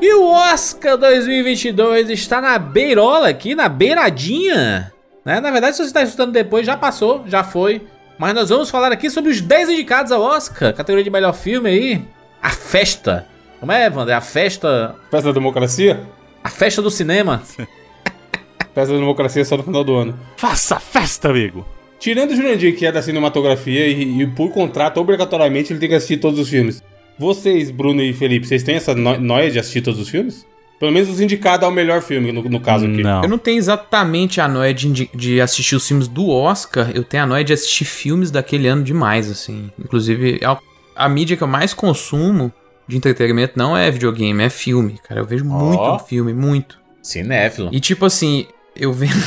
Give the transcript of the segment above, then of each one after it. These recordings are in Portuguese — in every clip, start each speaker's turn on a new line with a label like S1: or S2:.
S1: E o Oscar 2022 está na beirola aqui, na beiradinha. Né? Na verdade, se você está escutando depois, já passou, já foi. Mas nós vamos falar aqui sobre os 10 indicados ao Oscar, categoria de melhor filme aí. A festa. Como é, Wander? A festa.
S2: Festa da democracia?
S1: A festa do cinema.
S2: Festa da democracia é só no final do ano.
S3: Faça festa, amigo!
S2: Tirando o Jurandir, que é da cinematografia, e, e por contrato, obrigatoriamente, ele tem que assistir todos os filmes. Vocês, Bruno e Felipe, vocês têm essa no- noia de assistir todos os filmes? Pelo menos os indicados ao melhor filme, no, no caso aqui.
S3: Não.
S4: Eu não tenho exatamente a noia de, indi- de assistir os filmes do Oscar, eu tenho a noia de assistir filmes daquele ano demais, assim. Inclusive, a, a mídia que eu mais consumo de entretenimento não é videogame, é filme, cara. Eu vejo
S3: Ó.
S4: muito filme, muito.
S1: Cinéfilo.
S4: E tipo assim, eu vejo.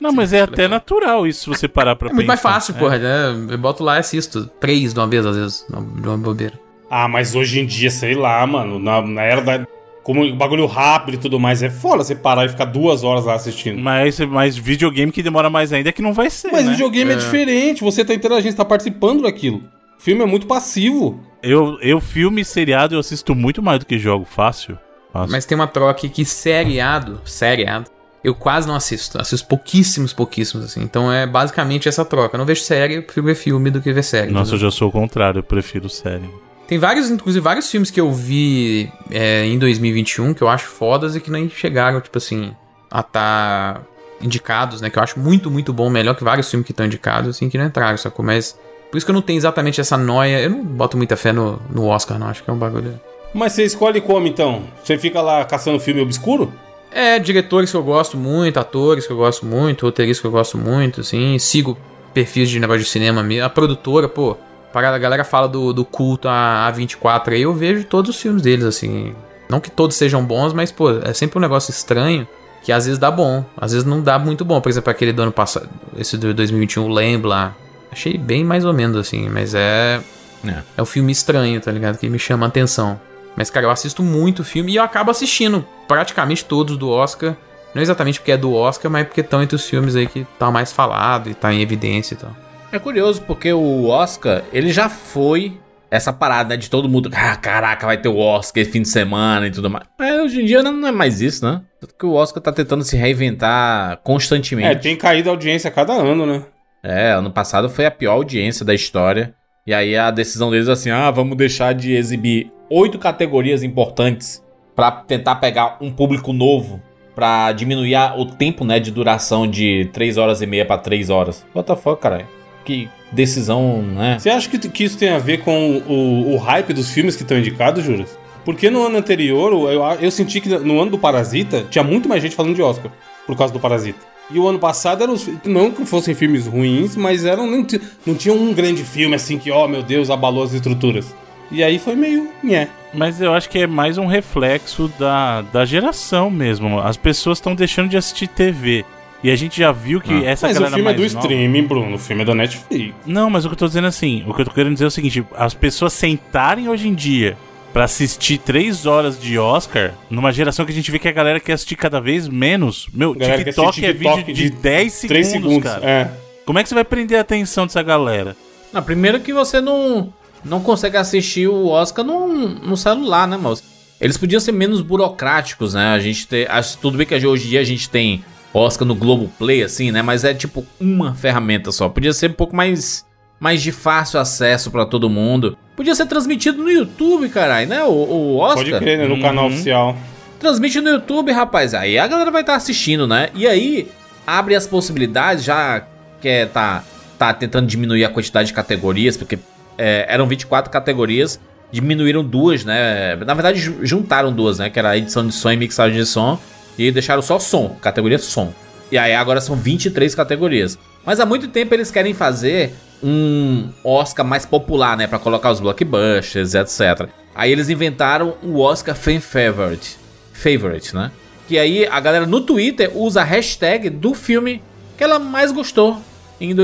S3: Não, mas é até natural isso, se você parar pra
S4: É
S3: pensar.
S4: muito mais fácil,
S3: É.
S4: porra. Né? Eu boto lá e assisto. Três de uma vez, às vezes, de uma de uma bobeira.
S2: Ah, mas hoje em dia, sei lá, mano, na, na era da. Como o bagulho rápido e tudo mais, é foda você parar e ficar duas horas lá assistindo.
S3: É, Mas, mas videogame que demora mais ainda é que não vai ser,
S2: Mas
S3: Hum, né?
S2: videogame é. diferente, você tá interagindo, você tá participando daquilo. O filme é muito passivo.
S3: Eu, eu filme e seriado eu assisto muito mais do que jogo, fácil. fácil.
S4: Mas tem uma troca que seriado, seriado, eu quase não assisto. Assisto pouquíssimos, pouquíssimos, assim. Então é basicamente essa troca. Eu não vejo série, eu prefiro ver filme do que ver série.
S3: Nossa, eu
S4: é, entendeu?
S3: já sou o contrário, eu prefiro série.
S4: Tem vários, inclusive, vários filmes que eu vi é, em 2021 que eu acho fodas e que nem chegaram, tipo assim, a tá indicados, né? Que eu acho muito, muito bom, melhor que vários filmes que estão indicados, assim, que não entraram, sacou? Mas por isso que eu não tenho exatamente essa noia. Eu não boto muita fé no, no Oscar, não. Acho que é um bagulho.
S2: Mas você escolhe como então? Você fica lá caçando filme obscuro?
S4: É, diretores que eu gosto muito, atores que eu gosto muito, roteiristas que eu gosto muito, assim, sigo perfis de negócio de cinema mesmo. A produtora, pô, parada, a galera fala do, do culto a, 24 aí, eu vejo todos os filmes deles, assim. Não que todos sejam bons, mas, pô, é sempre um negócio estranho que às vezes dá bom, às vezes não dá muito bom. Por exemplo, aquele do ano passado, esse de 2021, lembro lá. um, Achei bem mais ou menos, assim, mas é.
S1: É.
S4: É um filme estranho, tá ligado? Que me chama a atenção. Mas, cara, eu assisto muito filme e eu acabo assistindo praticamente todos do Oscar. Não exatamente porque é do Oscar, mas porque estão entre os filmes aí que tá mais falado e tá em evidência e tal.
S1: É curioso porque o Oscar, ele já foi essa parada né, de todo mundo. Ah, caraca, vai ter o Oscar esse fim de semana e tudo mais. Mas hoje em dia não não é mais isso, né? Tanto que o Oscar tá tentando se reinventar
S2: É,
S1: constantemente.
S2: tem caído a audiência a cada ano, né?
S1: É, ano passado foi a pior audiência da história. E aí a decisão deles é assim: ah, vamos deixar de exibir oito categorias importantes pra tentar pegar um público novo. Pra diminuir a- o tempo, né, de duração de 3 horas e meia pra 3 horas. What the fuck, caralho? Que decisão, né?
S2: Você acha que, que isso tem a ver com o, o hype dos filmes que estão indicados, Juras? Porque no ano anterior, eu, eu senti que no ano do Parasita, tinha muito mais gente falando de Oscar, por causa do Parasita. E o ano passado eram os, fi- não que fossem filmes ruins, mas eram não, ti- não tinha um grande filme assim que, ó, meu Deus, abalou as estruturas. E aí foi meio, né?
S3: Mas eu acho que é mais um reflexo da, da geração mesmo. As pessoas estão deixando de assistir TV. E a gente já viu que
S4: Ah.
S3: essa
S2: Mas o
S3: galera
S2: filme é
S3: mais
S2: do
S3: nova-
S2: streaming, Bruno, o filme é da Netflix.
S3: Não, mas o que eu tô dizendo é assim, o que eu tô querendo dizer é o seguinte, as pessoas sentarem hoje em dia pra assistir três horas de Oscar, numa geração que a gente vê que a galera quer assistir cada vez menos. Meu,
S2: A galera quer
S3: TikTok
S2: assistir
S3: é
S2: TikTok
S3: vídeo
S2: de
S3: de, 10 segundos,
S2: Três segundos,
S3: cara.
S2: é.
S3: Como é que você vai prender a atenção dessa galera?
S1: Não, primeiro que você não, não consegue assistir o Oscar num, num celular, né, moço? Eles podiam ser menos burocráticos, né? A gente ter, as- tudo bem que hoje em dia a gente tem Oscar no Globoplay, assim, né? Mas é tipo uma ferramenta só. Podia ser um pouco mais, mais de fácil acesso pra todo mundo. Podia ser transmitido no YouTube, caralho, né? O, o Oscar.
S2: Pode crer, né? No
S3: Uhum.
S2: canal oficial.
S1: Transmite no YouTube, rapaz. Aí a galera vai estar assistindo, né? E aí abre as possibilidades, já que é, tá, tá tentando diminuir a quantidade de categorias, porque é, eram 24 categorias, diminuíram duas, né? Na verdade, ju- juntaram duas, né? Que era edição de som e mixagem de som, e deixaram só som, categoria som. E aí agora são 23 categorias. Mas há muito tempo eles querem fazer um Oscar mais popular, né? Pra colocar os blockbusters, etc. Aí eles inventaram o Oscar Fan Favorite. Favorite, né? Que aí a galera no Twitter usa a hashtag do filme que ela mais gostou em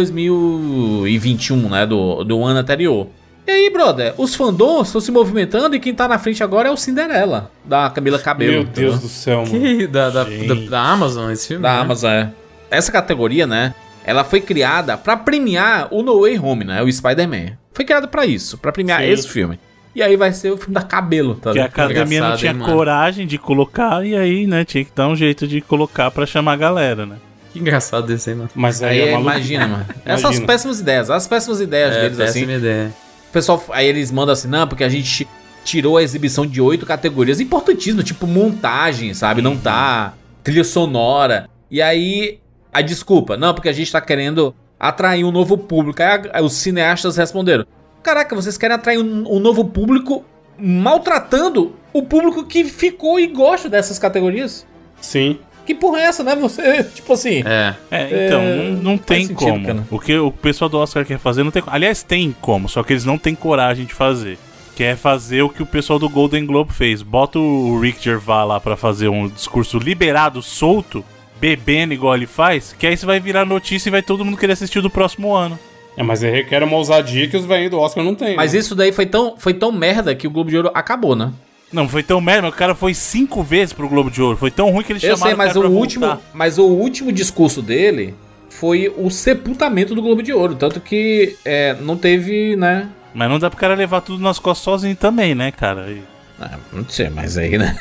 S1: 2021, né? Do, do ano anterior. E aí, brother, os fandoms estão se movimentando e quem tá na frente agora é o Cinderela, da Camila Cabello.
S2: Meu
S1: entendeu?
S2: Deus do céu, mano.
S4: Que da, da, da,
S3: Gente.
S4: da Amazon esse filme?
S1: Da
S4: né?
S1: Amazon, é. Essa categoria, né? Ela foi criada pra premiar o No Way Home, né? O Spider-Man. Foi criada pra isso, pra premiar
S2: Sim. é
S1: esse filme. E aí vai ser o filme da cabelo, tá
S3: Que a
S1: ligado?
S3: academia não
S4: engraçado,
S3: tinha
S4: hein, mano?
S3: coragem de colocar, e aí, né, tinha que dar um jeito de colocar pra chamar a galera, né?
S4: Que engraçado desse aí, mano.
S2: Mas aí,
S1: Aí
S2: é maluco.
S1: imagina, mano. Essas
S2: Imagina.
S1: péssimas ideias, as péssimas ideias
S4: É,
S1: deles,
S4: péssima
S1: assim.
S4: ideia.
S1: O pessoal, aí eles mandam assim, não, porque a gente tirou a exibição de oito categorias importantíssimas, tipo montagem, sabe? Não tá. Trilha sonora. E aí, a desculpa, não, porque a gente tá querendo atrair um novo público. Aí, a- aí os cineastas responderam: Caraca, vocês querem atrair um, um novo público maltratando o público que ficou e gosta dessas categorias?
S2: Sim.
S1: Que porra é essa, né? Você, tipo assim.
S4: É.
S3: É, então,
S1: É,
S3: não, não
S1: faz
S3: tem
S1: sentido,
S3: como.
S1: cara.
S3: O que o pessoal do Oscar quer fazer não tem como. Aliás, tem como, só que eles não têm coragem de fazer. Quer fazer o que o pessoal do Golden Globe fez. Bota o Rick Gervais lá pra fazer um discurso liberado, solto, bebendo igual ele faz, que aí isso vai virar notícia e vai todo mundo querer assistir do próximo ano.
S2: É, mas aí requer uma ousadia que os velhinhos do Oscar não têm.
S1: Mas
S2: né?
S1: isso daí foi tão, foi tão merda que o Globo de Ouro acabou, né?
S3: Não, foi tão merda, mas o cara foi cinco vezes pro Globo de Ouro. Foi tão ruim que eles
S1: Eu sei,
S3: chamaram
S1: mas
S3: o
S1: o,
S3: cara pra
S1: último,
S3: voltar.
S1: mas o último discurso dele foi o sepultamento do Globo de Ouro. Tanto que é, não teve, né?
S3: Mas não dá pro cara levar tudo nas costas sozinho também, né, cara? E-
S1: Ah, não sei, mas aí, né?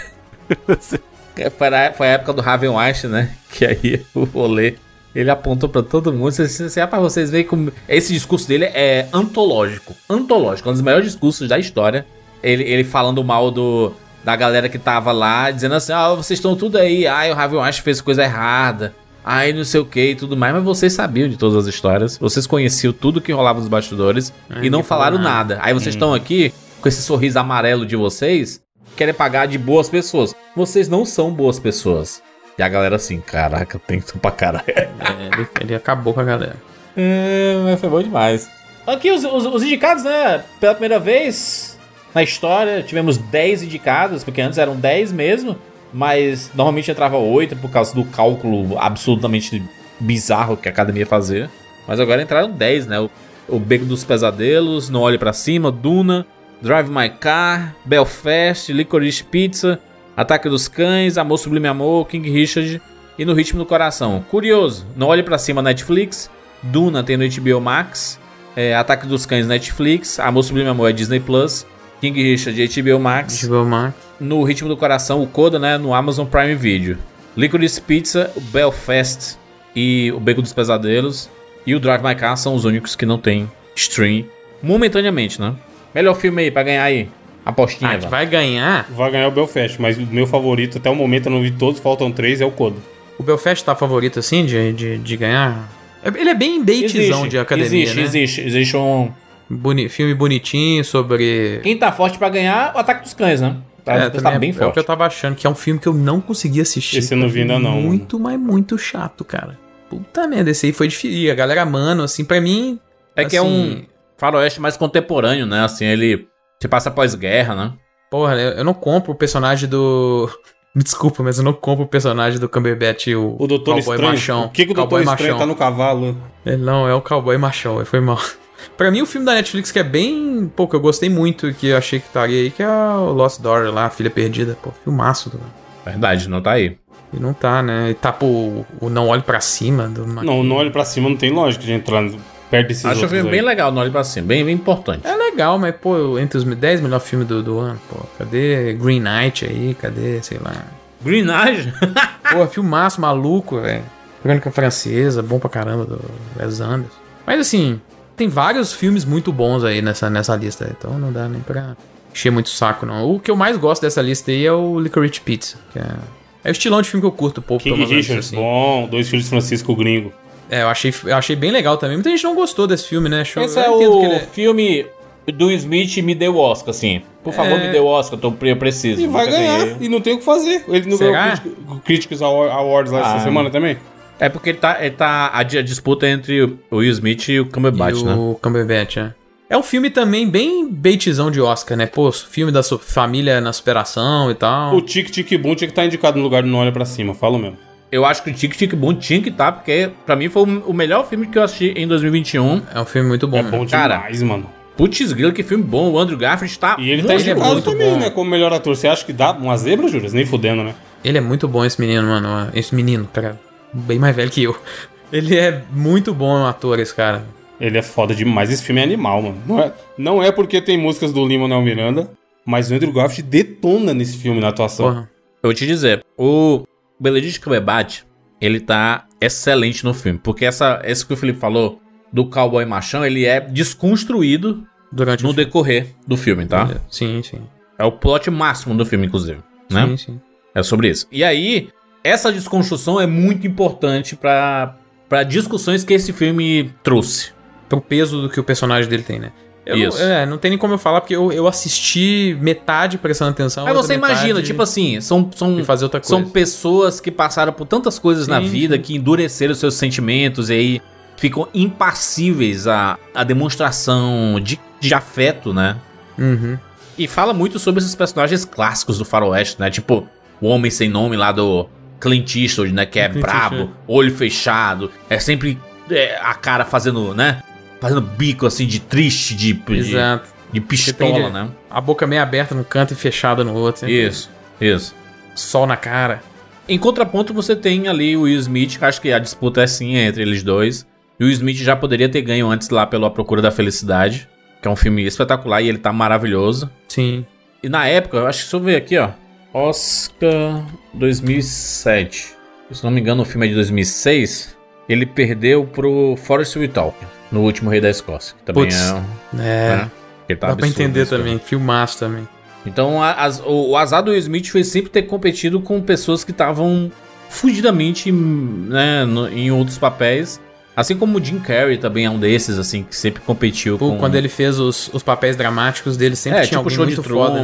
S1: É, foi, a, foi a época do Raven Weinstein, né? Que aí o rolê. Ele apontou pra todo mundo. Você, você, você, rapaz, vocês veem como. Esse discurso dele é antológico. Antológico. Um dos maiores discursos da história. Ele, ele falando mal do, da galera que tava lá, dizendo assim: ah, vocês estão tudo aí. Ai, o Raven Weinstein fez coisa errada. Ai, não sei o que e tudo mais. Mas vocês sabiam de todas as histórias. Vocês conheciam tudo que rolava nos bastidores. e
S4: Ah,
S1: não
S4: ninguém falou
S1: falaram
S4: nada.
S1: nada. Aí vocês estão aqui com esse sorriso amarelo de vocês, querem pagar de boas pessoas. Vocês não são boas pessoas. E a galera assim, caraca, tem que pra caralho.
S4: É, ele, ele acabou com a galera.
S1: É, mas foi bom demais. Aqui os, os- os indicados, né? Pela primeira vez na história, tivemos 10 indicados, porque antes eram 10 mesmo, mas normalmente entrava 8 por causa do cálculo absolutamente bizarro que a academia fazia. Mas agora entraram 10, né? O, o Beco dos Pesadelos, Não Olhe Pra Cima, Duna, Drive My Car, Belfast, Licorice Pizza, Ataque dos Cães, Amor Sublime Amor, King Richard e No Ritmo do Coração. Curioso, Não Olhe Pra Cima Netflix, Duna tem no HBO Max, é, Ataque dos Cães Netflix, Amor Sublime Amor é Disney Plus, King Richard HBO Max
S4: Deixa eu ver o Max.
S1: no Ritmo do Coração, o Coda, né, no Amazon Prime Video. Licorice Pizza, o Belfast e o Beco dos Pesadelos e o Drive My Car são os únicos que não tem stream momentaneamente, né? Melhor filme aí pra ganhar aí. Apostinha,
S4: Ah, que
S1: Evan.
S4: vai ganhar.
S2: Vai ganhar o Belfast, mas o meu favorito até o momento, eu não vi todos, faltam três, é o Codo.
S4: O Belfast tá favorito, assim, de, de, de ganhar. É- Ele é bem datezão de academia,
S1: existe,
S4: né?
S1: existe, existe um...
S4: Boni- filme bonitinho sobre.
S1: Quem tá forte pra ganhar, o Ataque dos Cães, né? Tá,
S4: é,
S1: tá
S4: também é-
S1: bem
S4: É o que
S1: forte.
S4: eu tava achando, que é um filme que eu não consegui assistir.
S2: Esse eu não vi ainda não, mano.
S4: Muito, mas muito chato, cara. Puta merda, esse aí foi difícil. E A galera, mano, assim, pra mim.
S1: É que é
S4: assim,
S1: um faroeste mais contemporâneo, né? Assim, ele se passa pós-guerra, né?
S4: Porra, eu eu não compro o personagem do. Me desculpa, mas eu não compro o personagem do Cumberbatch, o,
S2: O Doutor
S4: cowboy
S2: Estranho.
S4: machão.
S2: O que, que o Doutor
S4: Cowboy
S2: Estranho
S4: machão.
S2: tá no cavalo?
S4: Ele não, é o cowboy machão, ele foi mal. pra mim, o filme da Netflix que é bem. Pô, que eu gostei muito, que eu achei que estaria aí, que é o Lost Daughter lá, a Filha Perdida. Pô, filmaço. Do...
S1: Verdade, não tá aí.
S4: E não tá, né? E tá, pô, o- o Não Olhe Pra Cima do.
S2: Não, não olho pra cima, não tem lógica de entrar no- perto desses
S1: Acho o
S2: outros
S1: filme
S2: aí.
S1: bem legal, não olhe pra cima, bem, bem importante.
S4: É legal, mas, pô, entre os 10 melhores filmes do, do ano, pô, cadê Green Knight aí? Cadê, sei lá.
S1: Greenage?
S4: Pô, é filmaço maluco, velho. Crônica francesa, bom pra caramba, do Wes Anderson. Mas assim, tem vários filmes muito bons aí nessa, nessa lista, então não dá nem pra encher muito o saco, não. O que eu mais gosto dessa lista aí é o Licorice Pizza, que é, é o estilão de filme que eu curto, pô, assim.
S2: King
S1: assim.
S2: Richards, bom, dois filhos de Francisco Gringo.
S4: É, eu achei, eu achei bem legal também. Muita gente não gostou desse filme, né? Achou-
S1: Esse
S4: eu
S1: é
S4: entendo
S1: o
S4: que ele é-
S1: filme do Smith me deu o Oscar, assim. Por favor,
S4: É.
S1: me deu o Oscar, eu, tô- eu preciso.
S2: E vai
S1: Nunca
S2: ganhar,
S1: ganhei.
S2: e não tem o que fazer. Ele não
S4: Será?
S2: ganhou o Critics- o Critics Award- Awards lá
S1: Ah.
S2: essa semana também?
S1: É porque ele tá, ele tá a, di- a disputa entre o Will Smith e o Cumberbatch,
S4: e
S1: né?
S4: o Cumberbatch, é. É um filme também bem baitzão de Oscar, né? Pô, filme da su- família na superação e tal.
S2: O Tic Tic Boom tinha que estar indicado no lugar do Não Olha Pra Cima, falo mesmo.
S1: Eu acho que o Tic Tic Boom tinha que tá, porque pra mim foi o o melhor filme que eu assisti em 2021.
S4: É um filme muito bom.
S2: é
S4: né?
S2: bom
S1: Cara.
S2: demais, mano.
S1: Putz, grilo, que filme bom. O Andrew Garfield tá.
S2: E ele tá
S4: Ele é
S2: indicado
S4: muito
S2: também,
S4: bom.
S2: né, como melhor ator. Você acha que dá uma zebra, Júlio? Nem fudendo, né?
S4: Ele é muito bom, esse menino, mano. Esse menino, cara. Bem mais velho que eu. Ele é muito bom ator, esse cara.
S2: Ele é foda demais. Esse filme é animal, mano. Não é, não é porque tem músicas do Lin-Manuel Miranda, mas o Andrew Garfield detona nesse filme na atuação.
S4: Porra.
S1: Eu vou te dizer, o Benedict Cumberbatch, ele tá excelente no filme, porque essa, esse que o Felipe falou do cowboy machão, ele é desconstruído
S4: Durante
S1: no
S4: o filme.
S1: decorrer do filme, tá?
S4: Sim, sim.
S1: É o plot máximo do filme, inclusive, né?
S4: Sim, sim.
S1: É sobre isso. E aí, essa desconstrução é muito importante pra para discussões que esse filme trouxe.
S4: Pro peso do que o personagem dele tem, né? Eu não-
S1: Isso.
S4: é, não tem nem como eu falar, porque eu, eu assisti metade prestando atenção.
S1: Aí você imagina, tipo
S4: assim.
S1: assim, são, são,
S4: fazer outra coisa.
S1: são pessoas que passaram por tantas coisas na
S4: Sim,
S1: vida que endureceram seus sentimentos e aí ficam impassíveis à, à demonstração de, de afeto, né?
S4: Uhum.
S1: E fala muito sobre esses personagens clássicos do faroeste, né? Tipo, o homem sem nome lá do Clint Eastwood, né? Que é
S4: Clint
S1: brabo,
S4: Eastwood.
S1: olho fechado, é sempre é, a cara fazendo, né? Fazendo bico assim de triste, de, de,
S4: Exato.
S1: de
S4: Depende-
S1: pistola, né?
S4: A boca meio aberta num canto e fechada no outro. sempre.
S1: Isso, isso.
S4: Sol na cara.
S1: Em contraponto, você tem ali o Will Smith, que acho que a disputa é sim entre eles dois. E o Will Smith já poderia ter ganho antes lá pelo A Procura da Felicidade, que é um filme espetacular e ele tá maravilhoso.
S4: Sim.
S1: E na época, eu acho que deixa eu ver aqui, ó. Oscar 2007. Se não me engano, o filme é de 2006. Ele perdeu pro Forrest Whitaker, no último Rei da Escócia. Que também
S4: Putz,
S1: é. um-
S4: É.
S1: né? que tá
S4: Dá pra
S1: absurdo
S4: entender
S1: esse filme.
S4: também. Filmaço também.
S1: Então, a- as- o, o azar do Will Smith foi sempre ter competido com pessoas que estavam fugidamente né, no- em outros papéis. Assim como o Jim Carrey também é um desses, assim, que sempre competiu
S4: Pô,
S1: com... um-
S4: Quando ele fez os, os papéis dramáticos dele, sempre
S1: é, tipo
S4: tinha
S1: o
S4: alguém
S1: Show de
S4: muito
S1: Truman,
S4: foda.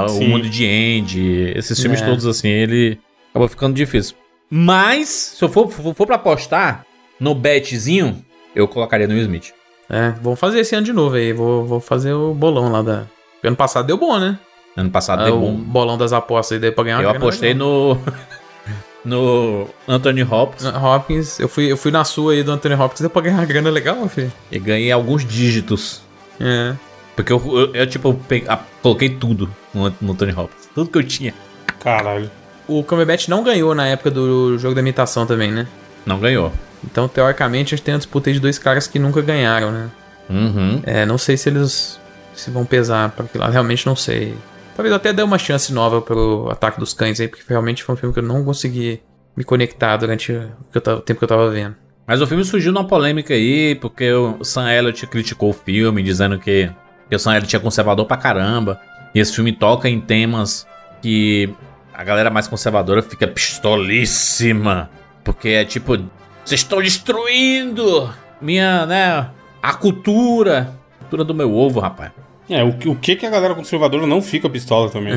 S4: né?
S1: O
S2: Sim.
S1: Mundo de Andy, esses filmes
S4: É.
S1: todos, assim, ele acabou ficando difícil. Mas, se eu for, for, for pra apostar no betzinho, eu colocaria no Will Smith.
S4: É, vamos fazer esse ano de novo aí. Vou, vou fazer o bolão lá da. Porque ano passado deu bom, né?
S1: Ano passado
S4: Ah,
S1: deu
S4: o
S1: bom.
S4: bolão das apostas aí daí pra ganhar uma
S1: Eu
S4: grana
S1: apostei
S4: legal.
S1: no... no Anthony
S4: Ah.
S1: Hopkins.
S4: Hopkins, eu fui, eu fui na sua aí do Anthony Hopkins, deu pra ganhar uma grana legal, filho.
S1: E ganhei alguns dígitos.
S4: É.
S1: Porque eu, eu, eu, tipo, eu pe- a- coloquei tudo no, no Tony Hopkins. Tudo que eu tinha.
S2: Caralho.
S4: O Cumberbatch não ganhou na época do jogo da imitação também, né?
S1: Não ganhou.
S4: Então, teoricamente, a gente tem uma disputa aí de dois caras que nunca ganharam, né?
S1: Uhum.
S4: É, não sei se eles se vão pesar pra aquilo lá, realmente não sei. Talvez eu até dê uma chance nova pro Ataque dos Cães aí, porque realmente foi um filme que eu não consegui me conectar durante o, que eu tava- o tempo que eu tava vendo.
S1: Mas o filme surgiu numa polêmica aí, porque o Sam Elliott criticou o filme, dizendo que, que o Sam Elliott é conservador pra caramba. E esse filme toca em temas que a galera mais conservadora fica pistolíssima. Porque é tipo, vocês estão destruindo minha, né, a cultura. a Cultura do meu ovo, rapaz.
S2: É, o, que- o que que a galera conservadora não fica pistola também?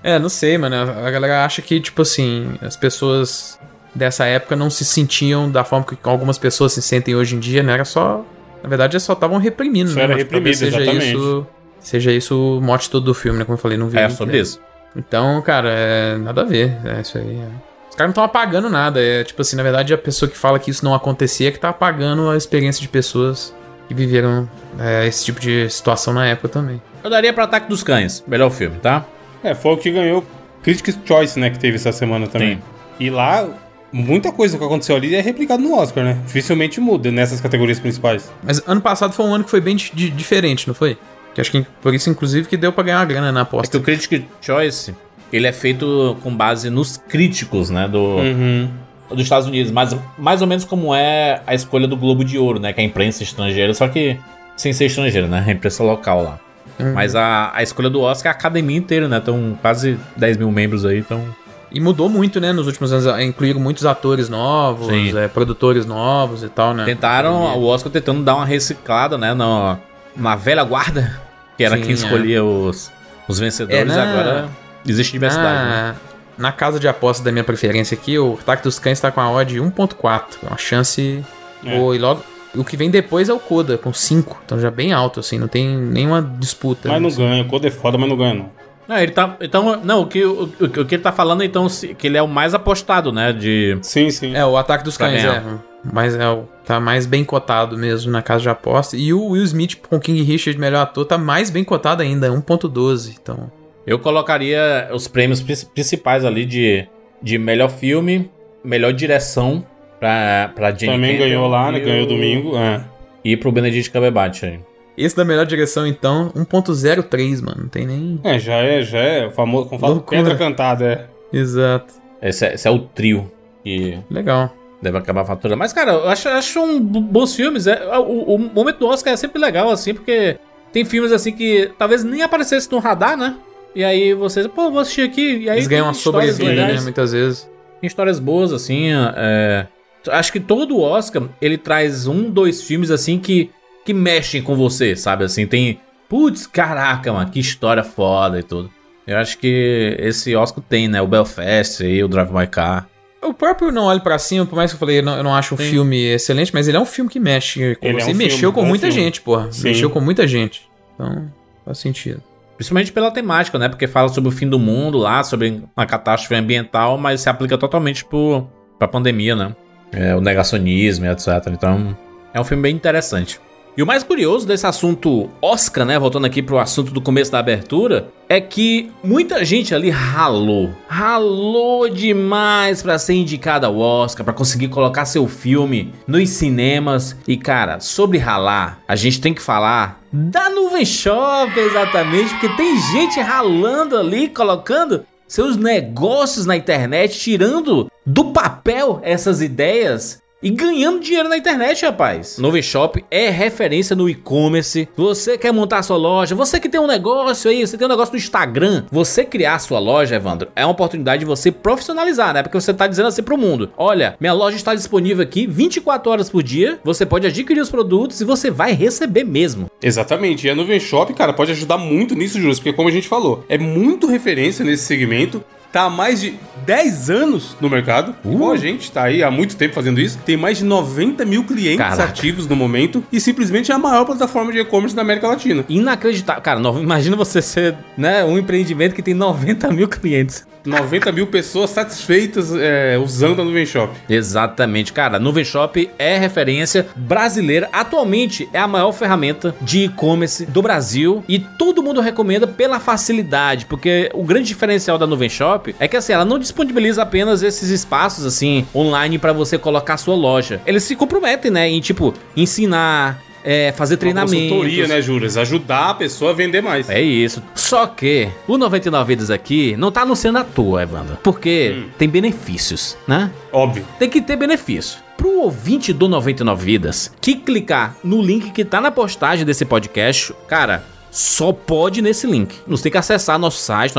S4: É, não sei, mano. A a galera acha que, tipo assim, as pessoas dessa época não se sentiam da forma que algumas pessoas se sentem hoje em dia, né? Era só. Na verdade, eles só estavam reprimindo,
S2: Só
S4: né?
S2: era
S4: Mas talvez
S2: reprimido,
S4: seja
S2: exatamente.
S4: isso, seja isso o mote todo do filme, né? Como eu falei, não vi.
S1: É sobre isso.
S4: Então, cara, é nada a ver. É isso aí. é. Os caras não estão apagando nada. É tipo assim, na verdade, a pessoa que fala que isso não acontecia é que tá apagando a experiência de pessoas que viveram é, esse tipo de situação na época também.
S1: Eu daria pra Ataque dos Cães, melhor filme, tá?
S2: É, foi o que ganhou Critics' Choice, né, que teve essa semana também.
S1: Sim.
S2: E lá, muita coisa que aconteceu ali é replicado no Oscar, né? Dificilmente muda nessas categorias principais.
S4: Mas ano passado foi um ano que foi bem di- di- diferente, não foi? Que acho que por isso, inclusive, que deu pra ganhar uma grana na
S1: É que
S4: aposta.
S1: o Critic Choice, ele é feito com base nos críticos, né, do,
S2: Uhum.
S1: dos Estados Unidos, mas mais ou menos como é a escolha do Globo de Ouro, né, que é a imprensa estrangeira, só que sem ser estrangeira, né, a imprensa local lá.
S4: Uhum.
S1: Mas a, a escolha do Oscar é a academia inteira, né, estão quase 10 mil membros aí, então...
S4: E mudou muito, né, nos últimos anos. Incluíram muitos atores novos,
S1: Sim.
S4: é, produtores novos e tal, né?
S1: Tentaram, o Oscar tentando dar uma reciclada, né, na, na velha guarda, que era
S4: Sim,
S1: quem
S4: é.
S1: escolhia os, os vencedores,
S4: É, Ah. né?
S1: agora existe diversidade, né?
S4: Na, na casa de aposta da minha preferência aqui, o ataque dos cães tá com a odd 1.4. É uma chance
S2: É.
S4: boa. E logo. O que vem depois é o Koda, com 5. Então já bem alto, assim, não tem nenhuma disputa.
S2: Mas não ganha, o Coda é foda, mas não ganha, não.
S1: Não, ele tá. Então, não, o que, o, o- o que ele tá falando, então, se- que ele é o mais apostado, né? De.
S2: Sim, sim.
S4: É, o ataque dos
S1: Pra
S4: cães,
S1: ganhar.
S4: é. Mas é o. Tá mais bem cotado mesmo na casa de aposta. E o Will Smith com King Richard, melhor ator, tá mais bem cotado ainda, 1.12. Então.
S1: Eu colocaria os prêmios prin- principais ali de, de melhor filme, melhor direção pra, pra Jane
S2: Também
S1: Campion
S2: ganhou lá, né?
S1: e
S2: Ganhou
S1: o-
S2: domingo. É.
S1: e pro Benedict Cumberbatch aí.
S4: Esse da melhor direção, então, 1.03, mano. Não tem nem.
S2: É, já é, já é. O famoso, como fala,
S4: Loucura.
S2: pedra cantada, é.
S4: Exato.
S1: Esse é, esse é o trio que
S4: Legal.
S1: deve acabar faturando. Mas, cara, eu acho, acho um bo- bons filmes. É, o, o momento do Oscar é sempre legal, assim, porque tem filmes assim que talvez nem aparecesse no radar, né? E aí vocês, pô, vou assistir aqui. É, E aí
S4: Eles ganham
S1: tem
S4: uma
S1: histórias
S4: sobrevida,
S1: legais.
S4: né? Muitas vezes.
S1: Tem histórias boas, assim. é, Acho que todo Oscar, ele traz um, dois filmes, assim, que, que mexem com você, sabe? Assim, tem. Putz, caraca, mano, que história foda e tudo. Eu acho que esse Oscar tem, né? O Belfast e o Drive My Car.
S4: O próprio Não Olhe Pra Cima, por mais que eu falei, eu não, eu não acho um
S2: Sim.
S4: filme excelente, mas ele é um filme que mexe com
S2: Ele é
S4: você.
S2: um
S4: E mexeu
S2: filme,
S4: com
S2: bom
S4: muita
S2: filme.
S4: gente, porra.
S2: Sim.
S4: Mexeu com muita gente. Então, faz sentido.
S1: Principalmente pela temática, né? Porque fala sobre o fim do mundo lá, sobre uma catástrofe ambiental, mas se aplica totalmente pro, pra pandemia, né? É, o negacionismo e etc. Então, é um filme bem interessante. E o mais curioso desse assunto Oscar, né? Voltando aqui pro assunto do começo da abertura, é que muita gente ali ralou. Ralou demais pra ser indicada ao Oscar, pra conseguir colocar seu filme nos cinemas. E cara, sobre ralar, a gente tem que falar da nuvem shop, exatamente, porque tem gente ralando ali, colocando seus negócios na internet, tirando do papel essas ideias e ganhando dinheiro na internet, rapaz. Nuvem Shop é referência no e-commerce. Você quer montar sua loja, você que tem um negócio aí, você tem um negócio no Instagram, você criar sua loja, Evandro, é uma oportunidade de você profissionalizar, né? Porque você tá dizendo assim pro mundo: olha, minha loja está disponível aqui 24 horas por dia, você pode adquirir os produtos e você vai receber mesmo.
S2: Exatamente. E a Nuvem Shop, cara, pode ajudar muito nisso, Júlio, porque como a gente falou, é muito referência nesse segmento. Tá há mais de 10 anos no mercado.
S1: Uh!
S2: Igual a gente tá aí há muito tempo fazendo isso. Tem mais de 90 mil clientes
S1: Caraca.
S2: ativos no momento. E simplesmente é a maior plataforma de e-commerce da América Latina.
S1: Inacreditável. Cara, no- imagina você ser né, um empreendimento que tem 90 mil clientes.
S2: 90 mil pessoas satisfeitas é, usando a Nuvem Shop.
S1: Exatamente, cara. Nuvem Shop é referência brasileira. Atualmente é a maior ferramenta de e-commerce do Brasil e todo mundo recomenda pela facilidade, porque o grande diferencial da Nuvem Shop é que assim, ela não disponibiliza apenas esses espaços assim online para você colocar sua loja. Eles se comprometem, né, em tipo ensinar, é, fazer treinamentos.
S2: Uma consultoria, né, Júlio? Ajudar a pessoa a vender mais.
S1: É isso. Só que o 99 Vidas aqui não tá anunciando à toa, Evandro. Porque
S2: Hum.
S1: tem benefícios, né?
S2: Óbvio.
S1: tem que ter benefício. Pro ouvinte do 99 Vidas que clicar no link que tá na postagem desse podcast, cara, só pode nesse link. Você tem que acessar nosso site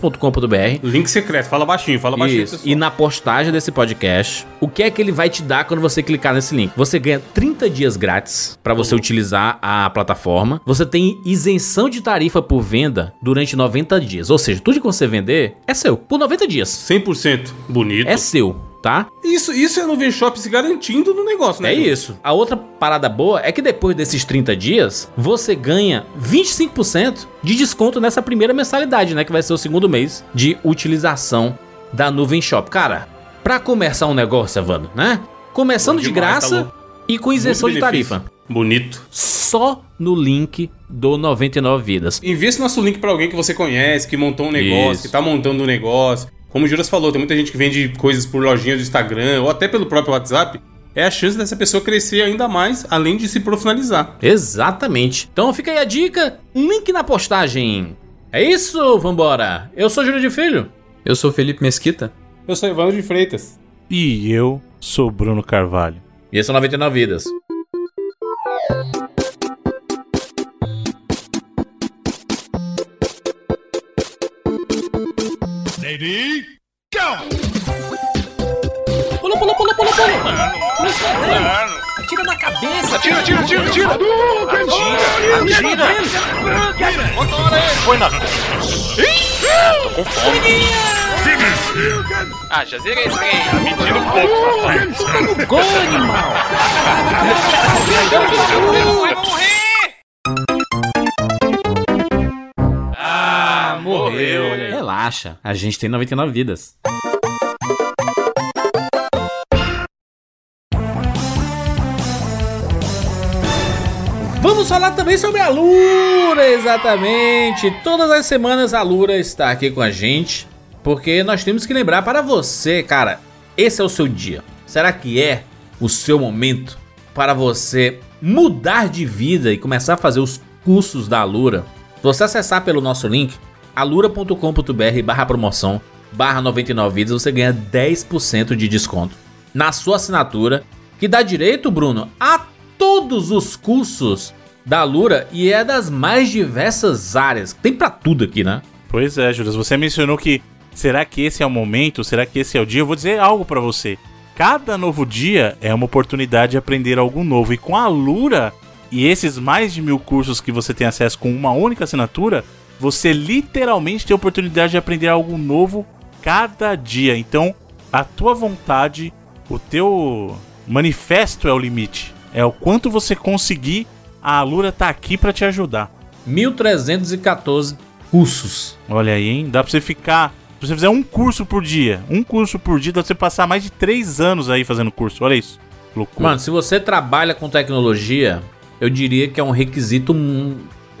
S1: 99vidas.com.br.
S2: Link secreto. Fala baixinho, fala baixinho.
S1: Isso.
S2: pessoal.
S1: E na postagem desse podcast, o que é que ele vai te dar quando você clicar nesse link? Você ganha 30 dias grátis pra você utilizar a plataforma. Você tem isenção de tarifa por venda durante 90 dias. Ou seja, tudo que você vender é seu por 90 dias.
S2: 100% bonito.
S1: É seu, tá?
S2: Isso, isso é a Nuvem Shop se garantindo no negócio, né?
S1: É
S2: Júlio?
S1: isso. A outra parada boa é que depois desses 30 dias, você ganha 25% de desconto nessa primeira mensalidade, né? Que vai ser o segundo mês de utilização da Nuvem Shop. Cara, pra começar um negócio, Evandro, né? Começando
S2: Bom
S1: de
S2: demais, tá
S1: graça
S2: louco.
S1: e com isenção
S2: Muito
S1: de
S2: benefício.
S1: tarifa.
S2: Bonito.
S1: Só no link do 99 Vidas.
S2: Envia esse nosso link pra alguém que você conhece, que montou um negócio,
S1: Isso.
S2: que tá montando um negócio. Como o Juras falou, tem muita gente que vende coisas por lojinha do Instagram ou até pelo próprio WhatsApp. É a chance dessa pessoa crescer ainda mais, além de se profissionalizar.
S1: Exatamente. Então fica aí a dica, um link na postagem. É isso, vambora. Eu sou Júlio de Filho.
S4: Eu sou o Felipe Mesquita.
S2: Eu sou Evandro de Freitas.
S3: E eu sou Bruno Carvalho.
S1: E esse é o 99 Vidas.
S5: Pula, pula, pula, pula, pula! Não está dando! Atira na cabeça! Atira, atira, atira, atira! Atira, atira!
S6: Foi na. Ih! Com fome.
S5: Ah, já zerei esse game!
S6: Mentira um pouco, rapaz.
S5: Gol, animal! Vai morrer! Ah, morreu!
S1: Relaxa, a gente tem 99 vidas. Vamos falar também sobre a Lura, exatamente. Todas as semanas a Lura está aqui com a gente, porque nós temos que lembrar para você, cara, esse é o seu dia. Será que é o seu momento para você mudar de vida e começar a fazer os cursos da Alura, se você acessar pelo nosso link, alura.com.br barra promoção barra 99 vidas, você ganha 10% de desconto na sua assinatura, que dá direito, Bruno, a todos os cursos da Alura e é das mais diversas áreas. Tem pra tudo aqui, né?
S3: Pois é, Juras, você mencionou que será que esse é o momento? Será que esse é o dia? Eu vou dizer algo pra você. Cada novo dia é uma oportunidade de aprender algo novo. E com a Lura e esses mais de mil cursos que você tem acesso com uma única assinatura, você literalmente tem a oportunidade de aprender algo novo cada dia. Então, a tua vontade, o teu manifesto é o limite. É o quanto você conseguir, a Lura tá aqui pra te ajudar.
S1: 1314 cursos.
S3: Olha aí, hein? Dá pra você ficar. Se você fizer um curso por dia, um curso por dia, dá pra você passar mais de três anos aí fazendo curso. Olha isso. Loucura.
S1: Mano, se você trabalha com tecnologia, eu diria que é um requisito hum,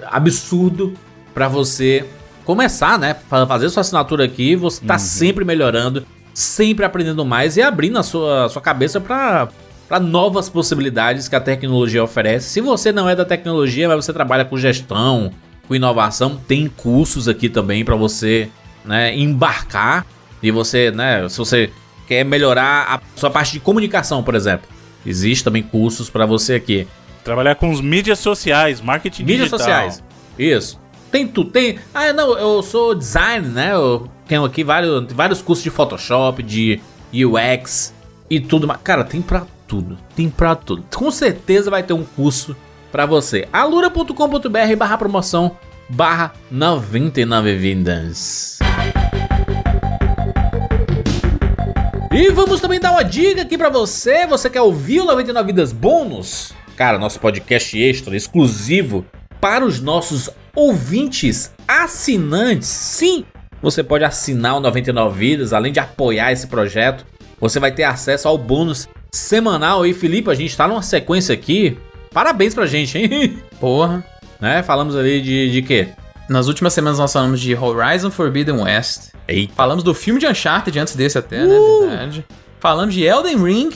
S1: absurdo pra você começar, né? Fa- Fazer sua assinatura aqui, você tá sempre melhorando, sempre aprendendo mais e abrindo a sua, sua cabeça pra pra novas possibilidades que a tecnologia oferece. Se você não é da tecnologia, mas você trabalha com gestão, com inovação, tem cursos aqui também pra você, né, embarcar e você, né, se você quer melhorar a sua parte de comunicação, por exemplo, existe também cursos pra você aqui.
S3: Trabalhar com os mídias sociais, marketing
S1: Mídias
S3: digital.
S1: sociais. Isso. Tem tu tem. Ah, não, eu sou design, né? Eu tenho aqui vários, vários cursos de Photoshop, de UX e tudo mais. Cara, tem pra tudo. Tem pra tudo. Com certeza vai ter um curso pra você. alura.com.br barra promoção barra 99 vindas. E vamos também dar uma dica aqui pra você. Você quer ouvir o 99 Vidas Bônus? Cara, nosso podcast extra, exclusivo para os nossos ouvintes assinantes. Sim, você pode assinar o 99 Vidas, além de apoiar esse projeto, você vai ter acesso ao bônus semanal. E Felipe, a gente tá numa sequência aqui. Parabéns pra gente, hein?
S4: Porra.
S1: né? Falamos ali de, de quê?
S4: Nas últimas semanas nós falamos de Horizon Forbidden West.
S1: Ei,
S4: Falamos do filme de Uncharted antes desse até, né?
S1: Uh!
S4: Verdade. Falamos de Elden Ring.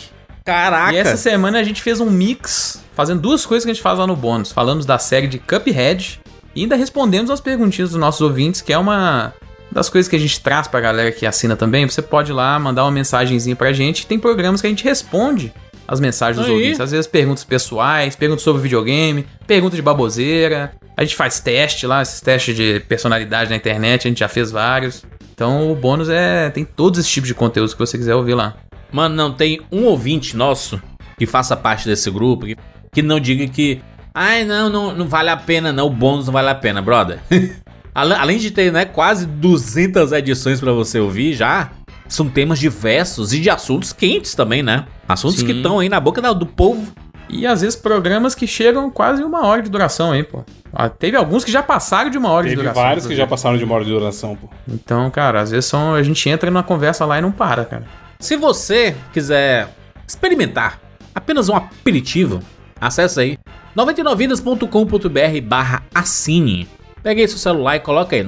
S1: caraca!
S4: E essa semana a gente fez um mix, fazendo duas coisas que a gente faz lá no bônus. Falamos da série de Cuphead e ainda respondemos as perguntinhas dos nossos ouvintes, que é uma das coisas que a gente traz pra galera que assina também. Você pode ir lá mandar uma mensagenzinha pra gente. Tem programas que a gente responde as mensagens dos
S1: Aí.
S4: ouvintes. Às vezes perguntas pessoais, perguntas sobre videogame, perguntas de baboseira. A gente faz teste lá, esses testes de personalidade na internet, a gente já fez vários. Então o bônus é tem todos esses tipos de conteúdos que você quiser ouvir lá.
S1: Mano, não tem um ouvinte nosso que faça parte desse grupo que, que não diga que. Ai, não, não, não vale a pena, não. O bônus não vale a pena, brother. Ale- Além de ter, né, quase 200 edições pra você ouvir já, são temas diversos e de assuntos quentes também, né? Assuntos
S4: Sim.
S1: que estão aí na boca da- do povo.
S4: E às vezes programas que chegam quase uma hora de duração aí, pô. Ah, teve alguns que já passaram de uma hora de
S2: Teve
S4: duração.
S2: vários que já
S4: inclusive.
S2: passaram de uma hora de duração, pô.
S4: Então, cara, às vezes são, a gente entra numa conversa lá e não para, cara.
S1: Se você quiser experimentar apenas um aperitivo, acessa aí 99vidas.com.br barra assine. Pega aí seu celular e coloca aí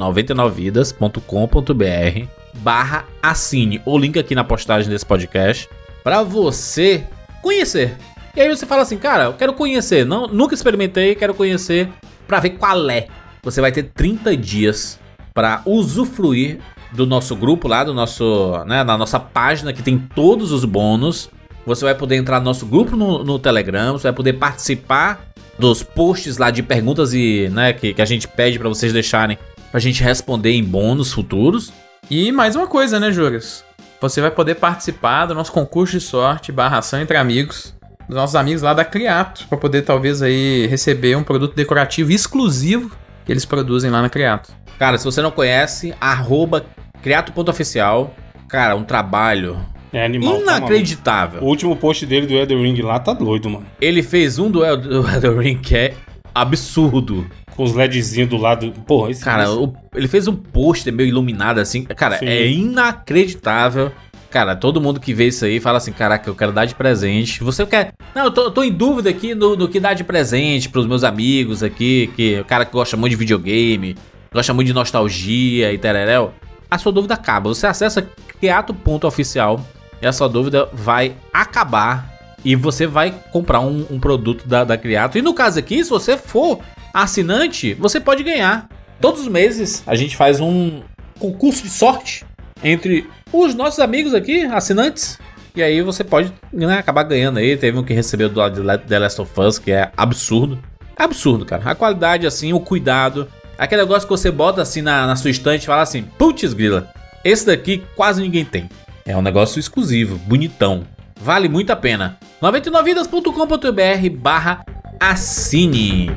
S1: 99vidas.com.br barra assine. O link aqui na postagem desse podcast para você conhecer. E aí você fala assim, cara, eu quero conhecer, não, nunca experimentei, quero conhecer para ver qual é. Você vai ter 30 dias para usufruir do nosso grupo lá, do nosso, né, na nossa página que tem todos os bônus. Você vai poder entrar no nosso grupo no, no Telegram, você vai poder participar dos posts lá de perguntas e, né, que, que a gente pede pra vocês deixarem pra gente responder em bônus futuros.
S4: E mais uma coisa, né, Juras? Você vai poder participar do nosso concurso de sorte, barra ação entre amigos, dos nossos amigos lá da Criato, pra poder talvez aí receber um produto decorativo exclusivo que eles produzem lá na Criato.
S1: Cara, se você não conhece, arroba criato.oficial. Cara, um trabalho
S2: É animal. tá maluco.
S1: inacreditável.
S2: o último post dele do Elden Ring lá tá doido, mano.
S1: Ele fez um do El- do Elden Ring que é absurdo.
S2: Com os LEDzinhos do lado. Porra, esse
S1: Cara,
S2: esse-
S1: o- ele fez um pôster meio iluminado assim. Cara,
S2: Sim.
S1: é inacreditável. Cara, todo mundo que vê isso aí fala assim: caraca, eu quero dar de presente. Você quer. Não, eu tô, eu tô em dúvida aqui no, no que dar de presente pros meus amigos aqui, que o cara que gosta muito de videogame, gosta muito de nostalgia e tereréu. A sua dúvida acaba. Você acessa criato.oficial e a sua dúvida vai acabar. E você vai comprar um, um produto da, da Criato. E no caso aqui, se você for assinante, você pode ganhar. Todos os meses a gente faz um concurso de sorte entre os nossos amigos aqui, assinantes. E aí você pode né, acabar ganhando aí. Teve um que recebeu do lado de Le- The Last of Us, que é absurdo. Absurdo, cara. A qualidade, assim, o cuidado. Aquele negócio que você bota assim na, na sua estante e fala assim: putz, grila, esse daqui quase ninguém tem. É um negócio exclusivo, bonitão. Vale muito a pena. 99vidas.com.br barra assine.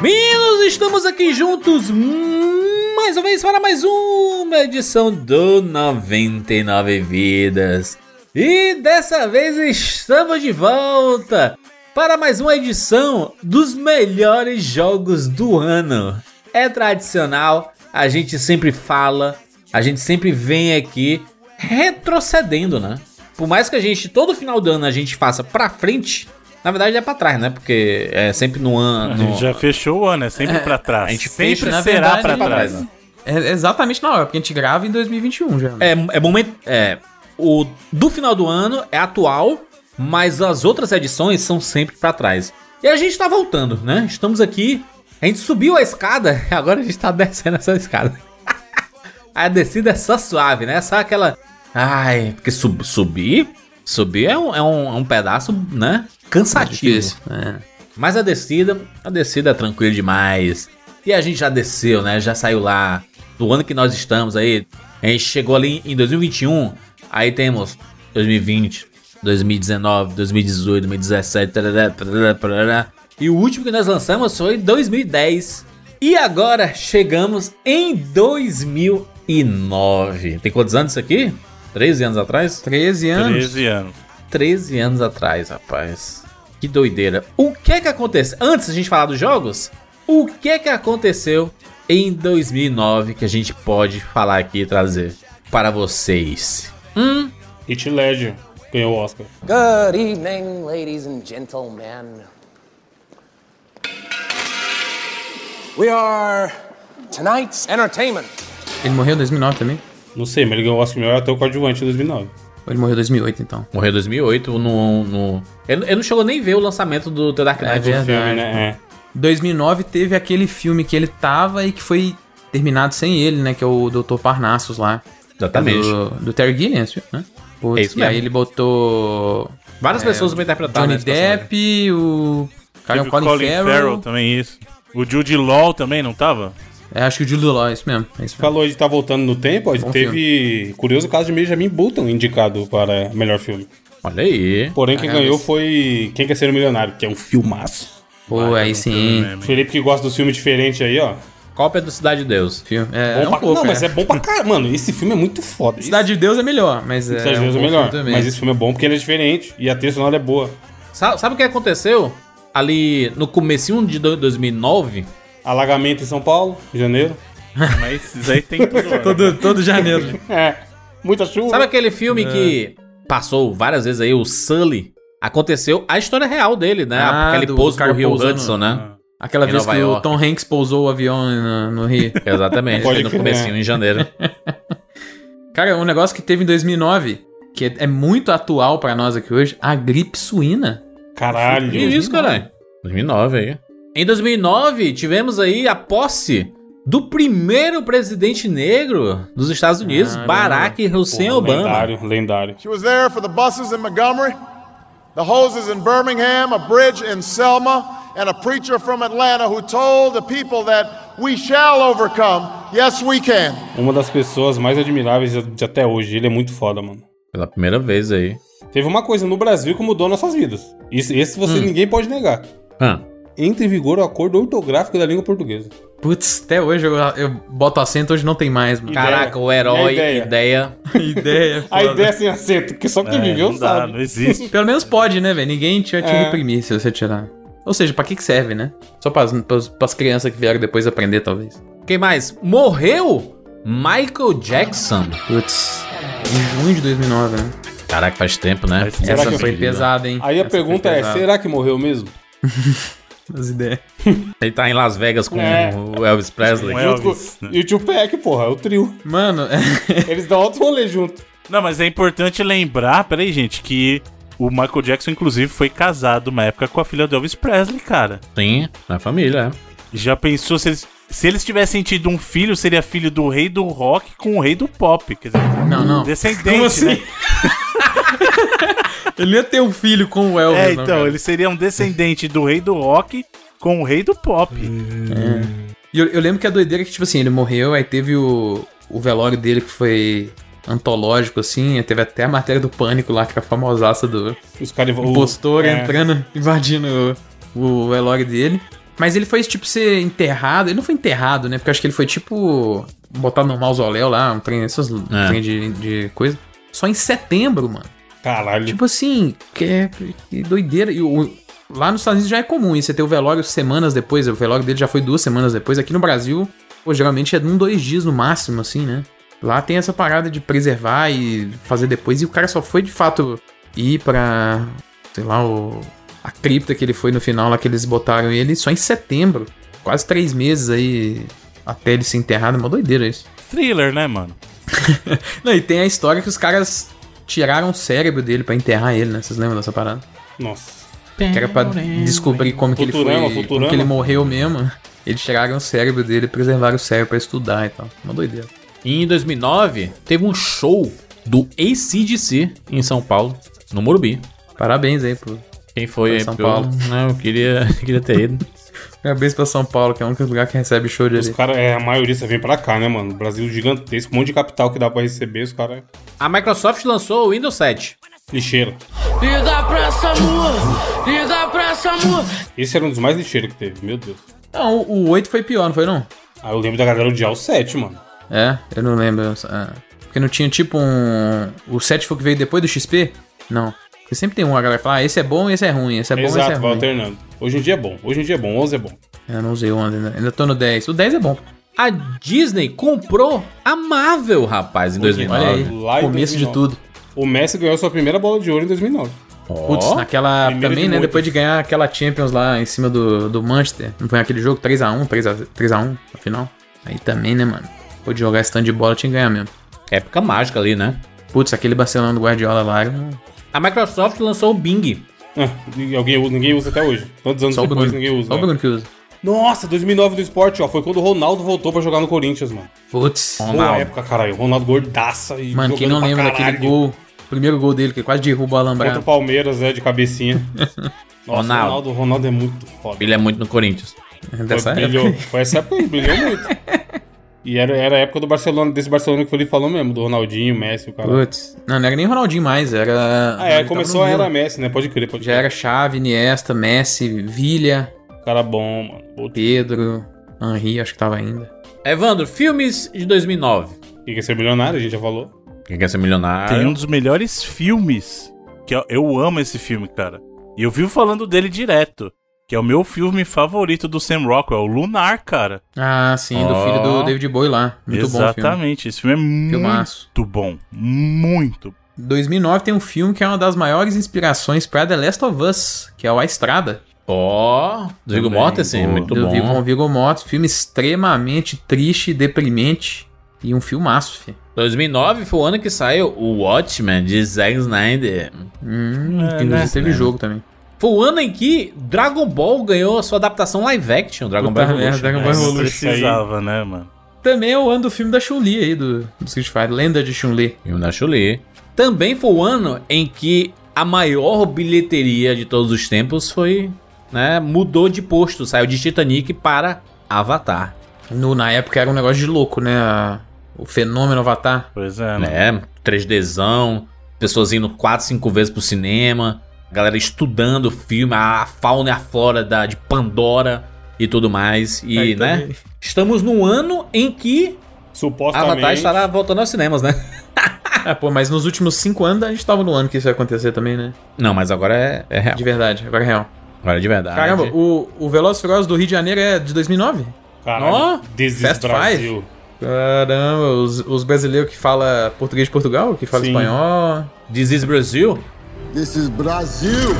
S1: Meninos, estamos aqui juntos hum, mais uma vez para mais uma edição do 99 Vidas. E dessa vez estamos de volta para mais uma edição dos melhores jogos do ano. É tradicional, a gente sempre fala, a gente sempre vem aqui retrocedendo, né? Por mais que a gente, todo final do ano, a gente faça pra frente, na verdade é pra trás, né? Porque é sempre no ano.
S3: A gente já fechou o ano, é sempre pra trás.
S1: a gente
S3: sempre é né,
S1: fecha,
S3: será
S4: na verdade,
S3: pra
S4: pra
S3: trás.
S1: trás.
S4: É exatamente na hora, porque a gente grava em 2021 já. né?
S1: É, é momento. É. O do final do ano é atual, mas as outras edições são sempre pra trás. E a gente tá voltando, né? Estamos aqui. A gente subiu a escada, agora a gente tá descendo essa escada. a descida é só suave, né? Só aquela. Ai, porque sub- subir. Subir é um, é um, é um pedaço, né? Cansativo.
S4: Difícil. É.
S1: Mas a descida, a descida é tranquila demais. E a gente já desceu, né? Já saiu lá do ano que nós estamos aí. A gente chegou ali em 2021. Aí temos 2020, 2019, 2018, 2017, tarará, tarará, tarará. E o último que nós lançamos foi 2010. E agora chegamos em 2009. Tem quantos anos isso aqui? 13 anos atrás?
S4: 13 anos.
S3: 13 anos.
S1: 13 anos atrás, rapaz. Que doideira. O que é que aconteceu? Antes da gente falar dos jogos, o que é que aconteceu em 2009 que a gente pode falar aqui e trazer para vocês? Hum,
S2: Hit Ledger ganhou o Oscar.
S7: Good evening, ladies and gentlemen. We are tonight's entertainment.
S4: Ele morreu em 2009 também?
S2: Não sei, mas ele ganhou o Oscar melhor até o coadjuvante em 2009.
S4: Ou ele morreu em 2008, então?
S1: morreu em 2008 no... no... Eu, eu não chegou nem ver o lançamento do The Dark Knight.
S4: verdade.
S2: Filme, né? É.
S4: 2009 teve aquele filme que ele tava e que foi terminado sem ele, né? Que é o Dr. Parnassus lá.
S1: Exatamente.
S4: É Do, do Terry Gilliam, esse filme, né? Putz,
S1: Tá É isso
S4: e aí
S1: mesmo.
S4: ele botou
S1: Várias pessoas vão interpretar.
S4: é Johnny
S1: né, esse personagem.
S4: Depp, o... Cara,
S3: Teve
S4: É o Colin, Farrell.
S3: também, isso. O Jude Law também, não tava?
S4: É, acho que o Jude Law, é isso mesmo. É isso mesmo.
S2: Falou de tá voltando no tempo, ó,
S4: Bom
S2: teve curioso caso de Benjamin Button indicado para melhor filme.
S1: Olha aí.
S2: Porém,
S4: É,
S2: quem ganhou foi Quem Quer Ser um Milionário, que é um filmaço.
S4: Pô, aí sim.
S3: Também.
S2: Felipe que gosta dos filmes diferentes aí, ó.
S1: Cópia do Cidade de Deus.
S4: Filme. É,
S2: Bom
S4: é um
S2: pra-
S4: pouco,
S2: não, mas
S4: é.
S2: é bom pra caralho. Mano, esse filme é muito foda. Esse-
S4: Cidade de Deus é melhor, mas é.
S2: Cidade de Deus é,
S4: um bom
S2: melhor.
S4: filme também.
S2: Mas esse filme é bom porque ele é diferente e a trilha sonora é boa.
S1: Sa- sabe o que aconteceu? Ali no comecinho de do- 2009,
S2: Alagamento em São Paulo, em janeiro.
S3: Mas isso aí tem tudo.
S4: Todo, todo janeiro.
S2: É. Muita chuva.
S1: Sabe aquele
S2: É.
S1: filme que passou várias vezes aí, o Sully? Aconteceu a história real dele, né?
S4: Ah,
S1: Aquele
S4: do
S1: pouso
S4: cara
S1: pro Rio
S4: pousando.
S1: Hudson, né?
S4: Aquela
S1: Em
S4: vez
S1: Nova
S4: que
S1: York.
S4: o Tom Hanks pousou o avião no, no Rio.
S1: Exatamente,
S2: Pode
S1: foi no
S2: crer.
S1: comecinho, em janeiro.
S4: Cara, um negócio que teve em 2009, que é, é muito atual pra nós aqui hoje, a gripe suína.
S1: Que
S2: Caralho.
S1: isso, caralho? 2009 aí. Em 2009, tivemos aí a posse do primeiro presidente negro dos Estados Unidos,
S4: Caramba.
S1: Barack Hussein
S2: Pô,
S1: Obama.
S2: Lendário, lendário.
S8: She was there for the buses in Montgomery, the hoses in Birmingham, a bridge in Selma, and a preacher from Atlanta who told the people that we shall overcome. Yes, we can.
S2: Uma das pessoas mais admiráveis de até hoje. Ele é muito foda, mano.
S1: Pela primeira vez aí.
S2: Teve uma coisa no Brasil que mudou nossas vidas. Esse, esse você ninguém pode negar.
S1: Hã?
S2: Entra em vigor o acordo ortográfico da língua portuguesa.
S4: Putz, até hoje eu, eu boto acento, hoje não tem mais, mano.
S2: Ideia.
S1: Caraca, o herói,
S2: E a ideia?
S1: ideia.
S4: Que ideia, foda.
S2: A ideia é sem acento, que só quem
S3: É,
S2: viveu
S3: não dá,
S2: sabe.
S3: não existe.
S4: Pelo menos pode, né, velho? Ninguém te, te
S2: É.
S4: reprimir se você tirar. Ou seja, pra que que serve, né? Só pras, pras, pras crianças que vieram depois aprender, talvez.
S1: Quem mais? Morreu Michael Jackson.
S4: Putz, em junho de 2009, né?
S1: Caraca, faz tempo, né?
S3: Faz tempo.
S2: Será
S4: Essa
S2: que eu-
S4: foi pesada, hein?
S2: Aí a
S4: Essa foi
S2: pergunta é,
S4: pesada.
S2: será que morreu mesmo?
S4: As ideias.
S1: Ele tá em Las Vegas com
S2: É.
S1: o Elvis Presley.
S3: Com
S2: Junto com-
S3: Elvis, né?
S2: E o Tupac, porra, é o trio.
S4: Mano,
S2: Eles dão alto rolê junto.
S3: Não, mas é importante lembrar, peraí, gente, que o Michael Jackson, inclusive, foi casado uma época com a filha do Elvis Presley, cara.
S1: Sim, na família, é.
S3: Já pensou se eles. Se eles tivessem tido um filho, seria filho do rei do rock com o rei do pop. Quer dizer,
S4: Não, não.
S3: descendente,
S4: Como assim?
S3: né?
S4: ele não ia ter um filho com o Elvis,
S3: É,
S4: não,
S3: então,
S4: cara.
S3: ele seria um descendente do rei do rock com o rei do pop.
S4: Hum. E eu, eu lembro que a doideira é que, tipo assim, ele morreu, aí teve o, o velório dele que foi antológico, assim, aí teve até a matéria do pânico lá, que é a famosaça do
S2: Os caras o-
S4: impostor
S2: é.
S4: entrando, invadindo o, o velório dele. Mas ele foi, tipo, ser enterrado. Ele não foi enterrado, né? Porque eu acho que ele foi, tipo, botado no mausoléu lá, um trem, essas
S1: É.
S4: trem de, de coisa. Só em setembro, mano.
S2: Caralho.
S4: Tipo assim, que, é- que doideira. E o- lá nos Estados Unidos já é comum isso, você ter o velório semanas depois. O velório dele já foi duas semanas depois. Aqui no Brasil, pô, geralmente é um, dois dias no máximo, assim, né? Lá tem essa parada de preservar e fazer depois. E o cara só foi, de fato, ir pra, sei lá, o, a cripta que ele foi no final lá que eles botaram ele só em setembro. Quase três meses aí até ele ser enterrado. É uma doideira isso.
S3: Thriller, né, mano?
S4: Não, e tem a história que os caras tiraram o cérebro dele pra enterrar ele, né? Vocês lembram dessa parada?
S2: Nossa.
S4: Que era pra descobrir como que ele foi,
S2: Futurama,
S4: como
S2: Futurama.
S4: que ele morreu mesmo. Eles tiraram o cérebro dele, preservaram o cérebro pra estudar e tal. Uma doideira.
S1: E em 2009, teve um show do ACDC em São Paulo, no Morumbi.
S4: Parabéns aí pro...
S1: Quem foi
S4: Foi
S1: aí?
S4: São
S1: porque eu-
S4: Paulo.
S1: Né, eu queria, queria ter ido.
S4: Parabéns pra São Paulo, que é o único lugar que recebe show de
S2: Os
S4: ali.
S2: caras, é, a maioria só vem pra cá, né, mano? Brasil gigantesco, um monte de capital que dá pra receber, os caras.
S1: A Microsoft lançou o Windows 7.
S2: Lixeira.
S9: Liga pra SAMU, liga pra SAMU.
S2: Esse era um dos mais lixeiros que teve, meu Deus.
S4: Não, o 8 foi pior, não foi não?
S2: Ah, eu lembro da galera odiar o 7, mano.
S4: É, eu não lembro. ah, porque não tinha tipo um... O 7 foi o que veio depois do XP? Não. Porque sempre tem um, a galera fala, ah, esse é bom, esse é ruim, esse é bom, esse é
S2: Exato, vai
S4: ruim.
S2: alternando. Hoje em dia é bom, hoje em dia é bom, 11 é bom.
S4: Eu não usei o 11 ainda, ainda tô no 10. O 10 é bom.
S1: A Disney comprou a Marvel, rapaz, em
S4: Olha aí,
S1: 2009.
S2: Lá em
S4: começo de
S2: 2009.
S4: tudo.
S2: O Messi ganhou sua primeira bola de ouro em 2009.
S4: Putz,
S1: Ó,
S4: naquela.
S2: primeiro
S4: Também,
S2: de
S4: né?
S2: muitos.
S4: Depois de ganhar aquela Champions lá em cima do, do Manchester. Não foi aquele jogo 3x1, 3x1, 3x1 na final. Aí também, né, mano? Pôde jogar esse tanto de bola, tinha que ganhar mesmo.
S1: época mágica ali, né?
S4: Putz, aquele Barcelona do Guardiola lá. era um-
S1: A Microsoft lançou o Bing.
S2: Ah, e alguém usa, ninguém usa até hoje. Quantos anos
S4: Só o
S2: depois
S4: Bruno.
S2: ninguém usa?
S4: Só o
S2: né?
S4: Bruno que usa.
S2: Nossa, 2009 do esporte, ó. Foi quando o Ronaldo voltou pra jogar no Corinthians, mano.
S4: Putz.
S2: Boa
S1: Ronaldo.
S2: época, caralho. Ronaldo gordaça e
S4: Mano, quem
S2: é jogando
S4: não
S2: pra
S4: lembra daquele
S2: caralho.
S4: gol. o Primeiro gol dele, que quase derruba o
S2: Contra o
S4: Alambrado.
S2: Palmeiras, é, de cabecinha. Nossa,
S1: Ronaldo.
S2: Ronaldo. Ronaldo é muito foda.
S1: Ele é muito no Corinthians.
S4: Dessa
S2: foi,
S4: época.
S2: brilhou. Foi essa época aí, brilhou muito. E era, era a época do Barcelona, desse Barcelona que ele falou mesmo, do Ronaldinho, Messi, o cara.
S4: Putz. Não, não era nem Ronaldinho mais, era.
S2: Ah, é,
S4: ele
S2: começou a
S4: tava no
S2: era
S4: Milan.
S2: Messi, né? Pode crer, pode
S4: Já
S2: crer.
S4: era Chave, Iniesta, Messi, Vilha,
S2: Cara bom, mano. Puta,
S4: Pedro, Henri, acho que tava ainda.
S1: Evandro, filmes de 2009.
S2: Quem quer ser milionário, a gente já falou.
S1: Quem quer ser
S4: Ah,
S1: milionário?
S4: é?
S3: Tem um dos melhores filmes. Que eu, eu amo esse filme, cara. E eu vivo falando dele direto. Que é o meu filme favorito do Sam Rockwell, Lunar, cara.
S4: Ah, sim, do
S1: Ó.
S4: filho do David Bowie lá. Muito bom o filme.
S3: Exatamente. Esse filme é
S4: Filmaço.
S3: muito bom. Muito.
S4: 2009 tem um filme que é uma das maiores inspirações pra The Last of Us, que é o A Estrada,
S1: Ó, do Viggo
S3: Também,
S1: Mortensen,
S3: boa.
S1: muito
S4: do
S1: bom.
S4: Viggo Viggo Mortensen, filme extremamente triste, deprimente e um filmaço, fi.
S1: 2009 foi o ano que saiu o Watchmen de Zack Snyder.
S4: Hum,
S3: É,
S4: que
S3: né?
S4: teve jogo também.
S1: Foi o ano em que Dragon Ball ganhou a sua adaptação live action, Dragon
S4: Puta
S1: Ball
S4: merda,
S1: Evolution.
S4: Dragon Ball
S3: Mas
S4: Evolution.
S3: precisava, né, mano?
S4: Também é o ano do filme da Chun-Li aí, do, do Street Fighter, Lenda de Chun-Li.
S1: Filme da Chun-Li. Também foi o ano em que a maior bilheteria de todos os tempos foi, né, mudou de posto, saiu de Titanic para Avatar.
S4: No- na época era um negócio de louco, né? a- o fenômeno Avatar.
S3: Pois é, né?
S1: né? 3Dzão, pessoas indo 4, 5 vezes pro cinema, galera estudando o filme, a fauna e a flora da, de Pandora e tudo mais. E,
S4: Aí
S1: né?
S4: também.
S1: Estamos num ano em que
S2: Supostamente.
S1: Avatar estará voltando aos cinemas, né?
S4: Ah, pô, mas nos últimos cinco anos a gente tava no ano que isso ia acontecer também, né?
S1: Não, mas agora é, é real.
S4: De verdade, agora é real.
S1: Agora é de verdade.
S4: Caramba, o, o Veloz Feroz do Rio de Janeiro é de 2009?
S2: Caralho,
S1: Ó,
S2: This is
S4: Fast
S2: Brasil.
S4: Caramba, os, os brasileiros que falam português de Portugal, que falam
S2: Sim.
S4: espanhol.
S1: This is Brasil?
S10: This is Brazil.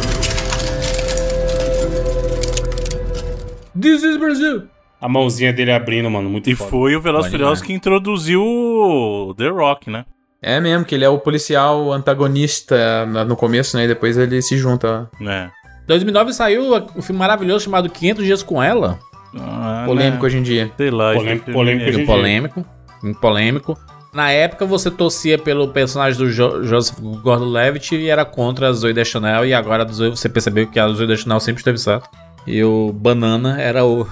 S1: This is Brasil!
S2: A mãozinha dele abrindo, mano, muito
S3: E
S2: foda.
S3: foi o Veloz
S1: Pode,
S3: Furiosos
S1: né?
S3: que introduziu o The Rock, né?
S4: É mesmo, que ele é o policial antagonista na- no começo, né? E depois ele se junta.
S3: É.
S1: 2009 saiu o filme maravilhoso chamado 500 Dias com Ela.
S3: Ah, né?
S4: Polêmico hoje em dia.
S3: Sei lá.
S2: Polêmico-
S3: esse filme
S2: polêmico
S3: é-
S2: hoje em
S1: Filme polêmico. Filme polêmico. Na época você torcia pelo personagem do Jo- Joseph Gordon-Levitt e era contra a Zoe Deschanel. E agora a Zoe- você percebeu que a Zoe Deschanel sempre esteve certo. E o Banana era o,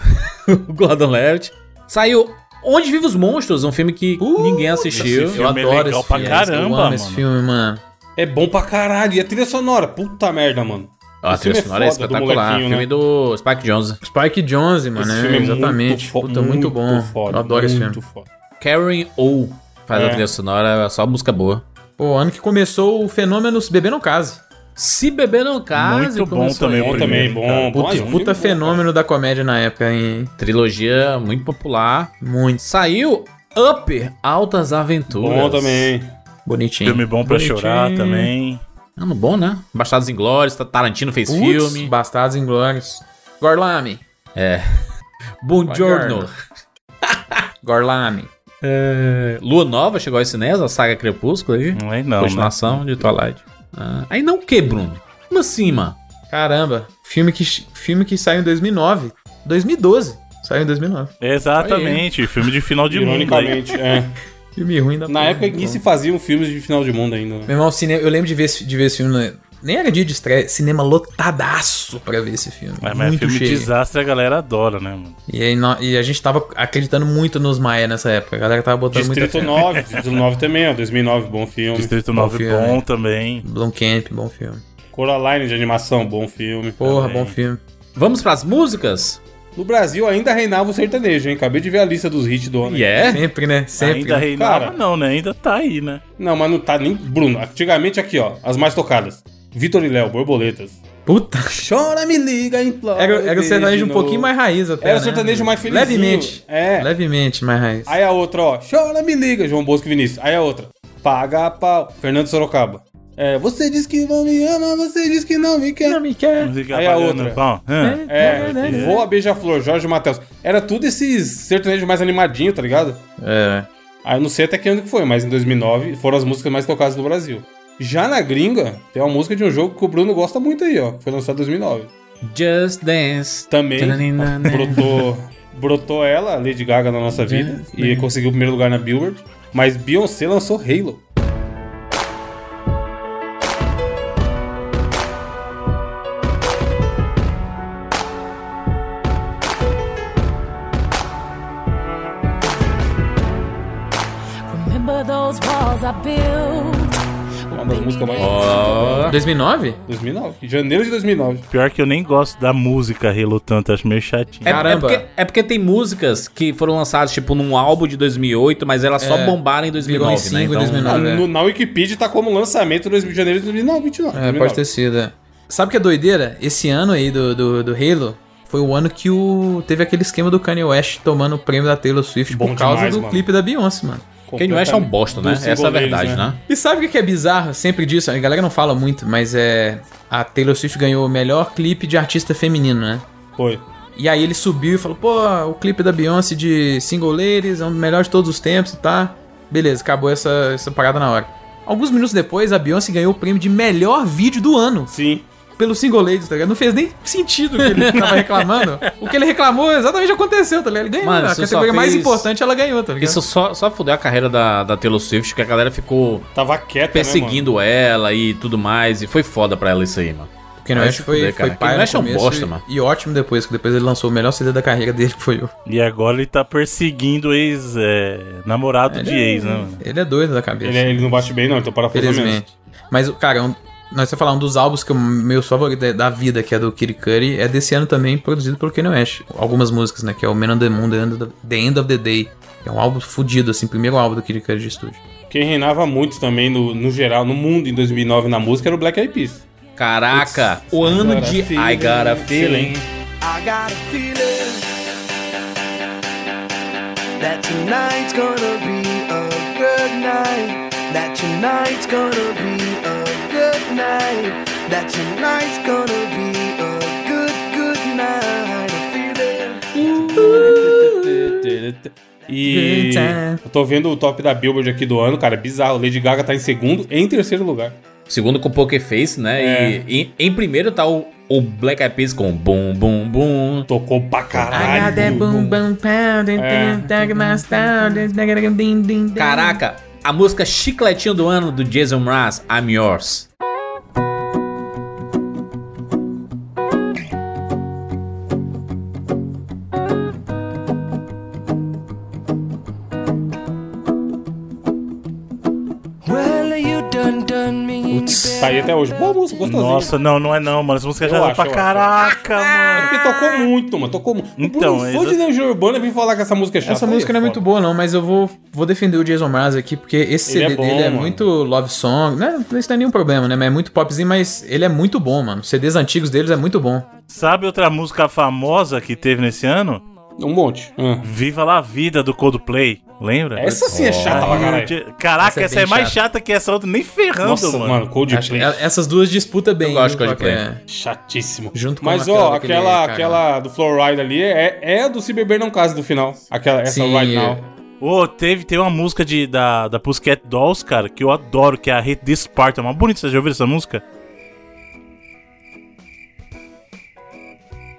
S1: o Gordon-Levitt. Saiu Onde Vivem os Monstros, um filme que ninguém assistiu.
S3: esse filme é legal pra
S4: filme, eu
S3: caramba,
S4: amo esse
S3: mano.
S4: filme, mano.
S2: É bom pra caralho. E a trilha sonora? Puta merda, mano.
S1: Ah, A
S2: Esse filme
S1: trilha
S2: é
S1: sonora é
S2: foda, do
S1: espetacular.
S2: molequinho,
S1: filme
S2: né?
S1: do Spike Jones.
S4: Spike Jones, mano.
S2: Esse
S4: é,
S2: filme é
S4: exatamente.
S2: fo-
S4: Puta, muito, bom.
S2: foda,
S4: eu adoro esse filme.
S2: Muito foda.
S1: Karen O faz
S2: É.
S1: a trilha sonora, só música boa.
S4: Pô, ano que começou o fenômeno Se Beber Não Case.
S1: Se beber não case,
S3: Muito bom
S1: começou
S3: também,
S1: aí.
S2: Bom também,
S3: Primeiro,
S2: bom.
S3: cara.
S2: bom.
S4: Puta,
S2: Aí, um filme bom,
S4: puta fenômeno da comédia na época, hein?
S1: Trilogia muito popular.
S4: Muito
S1: Saiu Up, Altas
S2: cara.
S1: Aventuras.
S2: Bom também.
S4: bonitinho.
S3: Filme bom pra chorar também.
S1: Ano bom, né? Baixados em Glórias, Tarantino fez
S4: Putz,
S1: filme.
S4: Bastardos Inglórios. Gorlame.
S1: Buongiorno.
S4: Gorlame.
S1: É, Lua Nova chegou aos cinemas, a saga Crepúsculo aí.
S3: Não é não, né?
S1: Continuação de Twilight. Ah, aí não que, Bruno? Como assim, mano?
S4: Caramba. Filme que, filme que saiu em 2009. 2012. Saiu em 2009.
S3: né? Exatamente, filme de final de mundo aí.
S2: Ironicamente, é.
S4: Filme ruim da
S2: Na
S4: porra,
S2: época em que
S4: então.
S2: se faziam filmes de final de mundo ainda, né?
S4: Meu irmão, cine... eu lembro de ver, esse- de ver esse filme. né? Nem era dia de estreia. Cinema lotadaço pra ver esse filme.
S3: É, mas
S4: muito
S3: filme
S4: cheio.
S3: desastre a galera adora, né, mano?
S4: E, aí nó- e a gente tava acreditando muito nos Maia nessa época. A galera tava botando
S2: Distrito
S4: muito.
S2: 9, Distrito 9 também, ó. 2009, bom filme.
S3: Distrito
S4: Bom
S3: 9
S4: filme. né?
S3: bom também.
S4: Blomkamp, bom filme.
S2: Coraline de animação, bom filme.
S4: Porra,
S3: Também.
S4: bom filme.
S1: Vamos pras músicas?
S2: No Brasil ainda reinava o sertanejo, hein? Acabei de ver a lista dos hits do ano.
S1: E é?
S4: Sempre, né? Sempre.
S3: Ainda
S4: né?
S3: reinava
S2: Cara.
S3: não, né? Ainda tá aí, né?
S2: Não, mas não tá nem. Bruno, antigamente aqui, ó. As mais tocadas: Vitor e Léo, borboletas.
S4: Puta.
S2: Chora, me liga, implora.
S4: Era, era o sertanejo um
S2: de novo.
S4: pouquinho mais raiz até.
S2: Era o
S4: né?
S2: sertanejo mais felizinho.
S4: Levemente.
S2: É.
S4: Levemente mais raiz.
S2: Aí a outra, ó. Chora, me liga, João Bosco e Vinícius. Aí a outra. Paga a pau. Fernando Sorocaba. É, você diz que não me ama, você diz que não me quer.
S4: Não me quer.
S3: Música
S2: Aí a
S3: baiana,
S2: outra.
S3: bom. Hã?
S2: É, voa beija-flor, Jorge Matheus. Era tudo esses sertanejo mais animadinho, tá ligado?
S4: É.
S2: Aí Ah, eu não sei até que ano que foi, mas em 2009 foram as músicas mais tocadas no Brasil. Já na gringa, tem uma música de um jogo que o Bruno gosta muito aí, ó. que Foi lançado em 2009.
S1: Just Dance. né?
S2: Também
S1: Tananana.
S2: brotou, brotou ela, a Lady Gaga, na nossa vida. E conseguiu o primeiro lugar na Billboard. Mas Beyoncé lançou Halo.
S9: Remember those walls I built?
S2: Uma das músicas mais...
S4: 2009?
S2: 2009. Janeiro de 2009.
S3: Pior que eu nem gosto da música Halo tanto, acho meio chatinho.
S1: É, é
S4: Caramba.
S1: porque, é porque tem músicas que foram lançadas, tipo, num álbum de 2008, mas elas só
S4: É,
S1: bombaram em
S4: Virou
S1: 2009,
S4: em
S1: né?
S4: 5
S1: Então,
S4: em 2009. né?
S2: No- na Wikipedia tá como lançamento de janeiro de 2009. 29,
S4: É, pode ter sido. é. Sabe que é doideira? Esse ano aí do, do, do Halo foi o ano que o teve aquele esquema do Kanye West tomando o prêmio da Taylor Swift
S2: Bom
S4: por causa
S2: demais,
S4: do
S2: mano.
S4: clipe da Beyoncé, mano.
S1: Kanye West é um bosta, né?
S2: Dos
S1: Essa é a
S2: single deles,
S1: verdade,
S2: né?
S1: né?
S4: E sabe o que que é bizarro sempre disso? A galera não fala muito, mas é. A Taylor Swift ganhou o melhor clipe de artista feminino, né?
S2: Foi.
S4: E aí ele subiu e falou, pô, o clipe da Beyoncé de Single Ladies é um dos melhores de todos os tempos, tá? Beleza, acabou essa, essa parada na hora. Alguns minutos depois, a Beyoncé ganhou o prêmio de melhor vídeo do ano
S2: Sim.
S4: pelo Single Ladies, tá ligado? Não fez nem sentido o que ele tava reclamando. O que ele reclamou exatamente aconteceu, tá ligado? Ele ganhou.
S1: Mano,
S4: a
S1: isso só
S4: categoria mais
S1: fez-
S4: importante ela ganhou, tá ligado?
S1: Isso só, só fudeu a carreira da, da Taylor Swift, que a galera ficou
S2: Tava quieta, né,
S1: perseguindo ela e tudo mais, e foi foda pra ela isso aí, mano.
S4: O Kanye West
S1: Vai se
S4: foi,
S1: fuder,
S4: foi
S1: cara.
S4: pai
S1: Kanye
S4: no
S1: West é um
S4: começo
S1: bosta,
S4: e,
S1: mano.
S4: e ótimo depois, que depois ele lançou o melhor CD da carreira dele, que foi o...
S3: E agora ele tá perseguindo ex é, namorado de ex, né? mano?
S4: Ele é doido da
S2: mano?
S4: cabeça.
S2: Ele, ele não bate bem, não. Então parafusa mesmo.
S4: Felizmente. Mas, cara, um, nós você falar um dos álbuns que é o meu favorito da- da vida, que é do Kid Cudi, é desse ano também, produzido pelo Kanye West. Algumas músicas, né? Que é o Man on the Moon, The End of the, The End of the Day. É um álbum fudido, assim, primeiro álbum do Kid Cudi de estúdio.
S2: Quem reinava muito também, no, no geral, no mundo, em 2009, na música, era o Black Eyed Peas.
S1: Caraca, o ano de I Got a Feeling.
S2: I
S11: That tonight's gonna be a good night. That tonight's gonna be a good night. That tonight's gonna be a good, good night. I feel
S2: E eu tô vendo o top da Billboard aqui do ano, cara, é bizarro. Lady Gaga tá em segundo e em terceiro lugar.
S1: Segundo com Poker Face, né?
S2: É.
S1: E em, em primeiro tá o, o Black Eyed Peas com bum bum bum.
S2: Tocou pra
S1: caralho. Caraca, a música chicletinho do ano do Jason Mraz, I'm Yours.
S11: Well, you done done me.
S2: Tá aí até hoje. Boa música, gostosinha.
S3: Nossa, não, não é não, mano. Essa música já
S2: Eu
S3: dá
S2: acho,
S3: pra
S2: eu acho.
S3: caraca, mano.
S2: Porque
S4: Ah.
S2: tocou muito, mano. Tocou muito.
S3: Então,
S2: um
S3: é
S2: fã de
S3: exa-
S2: Legião Urbana vir falar que essa música é chata.
S4: Essa
S2: aí
S4: música não é
S2: foda.
S4: muito boa, não, mas eu vou, vou defender o Jason Mraz aqui, porque esse
S2: Ele
S4: CD
S2: é bom,
S4: dele é
S2: mano.
S4: muito love song. Né? Isso não é nenhum problema, né? Mas é muito popzinho, mas ele é muito bom, mano. Os CDs antigos deles é muito bom.
S3: Sabe outra música famosa que teve nesse ano?
S2: Um monte.
S3: Viva la Vida do Coldplay. Lembra?
S2: Essa sim é chata pra caralho.
S3: Caraca,
S4: Essa
S3: essa
S4: é
S3: é,
S4: bem
S3: mais
S4: chata.
S3: chata que essa outra, nem ferrando,
S2: Nossa,
S3: mano.
S2: mano,
S4: Acho-
S2: Coldplay.
S4: e- É, Essas duas disputam bem.
S1: Eu gosto
S4: viu,
S1: de Coldplay.
S4: qualquer-
S2: Chatíssimo.
S4: Junto com
S2: Mas,
S4: aquela
S2: ó,
S4: daquele
S2: aquela,
S4: cara.
S2: aquela do Flowride ali é, é a do Se Beber Não Case do final. Aquela, essa
S4: Sim,
S2: Right
S4: é.
S2: Now.
S3: Ô, teve, tem uma música de, da, da Pussycat Dolls, cara, que eu adoro, que é a Hit This Part. É uma bonita, vocês já ouviram essa música?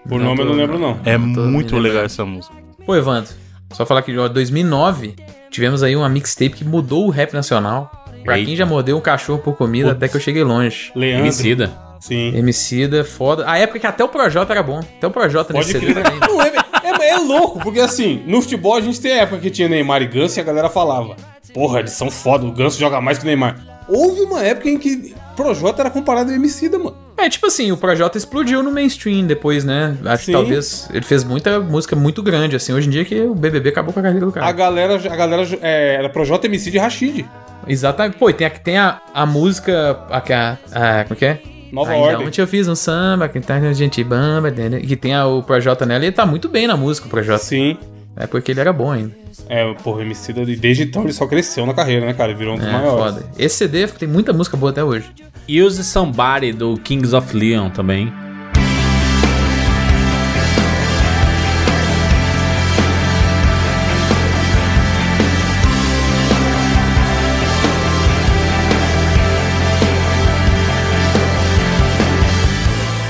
S2: Por nome eu não lembro, não.
S3: É
S4: tô
S3: muito
S4: me
S3: legal essa música.
S4: é? Pô, Evandro, só falar que em 2009 tivemos aí uma mixtape que mudou o rap nacional. Pra
S1: Eita.
S4: quem já mordeu um cachorro por comida,
S1: Putz.
S4: até que eu cheguei longe.
S1: é
S2: Leandro.
S1: Emicida.
S2: Sim.
S4: Emicida, é foda. A época que até o Projota era bom. Até o Projota
S2: Pode
S4: nesse CD
S2: crer.
S4: também. né?
S2: Não é, é, é louco, porque assim, no futebol a gente tem época que tinha Neymar e Ganso e a galera falava: Porra, eles são foda, o Ganso joga mais que o Neymar. Houve uma época em que Projota era comparado ao Emicida, mano.
S4: É, tipo assim, o Projota explodiu no mainstream depois, né? Acho
S2: Sim.
S4: que talvez ele fez muita música muito grande, assim. Hoje em dia que o BBB acabou com a carreira do
S2: A
S4: cara.
S2: galera, a galera é, era Projota, Emicida e Rashid.
S4: Exatamente. Pô, e tem a, tem a, a música... A, que a, a, como que é?
S2: Nova
S4: Ainda
S2: ordem.
S4: ontem eu fiz um samba, que tá com a gente bamba, entendeu? que tem a- o Projota nela, e ele tá muito bem na música, o Projota.
S2: Sim.
S4: É porque ele era bom ainda.
S2: É, porra, o Emicida, e desde então ele só cresceu na carreira, né, cara? Ele Virou um dos
S4: É,
S2: maiores.
S4: foda. Esse CD tem muita música boa até hoje.
S1: Use Somebody do Kings of Leon também.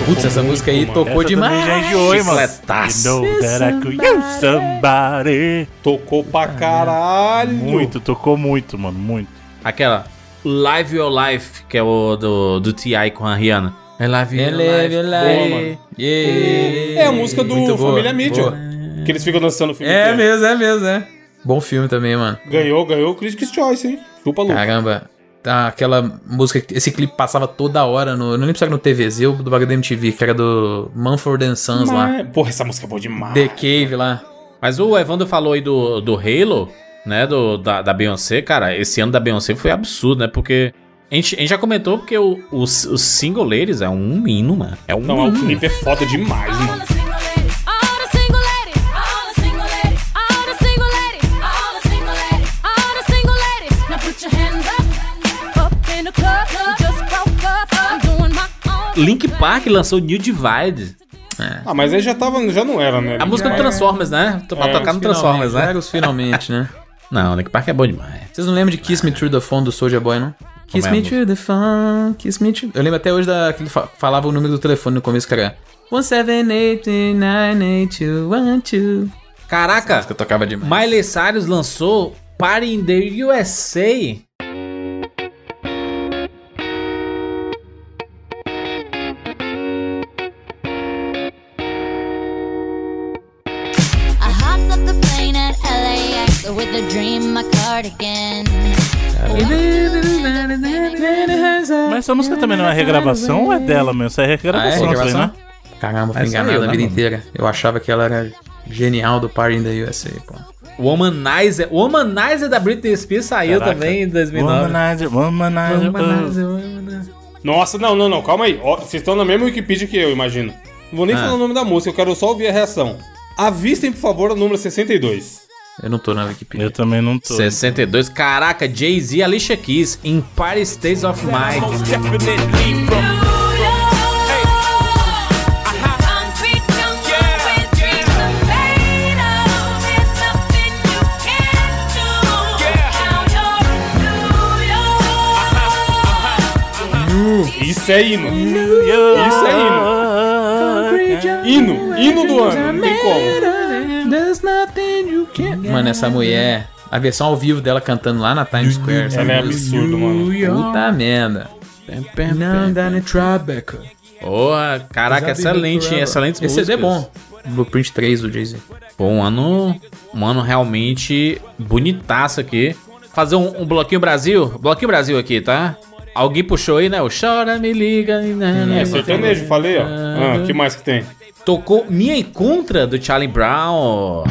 S4: Putz, essa música aí
S2: mano.
S4: tocou
S3: essa
S4: demais.
S3: também já enjoou, hein, mano.
S1: Chicletaço.
S3: You know that I could use somebody.
S2: Tocou pra
S4: É,
S2: caralho.
S3: Muito, tocou muito, mano, muito.
S1: Aquela Live Your Life, que é o do, do T.I. com a Rihanna. I love your
S4: Eleve
S1: life.
S4: É lá,
S2: Boa, mano.
S4: yeah.
S2: É a música do
S4: Muito boa,
S2: Família Mídia.
S4: boa.
S2: Que eles ficam dançando o filme.
S4: É
S2: inteiro.
S4: mesmo, é mesmo, é. Bom filme também, mano.
S2: Ganhou, ganhou o Critics' Choice, hein? Chupa, Lu.
S4: Caramba. Tá, aquela música, que- esse clipe passava toda hora no. Não lembro se era no TVZ ou do bagulho da MTV, que era do Manford and Sons lá.
S2: Mas- Porra, essa música é boa demais.
S4: The Cave lá.
S1: Mas o Evandro falou aí do, do Halo, né? Do, da, da Beyoncé, cara, esse ano da Beyoncé foi absurdo, né? Porque. A gente, a gente já comentou porque o, o, o single ladies é um hino, mano. É um
S2: Não,
S1: hino.
S2: o clipe é foda demais, mano.
S1: Link Park lançou New Divide.
S2: Ah, mas aí já tava, já não era, né?
S1: A música do Transformers, né? Pra
S2: É,
S1: tocar no Transformers, né?
S4: Jogos finalmente, né?
S1: Não, Link Park é bom demais.
S4: Vocês não lembram de Kiss Me Through the Phone do Soulja Boy, não? Kiss
S1: é a
S4: Me
S1: música?
S4: Through the Phone, Kiss Me Through... Eu lembro até hoje da, que ele fa- falava o número do telefone no começo, que era... 1789812.
S1: Caraca,
S4: Que eu tocava
S3: tá
S4: demais.
S1: Miley Cyrus lançou Party in the USA.
S12: I hopped off the plane at LAX with a dream, my cardigan.
S3: Mas essa música também não é regravação ou é dela mesmo? Isso é
S4: Ah, é?
S3: regravação, isso aí,
S4: Regravação?
S3: né?
S4: Caramba, fui
S1: Essa
S4: enganado
S1: eu,
S4: a
S1: né,
S4: vida
S1: mano?
S4: inteira. Eu achava que ela era genial do Party in the USA, pô.
S1: Womanizer. Womanizer da Britney Spears saiu
S3: Caraca.
S1: também em 2009.
S3: Womanizer, womanizer, oh.
S2: Nossa, não, não, não, calma aí. Ó, Vocês estão na mesma Wikipedia que eu, imagino. Não vou nem
S1: Ah.
S2: falar o nome da música, eu quero só ouvir a reação. Avistem, por favor, a número 62.
S4: Eu não tô na Wikipedia.
S3: Eu também não tô.
S1: 62. Caraca, Jay-Z e Alicia Keys. Empire States of Mind.
S2: Isso é hino. Isso é hino. Hino. Hino do ano. Não tem como.
S4: Mano, essa mulher. A versão ao vivo dela cantando lá na Times Square. essa
S2: Ela é
S4: música.
S2: absurdo, mano.
S4: Puta merda. Não dá nem Tribeca.
S1: Porra,
S4: Tá, é
S1: caraca, excelente, excelente
S4: Esse CD é bom. Blueprint 3 do Jay-Z.
S1: Pô, um ano, um ano realmente bonitaço aqui. Fazer um, um bloquinho Brasil, bloquinho Brasil aqui, tá? Alguém puxou aí, né? O Chora, me liga. e né, né,
S2: É sertanejo, falei, ó. Ah, que mais que tem?
S1: Tocou Minha
S4: É,
S1: Encontra do Charlie Brown.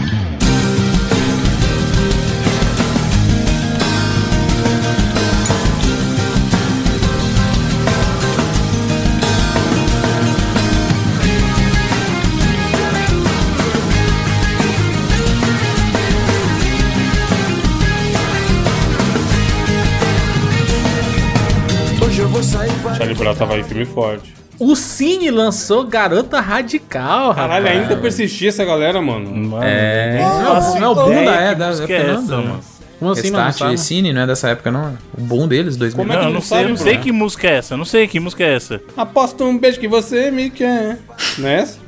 S11: Hoje eu vou sair pra.
S2: Charlie Brown tava aí firme e forte.
S1: O Cine lançou Garota Radical, rapaz.
S2: Caralho, ainda persistia essa galera, mano.
S3: Mano, é.
S4: Não, não é o bunda, é, da
S3: que
S4: época
S3: é
S4: não,
S3: essa,
S2: né?
S4: do-
S3: mano?
S1: Como assim,
S4: Restart
S1: não
S4: e Cine, não é dessa época não. O bom deles, 2000.
S2: Como é
S3: Não,
S2: que
S3: eu
S2: não
S3: não sei, eu não
S2: sabe,
S3: sei
S2: pô?
S3: que música é essa, eu não sei que música é essa.
S2: Aposto um beijo que você me quer. Não é essa?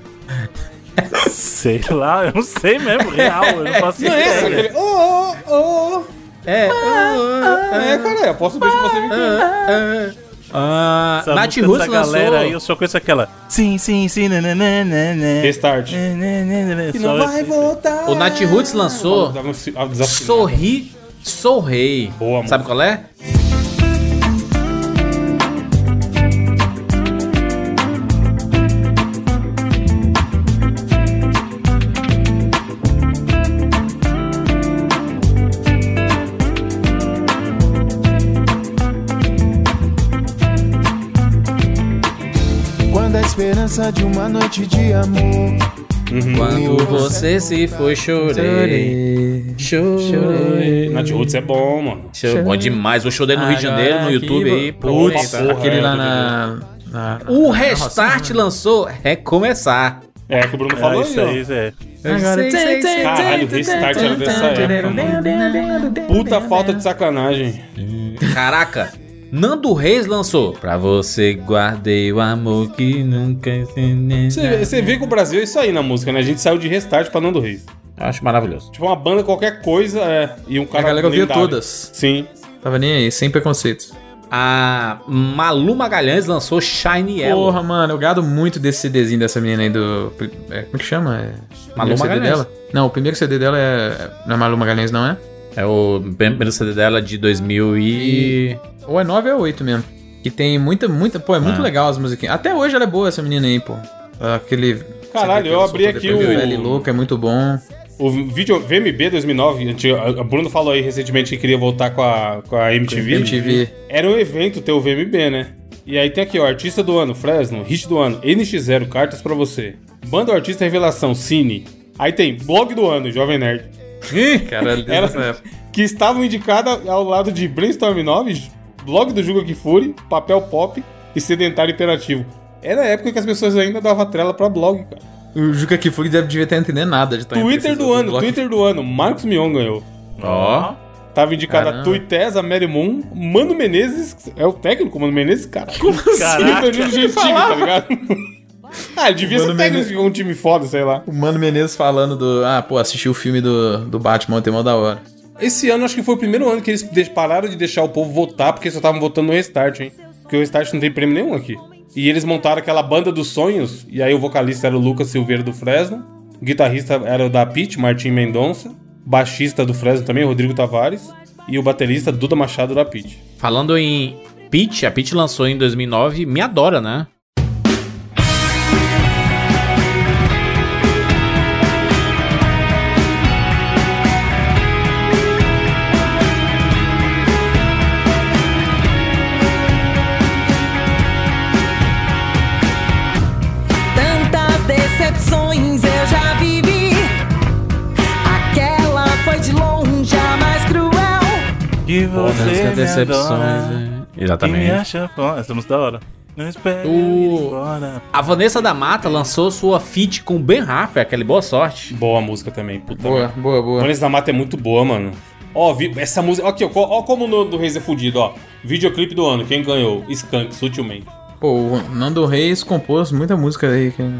S3: Sei lá, eu não sei mesmo, real, eu não faço
S2: Não é essa?
S3: ideia.
S2: Aquele. Oh, oh, oh.
S1: É.
S2: É, cara, aposto um beijo que você me quer.
S1: Ah,
S3: Essa
S1: Nath
S3: música
S1: Russo
S3: dessa
S1: lançou...
S3: galera aí, eu só conheço aquela. Sim, sim, sim, né, nananana.
S2: Restart.
S3: É. E
S2: voltar.
S1: O Nath Roots lançou
S2: Dava um si- ah, desafio.
S1: Sorri, Sou Rei.
S2: Boa, mano.
S1: Sabe qual é?
S11: Quando a esperança de uma noite de amor.
S1: Quando você se foi, chorei.
S4: Chorei.
S1: Chorei.
S2: Nath Roots é bom, mano.
S1: Chorei. Bom demais. O show dele no Rio de Janeiro, no
S4: Agora
S1: YouTube
S4: que-
S1: aí.
S4: Putz,
S1: Puta.
S4: aquele
S2: é,
S4: lá
S2: do-
S4: na... na-
S1: O
S4: na
S1: Restart
S4: Rocinha.
S1: lançou Recomeçar.
S2: É, que o Bruno
S3: Ah,
S2: falou
S3: isso
S2: aí,
S3: aí,
S2: ó.
S3: Zé.
S4: Agora...
S2: Caralho, Restart era dessa época, mano. Puta falta de sacanagem.
S1: Caraca. Nando Reis lançou. Pra você guardei o amor que nunca ensinei.
S2: Você você vê que o Brasil é isso aí na música, né? A gente saiu de Restart pra Nando Reis.
S1: Acho maravilhoso.
S2: Tipo, uma banda qualquer coisa é, e um
S4: A
S2: cara...
S4: galera ouviu
S2: lendário.
S4: todas.
S2: Sim.
S4: Tava nem aí, sem preconceitos.
S1: A Malu Magalhães lançou Shine Yellow.
S4: Porra, mano, eu gado muito desse CDzinho dessa menina aí do. é, como é que chama? É, o
S1: Malu
S4: primeiro CD
S1: Magalhães.
S4: dela? Não, o primeiro CD dela é. Não é Malu Magalhães, não é?
S1: É o primeiro CD dela de 2000 e...
S4: Ou é 9 ou é 8 mesmo. Que tem muita, muita. Pô, é muito
S1: Ah.
S4: legal as musiquinhas. Até hoje ela é boa, essa menina aí, pô. Aquele.
S2: Caralho, eu abri aqui o-
S4: Velho louco, é muito bom.
S2: O vídeo VMB 2009, anti- a- a Bruno falou aí recentemente que queria voltar com a, com a MTV.
S4: MTV.
S2: Era um evento ter o VMB, né? E aí tem aqui, ó, artista do ano, Fresno, hit do ano, NX0, cartas pra você. Banda ou artista revelação, Cine. Aí tem blog do ano, Jovem Nerd.
S4: Caralho,
S2: Ela- que estavam indicadas ao lado de Brainstorm 9, blog do Juga Kifuri, papel pop e sedentário imperativo. Era a época que as pessoas ainda davam trela pra blog, cara.
S4: O Juca Kifuri deve devia ter entendendo nada de tá
S2: Twitter
S4: esses
S2: do ano,
S4: blocos.
S2: Twitter do ano, Marcos Mion ganhou.
S1: Ó.
S2: Tava indicada a
S4: Caramba.
S2: Tuitesa, Mary Moon, Mano Menezes, é o técnico, Mano Menezes, cara. Como assim?
S3: Caraca.
S2: Ele time, tá ligado? ah, ele devia
S4: Mano
S2: ser técnico
S4: Menezes.
S2: de um time foda, sei lá.
S4: O Mano Menezes falando do. Ah, pô, assisti o filme do, do Batman ontem, mó da hora.
S2: Esse ano acho que foi o primeiro ano que eles de- pararam de deixar o povo votar, porque só estavam votando no Restart, hein? Porque o Restart não tem prêmio nenhum aqui. E eles montaram aquela banda dos sonhos, e aí o vocalista era o Lucas Silveira do Fresno, o guitarrista era o da Pitt, Martim Mendonça, baixista do Fresno também, Rodrigo Tavares, e o baterista Duda Machado da Pitt.
S1: Falando em Peach, a Peach lançou em 2009 Me Adora, né?
S13: Tantas decepções eu já vivi. Aquela foi de
S3: você
S1: Todas as
S3: me
S1: decepções,
S3: adora.
S1: é. Exatamente.
S3: E me acha bom. Estamos da hora. Não espere eu ir
S1: O...
S3: embora.
S1: A Vanessa da Mata lançou sua feat com Ben Harper, aquele boa sorte.
S2: Boa música também, puta
S4: Boa, boa, boa.
S2: Vanessa da Mata é muito boa, mano. Ó, vi- essa música. Aqui, ó, co- ó como o nome do Reis é fudido, ó. Videoclipe do ano, quem ganhou? Skank, sutilmente.
S4: Pô, o Nando Reis compôs muita música aí que a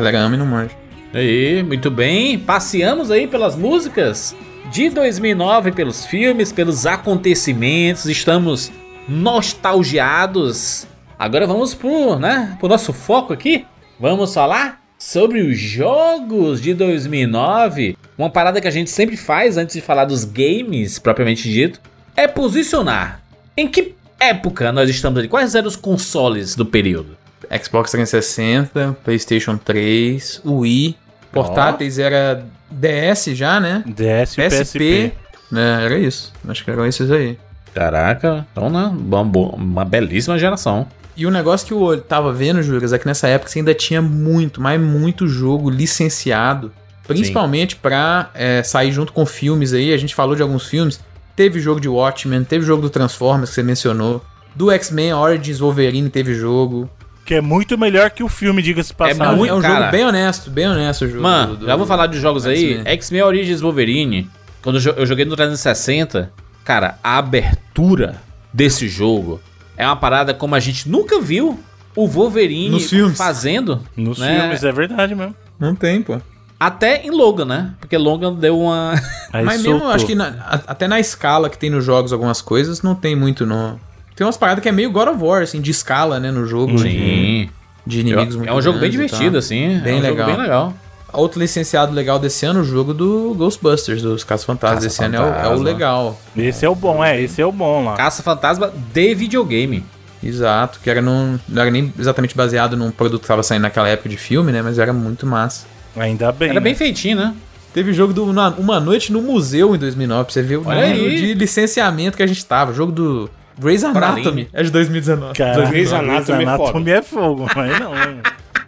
S4: galera ama e não manja.
S1: Aí, muito bem. Passeamos aí pelas músicas de 2009, pelos filmes, pelos acontecimentos. Estamos nostalgiados. Agora vamos pro, né, pro nosso foco aqui. Vamos falar sobre os jogos de 2009. Uma parada que a gente sempre faz antes de falar dos games propriamente dito é posicionar. Em que época nós estamos ali? Quais eram os consoles do período?
S4: Xbox 360, PlayStation 3, Wii, portáteis era DS já, né?
S3: DS e PSP.
S4: né? Era isso. Acho que eram esses aí.
S1: Caraca, então né, uma, bo- uma belíssima geração.
S4: E o negócio que eu tava vendo, Juras, é que nessa época você ainda tinha muito, mas muito jogo licenciado. Principalmente pra é, sair junto com filmes aí. A gente falou de alguns filmes. Teve jogo de Watchmen, teve jogo do Transformers que você mencionou. Do X-Men Origins Wolverine teve jogo.
S3: Que é muito melhor que o filme, diga-se passagem.
S1: Tá muito-
S4: é um
S1: cara.
S4: jogo bem honesto, bem honesto o jogo.
S1: Mano, já vou falar de jogos aí.
S4: X-Men.
S1: X-Men Origins Wolverine, quando eu jo- eu joguei no 360, cara, a abertura desse jogo é uma parada como a gente nunca viu o Wolverine
S4: Nos filmes.
S1: fazendo.
S3: Nos
S1: né?
S3: filmes, é verdade mesmo.
S4: Não tem, pô.
S1: Até em Logan, né? Porque Logan deu uma.
S3: Aí
S4: Mas mesmo,
S3: soltou.
S4: acho que na- a- até na escala que tem nos jogos algumas coisas, não tem muito, não. Tem umas paradas que é meio God of War, assim, de escala, né, no jogo. de-
S1: Sim.
S4: De inimigos
S1: É-
S4: muito
S1: é um jogo bem
S4: grandes e tal.
S1: divertido, assim.
S4: Bem
S1: é um
S4: legal.
S1: jogo bem legal.
S4: Outro licenciado legal desse ano, o jogo do Ghostbusters, dos Caça-Fantasmas. Esse ano é o, é o
S1: Caça-Fantasma.
S4: legal.
S3: Esse é o bom, é, esse é o bom lá.
S1: Caça Fantasma de videogame.
S4: Exato, que era num, não era nem exatamente baseado num produto que tava saindo naquela época de filme, né? Mas era muito massa.
S3: Ainda bem.
S1: Era
S3: né?
S1: bem feitinho, né?
S4: Teve jogo do Na- Uma Noite no Museu em 2009, pra você ver o
S1: Olha
S4: nível
S1: aí. Tá
S4: de licenciamento que a gente tava. Jogo do Grey's Anatomy.
S1: Coraline.
S4: É de 2019.
S3: Caraca,
S2: Grey's Anatomy é foda.
S3: Anatomy é fogo, mas não, né?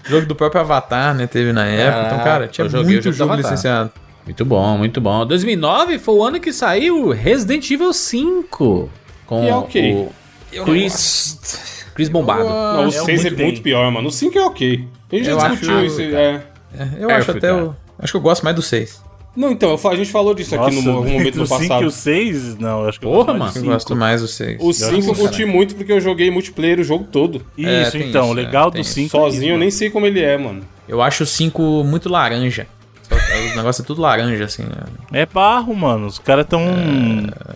S4: Jogo do próprio Avatar, né? Teve na época. Então, cara,
S1: Ah, eu
S4: tinha
S1: joguei o
S4: muito
S1: jogo
S4: jogo,
S1: do Avatar.
S4: licenciado.
S1: Muito bom, muito bom. 2009 foi o ano que saiu Resident Evil 5. Com
S2: E é ok.
S1: o Chris, Chris Bombardo.
S2: Não, o
S3: é
S2: 6 é
S3: muito
S2: muito
S3: bem.
S2: pior, mano. O 5 é ok. A gente
S4: Eu
S2: já
S4: acho
S2: discutiu
S4: que-
S2: isso. É.
S4: É, eu
S1: É,
S4: acho
S1: eu fui
S4: até.
S1: dar.
S4: o- Acho que eu gosto mais do 6.
S2: Não, então, eu fa- a gente falou disso aqui
S3: Nossa,
S2: num algum momento
S3: entre o
S2: no
S3: 5 e
S2: passado.
S3: o 6, não, eu acho que eu
S1: Porra,
S3: gosto mais
S1: mano.
S3: do
S4: Eu
S3: cinco.
S4: gosto mais do 6.
S2: O
S3: acho que
S2: 5 eu
S3: sim,
S2: curti muito porque eu joguei multiplayer o jogo todo.
S4: É,
S3: Isso,
S4: tem
S3: então,
S4: isso,
S3: o legal
S4: é, tem
S3: do 5
S2: Sozinho eu nem sei como ele é, mano.
S4: Eu acho o 5 muito laranja. Só que O negócio é tudo laranja, assim. né?
S3: É barro, mano. Os caras tão.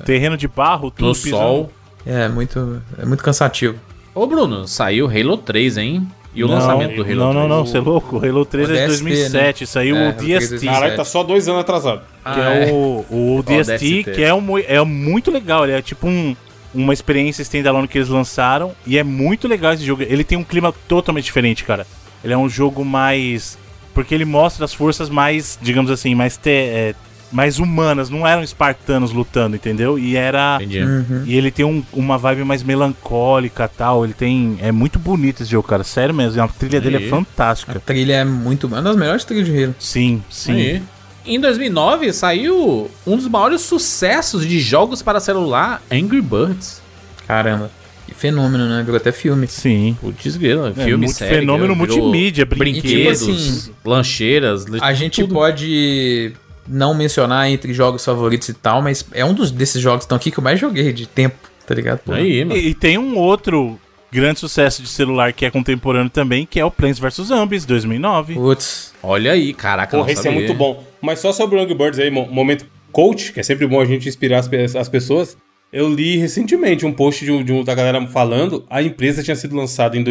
S3: Terreno de barro, tudo
S1: No
S3: pisando.
S1: É. sol.
S4: É muito, é muito cansativo.
S1: Ô, Bruno, saiu Halo 3, hein? E o
S3: Não,
S1: lançamento do Halo
S3: Não,
S1: 3.
S3: não, não, você é louco? O Halo 3 é
S1: né?
S3: de
S4: DST,
S3: 2007, saiu
S4: É,
S3: o
S4: Halo 3
S3: DST.
S4: é
S2: Caralho, tá só dois anos atrasado.
S3: Que
S1: Ah,
S3: é,
S1: é.
S3: o, o DST,
S1: DST.
S3: que é, um, é muito legal. Ele é tipo um, uma experiência standalone que eles lançaram. E é muito legal esse jogo. Ele tem um clima totalmente diferente, cara. Ele é um jogo mais. Porque ele mostra as forças mais, digamos assim, mais, te, é, mais humanas. Não eram espartanos lutando, entendeu? E era.
S1: Entendi.
S3: E ele tem um- uma vibe mais melancólica tal. Ele tem. É muito bonito esse jogo, cara. Sério mesmo. A trilha dele
S1: Aí.
S3: é
S4: A
S3: fantástica.
S4: trilha é muito. Uma das melhores trilhas de Halo.
S3: Sim, sim.
S1: Aí. Em 2009 saiu um dos maiores sucessos de jogos para celular, Angry Birds.
S4: Caramba. Que fenômeno, né? Virou até filme.
S3: Sim.
S1: Putz, grilo, filme,
S3: muito
S1: série,
S3: É, fenômeno
S1: virou
S3: multimídia,
S1: brinquedos,
S4: brinquedos.
S1: lancheiras,
S4: A gente
S1: tudo.
S4: pode não mencionar entre jogos favoritos e tal, mas é um dos, desses jogos que estão aqui que eu mais joguei de tempo, tá ligado? Pô,
S1: Aí, mano.
S3: E, e tem um outro grande sucesso de celular que é contemporâneo também, que é o Plants vs Zombies 2009.
S4: Putz.
S1: Olha aí, caraca.
S2: Porra,
S1: não
S2: esse é
S1: sabia.
S2: muito bom. Mas só sobre o Angry Birds aí, mo- momento coach, que é sempre bom a gente inspirar as, pe- as pessoas. Eu li recentemente um post de um, de um- da galera falando, a empresa tinha sido lançada em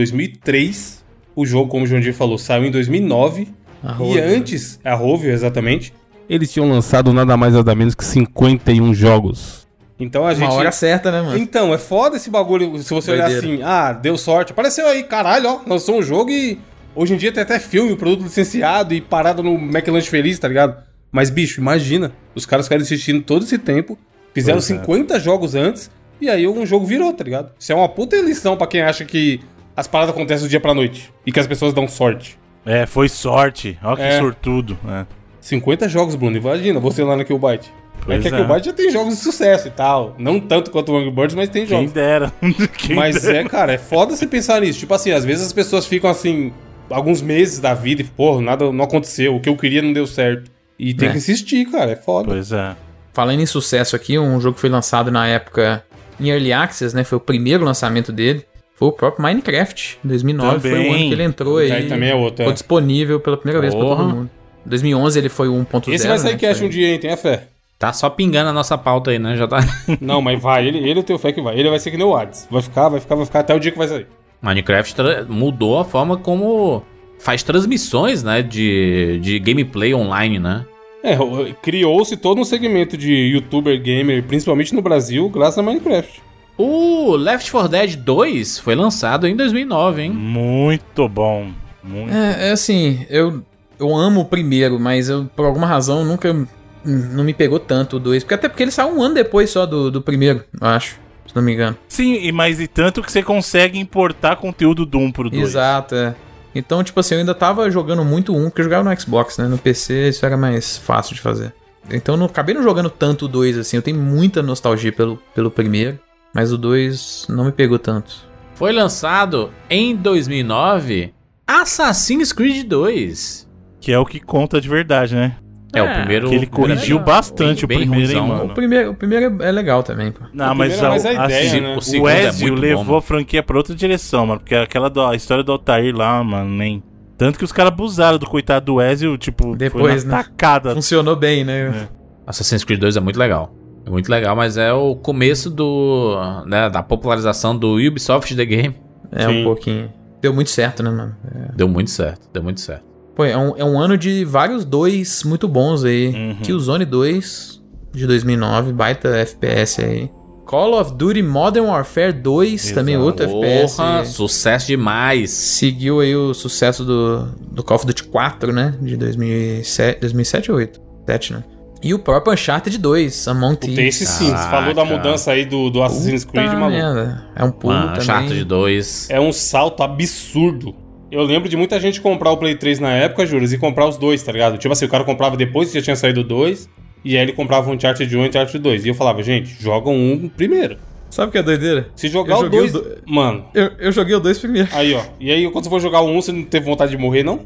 S2: 2003, o jogo, como o Jandir falou, saiu em 2009,
S4: A
S2: e
S4: Rose.
S2: antes, a Rovio exatamente, eles tinham lançado nada mais nada menos que 51 jogos. Então a
S4: Uma
S2: gente...
S4: hora certa, né, mano?
S2: Então, é foda esse bagulho, se você olhar
S4: Doideira.
S2: assim, ah, deu sorte, apareceu aí, caralho, ó, lançou um jogo e hoje em dia tem até filme, produto licenciado e parado no McLanche Feliz, tá ligado? Mas, bicho, imagina, os caras ficaram insistindo todo esse tempo, fizeram
S3: Pois é.
S2: 50 jogos antes e aí um jogo virou, tá ligado? Isso é uma puta lição pra quem acha que as paradas acontecem do dia pra noite e que as pessoas dão sorte.
S3: É, foi sorte. Olha que
S2: É.
S3: sortudo. É.
S2: 50 jogos, Bruno, imagina, você lá na Killbyte. é que aqui o Bard já tem jogos de sucesso e tal. Não tanto quanto o Angry Birds, mas tem jogos.
S3: dera. Quem
S2: mas
S3: dera.
S2: é, cara, é foda você pensar nisso. Tipo assim, às vezes as pessoas ficam assim, alguns meses da vida e, porra, nada não aconteceu. O que eu queria não deu certo. E tem
S4: É.
S2: que insistir, cara, é foda.
S3: Pois é.
S4: Falando em sucesso aqui, um jogo que foi lançado na época em Early Access, né? Foi o primeiro lançamento dele. Foi o próprio Minecraft, em 2009. Foi o
S3: Também.
S4: ano que ele entrou
S2: Aí
S4: aí.
S2: também é outro, é.
S4: Ficou disponível pela primeira vez pra
S1: Porra.
S4: todo mundo. Em 2011 ele foi o 1.0.
S2: Esse vai sair
S4: né,
S2: cast
S4: foi-
S2: um dia, hein? Tenha fé.
S1: Tá só pingando a nossa pauta aí, né? Já tá.
S2: Não, mas vai, ele, ele eu tenho fé que vai. Ele vai ser que nem o Hades. Vai ficar, vai ficar, vai ficar até o dia que vai sair.
S1: Minecraft tra- mudou a forma como faz transmissões, né? De, de gameplay online, né?
S2: É, o- criou-se todo um segmento de youtuber gamer, principalmente no Brasil, graças a Minecraft.
S1: O Left 4 Dead 2 foi lançado em 2009, hein?
S3: Muito bom. Muito.
S4: É, é assim, eu, eu amo o primeiro, mas eu, por alguma razão, nunca. hum, Não me pegou tanto o 2. Porque até porque ele saiu um ano depois só do, do primeiro, eu acho. Se não me engano.
S3: Sim, e mas e tanto que você consegue importar conteúdo do 1 pro 2.
S4: Exato, é. Então, tipo assim, eu ainda tava jogando muito um, porque eu jogava no Xbox, né? No PC isso era mais fácil de fazer. Então eu não acabei não jogando tanto o 2, assim. Eu tenho muita nostalgia pelo, pelo primeiro, mas o 2 não me pegou tanto.
S1: Foi lançado em 2009 Assassin's Creed 2.
S3: Que é o que conta de verdade, né?
S1: É, o primeiro. é
S3: que ele corrigiu
S1: bem-
S3: bastante
S1: bem
S3: o primeiro, hein,
S1: ruimzão.
S3: mano?
S4: O primeiro, o primeiro é é legal também, pô.
S3: Não,
S2: O
S3: mas,
S2: primeiro é mais a ideia,
S3: assim,
S2: né?
S1: O
S3: o
S1: segundo é
S3: Ezio
S1: muito bom,
S3: levou
S1: mano.
S3: a franquia pra outra direção, mano. Porque aquela do, a história do Altair lá, mano, nem. Tanto que os caras abusaram do coitado do Ezio, tipo,
S4: Depois,
S3: foi na
S4: né?
S3: tacada.
S4: Funcionou bem, né?
S1: Assassin's Creed 2 é muito legal. É muito legal, mas é o começo do né, da popularização do Ubisoft The Game.
S4: É, um pouquinho. Deu muito certo, né, mano? É.
S1: Deu muito certo, deu muito certo.
S4: Pô, é um, é um ano de vários dois muito bons aí. Killzone 2, de 2009, baita FPS aí. Call of Duty Modern Warfare 2, também outro FPS.
S1: Porra, sucesso demais.
S4: seguiu aí o sucesso do, do Call of Duty 4, né? De 2007, 2007 ou 8? 7, né? E o próprio Uncharted 2, Among Thieves.
S2: Tem esse sim, você falou da
S1: Caraca.
S2: mudança aí do, do Assassin's
S4: Puta
S2: Creed, maluco.
S4: merda. É um pulo
S1: Mano,
S4: também.
S1: Ah, Uncharted 2.
S2: É um salto absurdo. Eu lembro de muita gente comprar o Play 3 na época, Juras, e comprar os dois, tá ligado? Tipo assim, o cara comprava depois que já tinha saído o 2, e aí ele comprava um Uncharted 1 e um Uncharted 2. E eu falava, gente, joga um primeiro.
S4: Sabe o que é doideira?
S2: Se jogar
S4: Eu
S2: o
S4: joguei
S2: 2.
S4: o do-
S2: Mano,
S4: Eu, eu joguei o 2 primeiro.
S2: aí ó. E aí quando você for jogar o 1, você não teve vontade de morrer, não?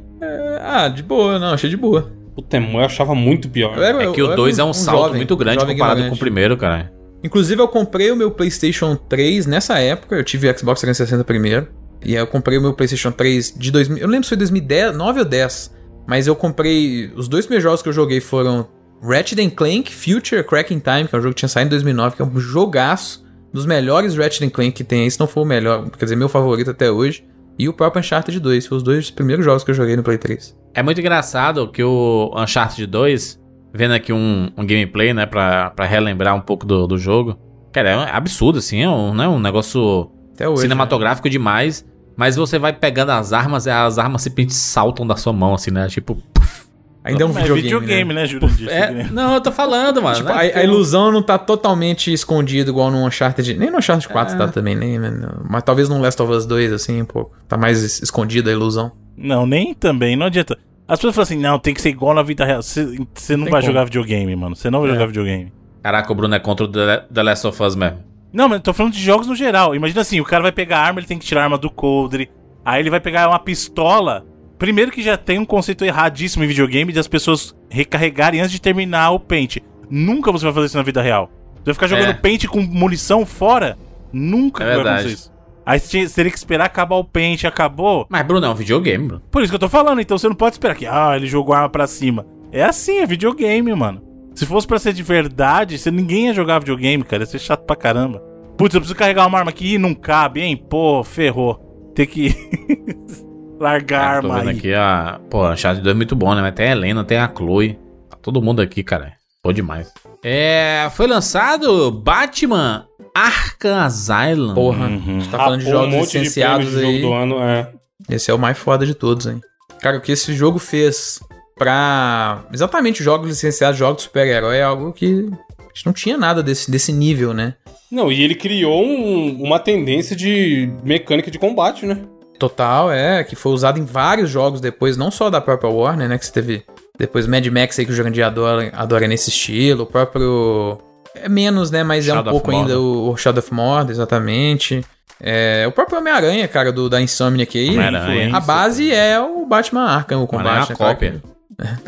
S4: Ah, de boa, não, achei de boa.
S2: Puta, eu achava muito pior.
S4: Eu era-
S1: É que
S4: eu
S1: o
S4: era
S1: 2 é um, salto
S4: jovem-
S1: muito grande
S4: jovem
S1: comparado com o
S4: ignorante.
S1: primeiro, cara.
S4: Inclusive, eu comprei o meu PlayStation 3 nessa época. Eu tive o Xbox 360 primeiro. E aí eu comprei o meu PlayStation 3 de 2000. Eu não lembro se foi 2010, 9 ou 10. Mas eu comprei. Os dois primeiros jogos que eu joguei foram Ratchet and Clank Future Cracking Time, que é um jogo que tinha saído em 2009, que é um jogaço. Um Dos melhores Ratchet and Clank que tem aí, se não for o melhor, quer dizer, meu favorito até hoje. E o próprio Uncharted 2, foram os dois primeiros jogos que eu joguei no Play 3.
S1: É muito engraçado que o Uncharted 2, vendo aqui um, um gameplay, né, pra, pra relembrar um pouco do, do jogo. Cara, é um absurdo, assim, é um, né, um negócio
S4: Até hoje. né?
S1: cinematográfico demais. Mas você vai pegando as armas e as armas simplesmente saltam da sua mão, assim, né? Tipo.
S4: né? Ainda é um
S3: Mas
S4: videogame. né?
S3: né, Jurandir?
S1: é- não, eu tô falando, mano.
S4: Tipo,
S1: né?
S4: a, a ilusão não tá totalmente escondida igual no Uncharted. Nem no Uncharted 4
S1: É.
S4: tá também, nem, mas, mas talvez no Last of Us 2, assim, um pouco. Tá mais es- escondida a ilusão.
S3: Não, nem também, não adianta. As pessoas falam assim, não, tem que ser igual na vida real. Você você não
S4: Tem
S3: vai
S4: como. É.
S3: jogar videogame, mano. Você não vai jogar videogame.
S1: Caraca, o Bruno é contra o The The Last of Us mesmo.
S3: Não, mas eu tô falando de jogos no geral. Imagina assim, o cara vai pegar a arma, ele tem que tirar a arma do coldre. Aí ele vai pegar uma pistola. Primeiro que já tem um conceito erradíssimo em videogame de as pessoas recarregarem antes de terminar o pente. Nunca você vai fazer isso na vida real. Você vai ficar jogando
S1: É.
S3: pente com munição fora? Nunca
S1: É
S3: que vai
S1: verdade.
S3: acontecer isso. Aí você tinha- você teria que esperar acabar o pente, acabou.
S1: Mas, Bruno, é um videogame, Bruno.
S3: Por isso que eu tô falando, então você não pode esperar que, ah, ele jogou a arma pra cima. É assim, é videogame, mano. Se fosse pra ser de verdade, você, ninguém ia jogar videogame, cara. Ia ser chato pra caramba. Putz, eu preciso carregar uma arma aqui e não cabe, hein? Pô, ferrou. Tem que largar a
S4: Ah,
S1: É, tô
S3: arma
S1: vendo
S3: aí.
S1: aqui a. Pô, Uncharted 2 é muito bom, né? Mas tem a Helena, tem a Chloe. Tá todo mundo aqui, cara. Bom demais. É. Foi lançado Batman Arkham Asylum.
S4: Porra,
S3: Uhum.
S4: a gente tá falando
S2: Ah,
S4: de jogos licenciados
S2: um prêmio
S4: aí.
S2: jogo do ano, é.
S4: Esse é o mais foda de todos, hein? Cara, o que esse jogo fez pra. Exatamente, jogos licenciados, jogos de super-herói, é algo que. A gente não tinha nada desse, desse nível, né?
S2: Não, e ele criou um- uma tendência de mecânica de combate, né?
S4: Total, é, que foi usado em vários jogos depois, não só da própria Warner, né? Que você teve Depois Mad Max aí que o Jurandir adora, adora nesse estilo. O próprio. É menos, né? Mas é um
S1: Shadow of
S4: pouco ainda o, o Shadow of Mordor, exatamente. É, o próprio Homem-Aranha, cara, do, da Insomnia aqui.
S3: Homem-Aranha.
S4: A base é o Batman Arkham, o
S3: Homem-Aranha
S4: combate.
S3: é uma
S4: né, claro que-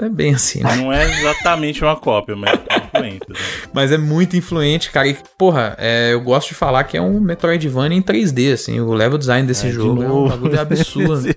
S4: É, é bem assim, né?
S3: Não é exatamente uma cópia, mas é influente.
S4: Mas é muito influente, cara. E, porra, é, eu gosto de falar que é um Metroidvania em 3D, assim. O level design desse jogo é um
S3: novo.
S4: bagulho absurdo.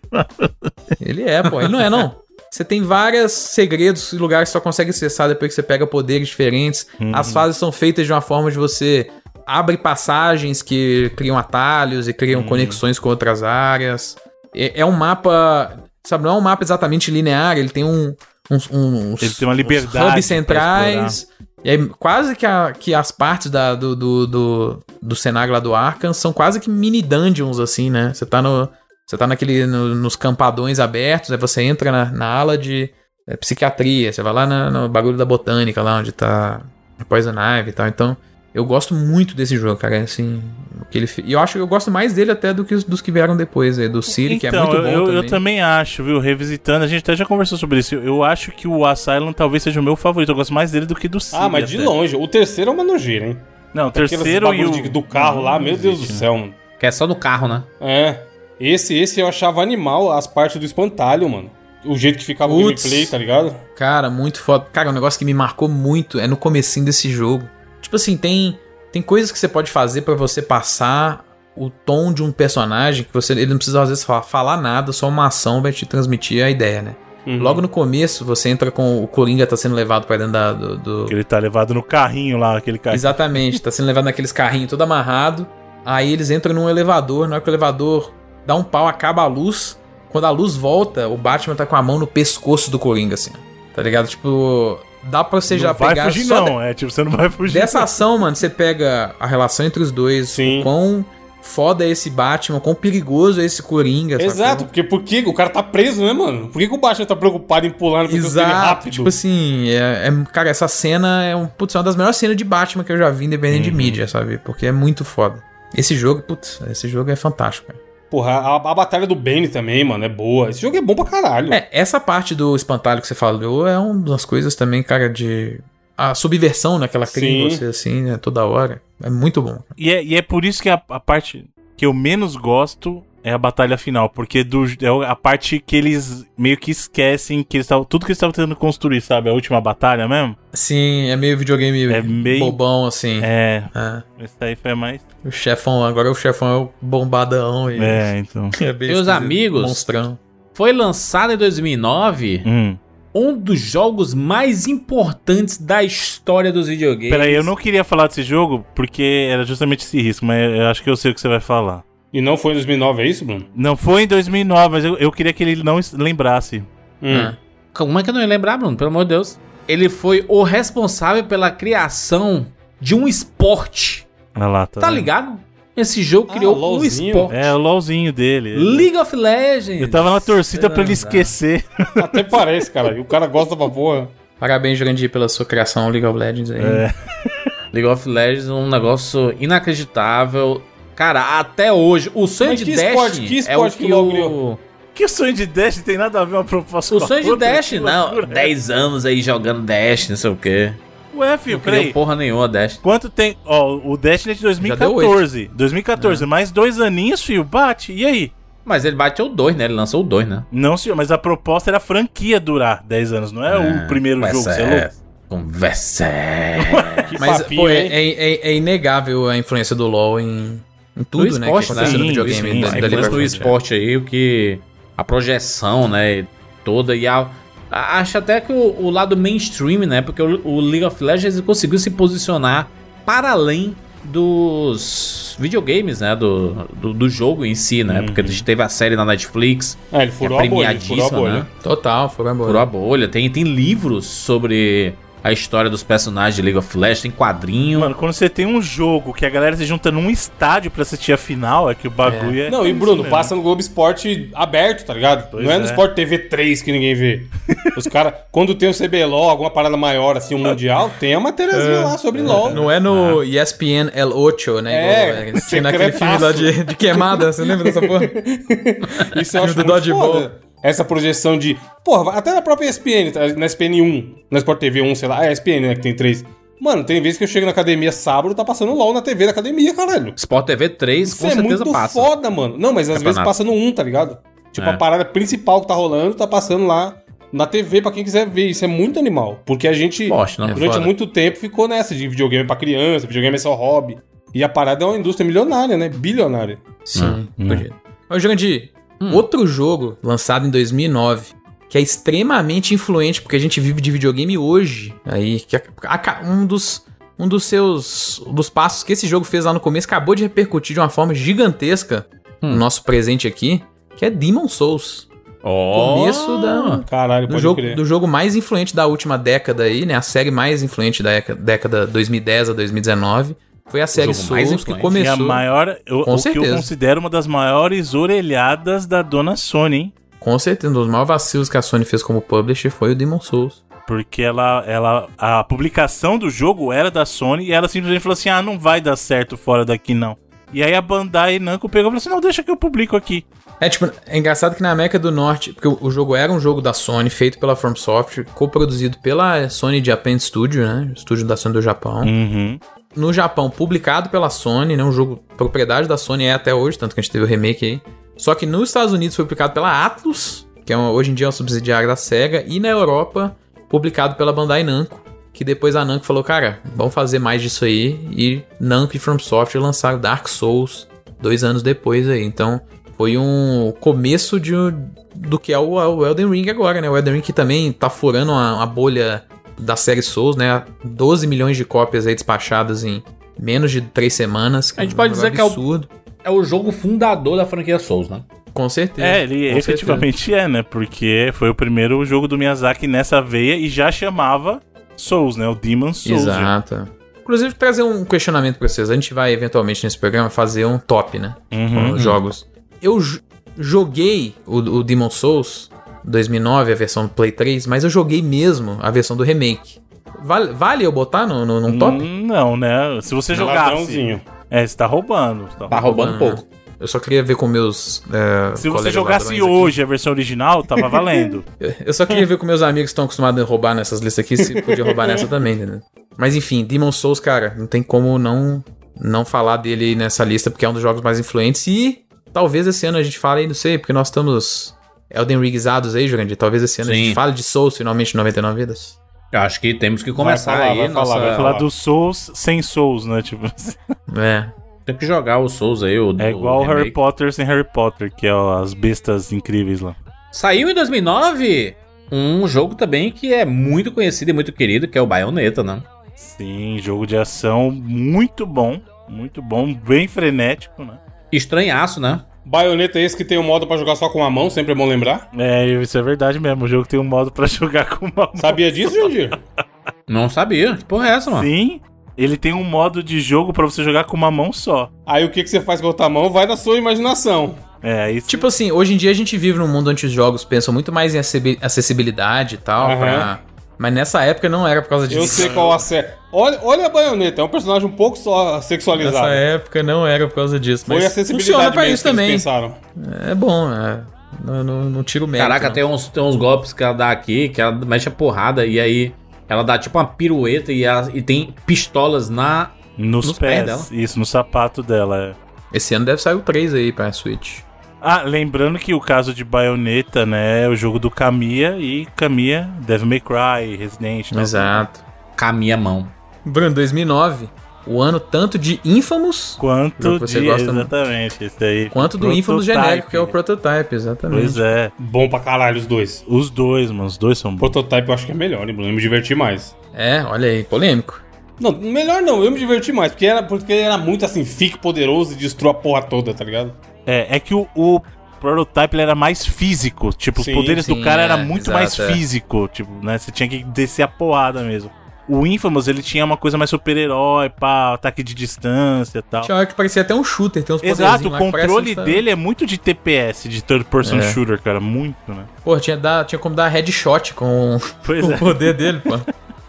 S4: ele é, pô. Ele não é, não. Você tem vários segredos e lugares que só consegue acessar depois que você pega poderes diferentes.
S3: Uhum.
S4: As fases são feitas de uma forma de você abre passagens que criam atalhos e
S3: Uhum.
S4: criam conexões com outras áreas. É, é um mapa, sabe, não é um mapa exatamente linear, ele tem um, uns, um- uns-
S3: Ele tem uma
S4: uns
S3: liberdade pra
S4: hubs centrais. E aí, quase que, a- que as partes da- do, do, do, do cenário lá do Arkham são quase que mini dungeons, assim, né? Você tá, no, você tá naquele, no- nos campadões abertos, aí você entra na, na ala de é, psiquiatria, você vai lá na- no bagulho da botânica, lá onde tá a Poison Ivy e tal. Então, eu gosto muito desse jogo, cara. é Assim, o que ele fe- E eu acho que eu gosto mais dele até do que os, dos que vieram depois, aí, do Siri, que é
S3: Então,
S4: muito
S3: eu,
S4: bom
S3: eu- eu
S4: também.
S3: também. acho, viu? Revisitando, a gente até já conversou sobre isso. Eu acho que o Asylum talvez seja o meu favorito. Eu gosto mais dele do que do Cine.
S2: Ah, mas de longe. O terceiro é uma nojeira, hein?
S3: Não, o
S2: Aqueles
S3: terceiro e
S2: bagulho
S3: o.
S2: de- do carro lá, meu Deus do céu, mano.
S1: Que é só no carro, né?
S2: É. Esse, esse eu achava animal as partes do espantalho, mano. O jeito que ficava o
S4: Putz.
S2: gameplay, tá ligado?
S4: Cara, muito foda. Cara, um negócio que me marcou muito é no comecinho desse jogo. Tipo assim, tem tem coisas que você pode fazer pra você passar o tom de um personagem que você ele não precisa às vezes fa- falar nada, só uma ação vai te transmitir a ideia, né?
S3: Uhum.
S2: Uhum.
S4: Logo no começo, você entra com o Coringa tá sendo levado pra dentro da, do, do-
S3: Que ele tá levado no carrinho lá, aquele carrinho.
S4: Exatamente, tá sendo levado naqueles carrinhos todo amarrado. Aí eles entram num elevador, na hora que o elevador dá um pau, acaba a luz. Quando a luz volta, o Batman tá com a mão no pescoço do Coringa, assim. Tá ligado? Tipo, dá pra você
S3: não
S4: já
S3: vai
S4: pegar.
S3: fugir,
S4: só
S3: não. É, tipo, você não vai fugir.
S4: Dessa ação, mano, você pega a relação entre os dois, o quão foda é esse Batman, o quão perigoso é esse Coringa. sacou?
S2: Exato, porque, porque o cara tá preso, né, mano? Por que, que o Batman tá preocupado em pular no pescoço dele
S4: Exato.
S2: rápido?
S4: Tipo assim, é, é- cara, essa cena é um, putz, é uma das melhores cenas de Batman que eu já vi, independente
S3: Uhum.
S4: de mídia, sabe? Porque é muito foda. Esse jogo, putz, esse jogo é fantástico, cara.
S2: Porra, a, a batalha do Bane também, mano, é boa. Esse jogo é bom pra caralho.
S4: É, essa parte do espantalho que você falou é uma das coisas também, cara, de. A subversão, né? Que ela cria em
S3: Sim.
S4: você, assim, né? Toda hora. É muito bom.
S3: E é, e é por isso que a, a parte que eu menos gosto é a batalha final, porque do, é a parte que eles meio que esquecem que eles tavam, tudo que eles estavam tentando construir, sabe? A última batalha mesmo.
S4: Sim, é meio videogame
S3: É meio-
S4: bobão, assim.
S3: É.
S4: É.
S3: Esse aí foi mais.
S4: O chefão, agora o chefão é o bombadão. E...
S3: É, então.
S4: É bem
S1: Meus
S4: esquisito,
S1: amigos,
S4: Monstrão.
S1: foi lançado em 2009
S3: Hum.
S1: um dos jogos mais importantes da história dos videogames.
S3: Peraí, eu não queria falar desse jogo porque era justamente esse risco, mas eu acho que eu sei o que você vai falar.
S2: E não foi em 2009, é isso, Bruno?
S3: Não foi em 2009, mas eu, eu queria que ele não es- lembrasse.
S2: Hum.
S1: Ah. Como é que eu não ia lembrar, Bruno? Pelo amor de Deus. Ele foi o responsável pela criação de um esporte.
S3: Olha lá, tá,
S1: Tá
S3: vendo?
S1: ligado? Esse jogo criou um
S2: LOLzinho.
S1: esporte.
S3: É o LOLzinho dele.
S1: League of Legends.
S3: Eu tava na torcida pra ele
S1: né?
S3: esquecer.
S2: Até parece, cara. E o cara gosta pra porra.
S4: Parabéns, Jurandir, pela sua criação League of Legends aí.
S3: É.
S1: League of Legends é um negócio inacreditável. Cara, até hoje, o sonho
S2: Mas
S1: de
S2: que
S1: Destiny
S2: esporte, que esporte
S1: é o
S2: que
S1: que
S2: LOL
S1: o...
S2: criou?
S3: Que o sonho de Dash tem nada a ver uma proposta
S1: O
S3: com a
S1: sonho de
S3: outra?
S1: Dash,
S3: Que
S1: não.
S3: loucura.
S1: 10 anos aí jogando Dash, não sei o quê.
S3: Ué, filho,
S1: Não criou
S3: peraí.
S1: porra nenhuma Dash.
S3: Quanto tem. Ó, o Destiny é de
S1: deu Ah.
S3: 2014. 2014, mais dois aninhos, filho, bate. E aí?
S1: Mas ele bateu o 2, né? Ele lançou o 2, né?
S3: Não, senhor, mas a proposta era a franquia durar 10 anos, não é, o primeiro jogo,
S1: conversa
S3: você
S1: é-
S3: é louco?
S1: Conversa é...
S4: Mas,
S2: papinho,
S4: pô, é,
S2: hein?
S4: é- é- é inegável a influência do LoL em, em tudo,
S1: do
S4: né?
S1: esporte,
S4: que acontece
S1: né?
S4: no videogame
S1: Sim,
S4: da,
S1: sim,
S4: da
S1: a influência do
S4: Liverpool.
S1: esporte aí, o que a projeção, né, toda e a a- acho até que o, o lado mainstream, né, porque o, o League of Legends conseguiu se posicionar para além dos videogames, né, do, do, do jogo em si, né, porque a gente teve a série na Netflix,
S2: Ah, ele
S1: que é
S2: Uhum. furou a bolha, ele furou
S1: premiadíssima,
S2: a bolha.
S1: né,
S4: Total, foi bom.
S1: furou a bolha, tem, tem livros sobre a história dos personagens de League of Legends, tem quadrinho,
S3: Mano, quando você tem um jogo que a galera se junta num estádio pra assistir a final, é que o bagulho é.
S2: Não, e
S3: isso
S2: Bruno,
S3: mesmo.
S2: passa no Globo Esporte aberto, tá ligado?
S3: Pois
S2: não é, no
S3: é.
S2: Sport TV 3 que ninguém vê. Os caras, quando tem o CBLOL, alguma parada maior, assim, um Mundial, tem a matériazinha lá sobre LOL.
S4: Não é
S1: Ah.
S4: no ESPN El Ocho, né?
S2: É,
S4: igual, né, tem naquele
S2: secretaço.
S4: filme lá de, de queimada, você lembra dessa porra?
S2: Isso eu acho
S4: do
S2: muito
S4: Dodgeball.
S2: foda. essa projeção de. Porra, até na própria ESPN, tá? na ESPN 1, na Sport TV 1, sei lá, é a ESPN, né, que tem três. Mano, tem vezes que eu chego na academia sábado, tá passando LOL na TV da academia, caralho.
S1: Sport TV 3,
S2: Isso
S1: com
S2: é
S1: certeza
S2: muito
S1: passa.
S2: foda, mano. Não, mas às vezes
S1: Campeonato.
S2: passa no 1, tá ligado? Tipo,
S1: É.
S2: a parada principal que tá rolando tá passando lá na TV pra quem quiser ver. Isso é muito animal. Porque a gente,
S1: Poxa, não, é
S2: durante
S1: foda.
S2: muito tempo, ficou nessa de videogame pra criança, videogame é só hobby. E a parada é uma indústria milionária, né? Bilionária.
S3: Ah,
S4: Sim. Mas, Jurandir,
S3: Hum.
S4: outro jogo lançado em 2009, que é extremamente influente, porque a gente vive de videogame hoje, aí, que a- a- um dos um dos seus um dos passos que esse jogo fez lá no começo acabou de repercutir de uma forma gigantesca
S3: Hum.
S4: no nosso presente aqui, que é Demon Souls.
S1: Oh.
S4: Começo da
S2: Caralho,
S4: do
S2: pode
S4: jogo,
S2: crer.
S4: do jogo mais influente da última década aí, né? A série mais influente da déca- década 2010 a 2019 foi a série
S3: jogo
S4: Souls
S3: mais
S4: que
S3: influente.
S4: começou.
S3: E a maior, o,
S4: com
S3: o que eu
S4: certeza.
S3: considero uma das maiores orelhadas da dona Sony, hein?
S4: Com certeza, um dos maiores vacilos que a Sony fez como publisher foi o Demon Souls.
S3: Porque ela, ela, a publicação do jogo era da Sony e ela simplesmente falou assim: ah, não vai dar certo fora daqui não. E aí a Bandai Namco pegou e falou assim: não, deixa que eu publico aqui.
S4: É tipo, é engraçado que na América do Norte, porque o o jogo era um jogo da Sony, feito pela From Software, coproduzido pela Sony Japan Studio, né? Estúdio da Sony do Japão.
S3: Hum.
S4: No Japão, publicado pela Sony, né? Um jogo propriedade da Sony é até hoje, tanto que a gente teve o remake aí. Só que nos Estados Unidos foi publicado pela Atlus, que é uma- hoje em dia é uma subsidiária da SEGA, e na Europa, publicado pela Bandai Namco, que depois a Namco falou, cara, vamos fazer mais disso aí, e Namco e From Software lançaram Dark Souls dois anos depois aí, então foi um começo de, um- do que é o, o Elden Ring agora, né? O Elden Ring que também tá furando uma, uma bolha da série Souls, né? 12 milhões de cópias aí despachadas em menos de três semanas. um
S1: A gente pode dizer que é o-
S4: que
S1: É o jogo fundador da franquia Souls, né?
S4: é o... Com certeza.
S3: É, ele
S4: com
S3: efetivamente é, né? Porque foi o primeiro jogo do Miyazaki nessa veia e já chamava Souls, né? O Demon Souls. né?
S4: Exato. Inclusive, trazer um questionamento pra vocês. A gente vai, eventualmente, nesse programa, fazer um top, né?
S3: Uhum.
S4: Com os jogos. Eu jo- joguei o, o Demon Souls 2009, a versão do Play 3, mas eu joguei mesmo a versão do remake. Vale, vale eu botar no, no, num top?
S3: Hum, Não, né? Se você
S2: Não,
S3: jogasse.
S2: ladrãozinho.
S3: É, você tá roubando. Tá,
S1: roubando pouco.
S4: Eu só queria ver com meus. é,
S3: Se você
S4: colegas
S3: jogasse
S4: ladrões aqui.
S3: hoje a versão original, tava valendo.
S4: Eu só queria ver com meus amigos que estão acostumados a roubar nessas listas aqui, se podia roubar
S2: É.
S4: nessa também, né? Mas enfim, Demon Souls, cara, não tem como não não falar dele aí nessa lista, porque é um dos jogos mais influentes e talvez esse ano a gente fale aí, não sei, porque nós estamos Elden Ringizados aí, Jurandir, talvez esse ano a gente
S1: Sim.
S4: fale de Souls finalmente 99 vidas.
S1: Eu acho que temos que começar
S2: falar,
S1: aí.
S2: vai falar,
S1: nossa-
S2: vai
S3: Falar do Souls sem Souls, né? Tipo,
S4: É.
S1: Tem que jogar o Souls aí. O,
S3: é
S1: o
S3: igual Harry
S1: remake.
S3: Potter sem Harry Potter, que é ó, as bestas incríveis lá.
S1: Saiu em 2009 um jogo também que é muito conhecido e muito querido, que é o Bayonetta, né?
S3: Sim, jogo de ação muito bom, muito bom, bem frenético, né?
S1: Estranhaço, né?
S2: Baioneta é esse que tem um modo pra jogar só com a mão, sempre é bom lembrar.
S3: É, isso é verdade mesmo. O jogo tem um modo pra jogar com uma mão.
S2: Sabia disso, Jandir?
S1: Não sabia. Que porra é essa, mano?
S3: Sim, ele tem um modo de jogo pra você jogar com uma mão só.
S2: Aí o que, que você faz com a outra mão vai da sua imaginação.
S3: É, isso.
S4: Tipo assim, hoje em dia a gente vive num mundo onde os jogos pensam muito mais em acessibi- acessibilidade e tal,
S2: Aham.
S4: pra- mas nessa época não era por causa disso.
S2: Eu sei é qual acesso. Olha, olha a baioneta, é um personagem um pouco só
S4: Nessa
S2: sexualizado.
S4: época não era por causa disso,
S2: Foi
S4: mas
S2: a
S4: funciona
S2: acessibilidade
S4: pra
S2: mesmo
S4: isso
S2: que eles
S4: também.
S2: pensaram.
S4: É bom, é. Não, não, não tira o mérito.
S1: Caraca,
S4: não.
S1: tem uns, tem uns golpes que ela dá aqui, que ela mexe a porrada e aí ela dá tipo uma pirueta e, ela- e tem pistolas na.
S3: nos,
S1: nos pés
S3: pés.
S1: dela.
S3: Isso, no sapato dela. é.
S4: Esse ano deve sair o 3 aí pra Switch.
S3: Ah, lembrando que o caso de Bayonetta, né, é o jogo do Kamiya e Kamiya, Devil May Cry, Resident e tal.
S4: Exato.
S1: Caminha a mão.
S4: Bruno, 2009, o ano tanto de Infamous
S3: Quanto
S4: Jogo que você
S3: de...
S4: gosta, né?
S3: exatamente, esse aí.
S4: quanto do Infamous
S3: Prototype.
S4: genérico, que é o Prototype, exatamente.
S3: Pois é,
S2: Bom pra caralho os dois.
S3: os dois, mano, os dois são bons.
S2: Prototype eu acho que é melhor, hein, Bruno? Eu me diverti mais.
S4: É, olha aí, polêmico.
S2: Não, melhor não, eu me diverti mais, porque era, porque era muito assim, fique poderoso e destrua a porra toda, tá ligado?
S3: É, é que o, o Prototype ele era mais físico. Tipo,
S2: Sim,
S3: os poderes
S4: sim,
S3: do cara
S4: é,
S3: era muito
S4: exato,
S3: mais
S4: é.
S3: físico. Tipo, né? Você tinha que descer a porrada mesmo. O Infamous, ele tinha uma coisa mais super-herói, pá, ataque de distância e tal.
S4: Tinha hora que parecia até um shooter, tem uns
S3: Exato,
S4: poderzinhos
S3: o
S4: lá que
S3: controle
S4: parece um-
S3: dele é muito de TPS, de third person
S4: É.
S3: shooter, cara. Muito, né?
S4: Pô, tinha, dar, tinha como dar headshot com
S3: Pois
S4: o
S3: é.
S4: poder dele, pô.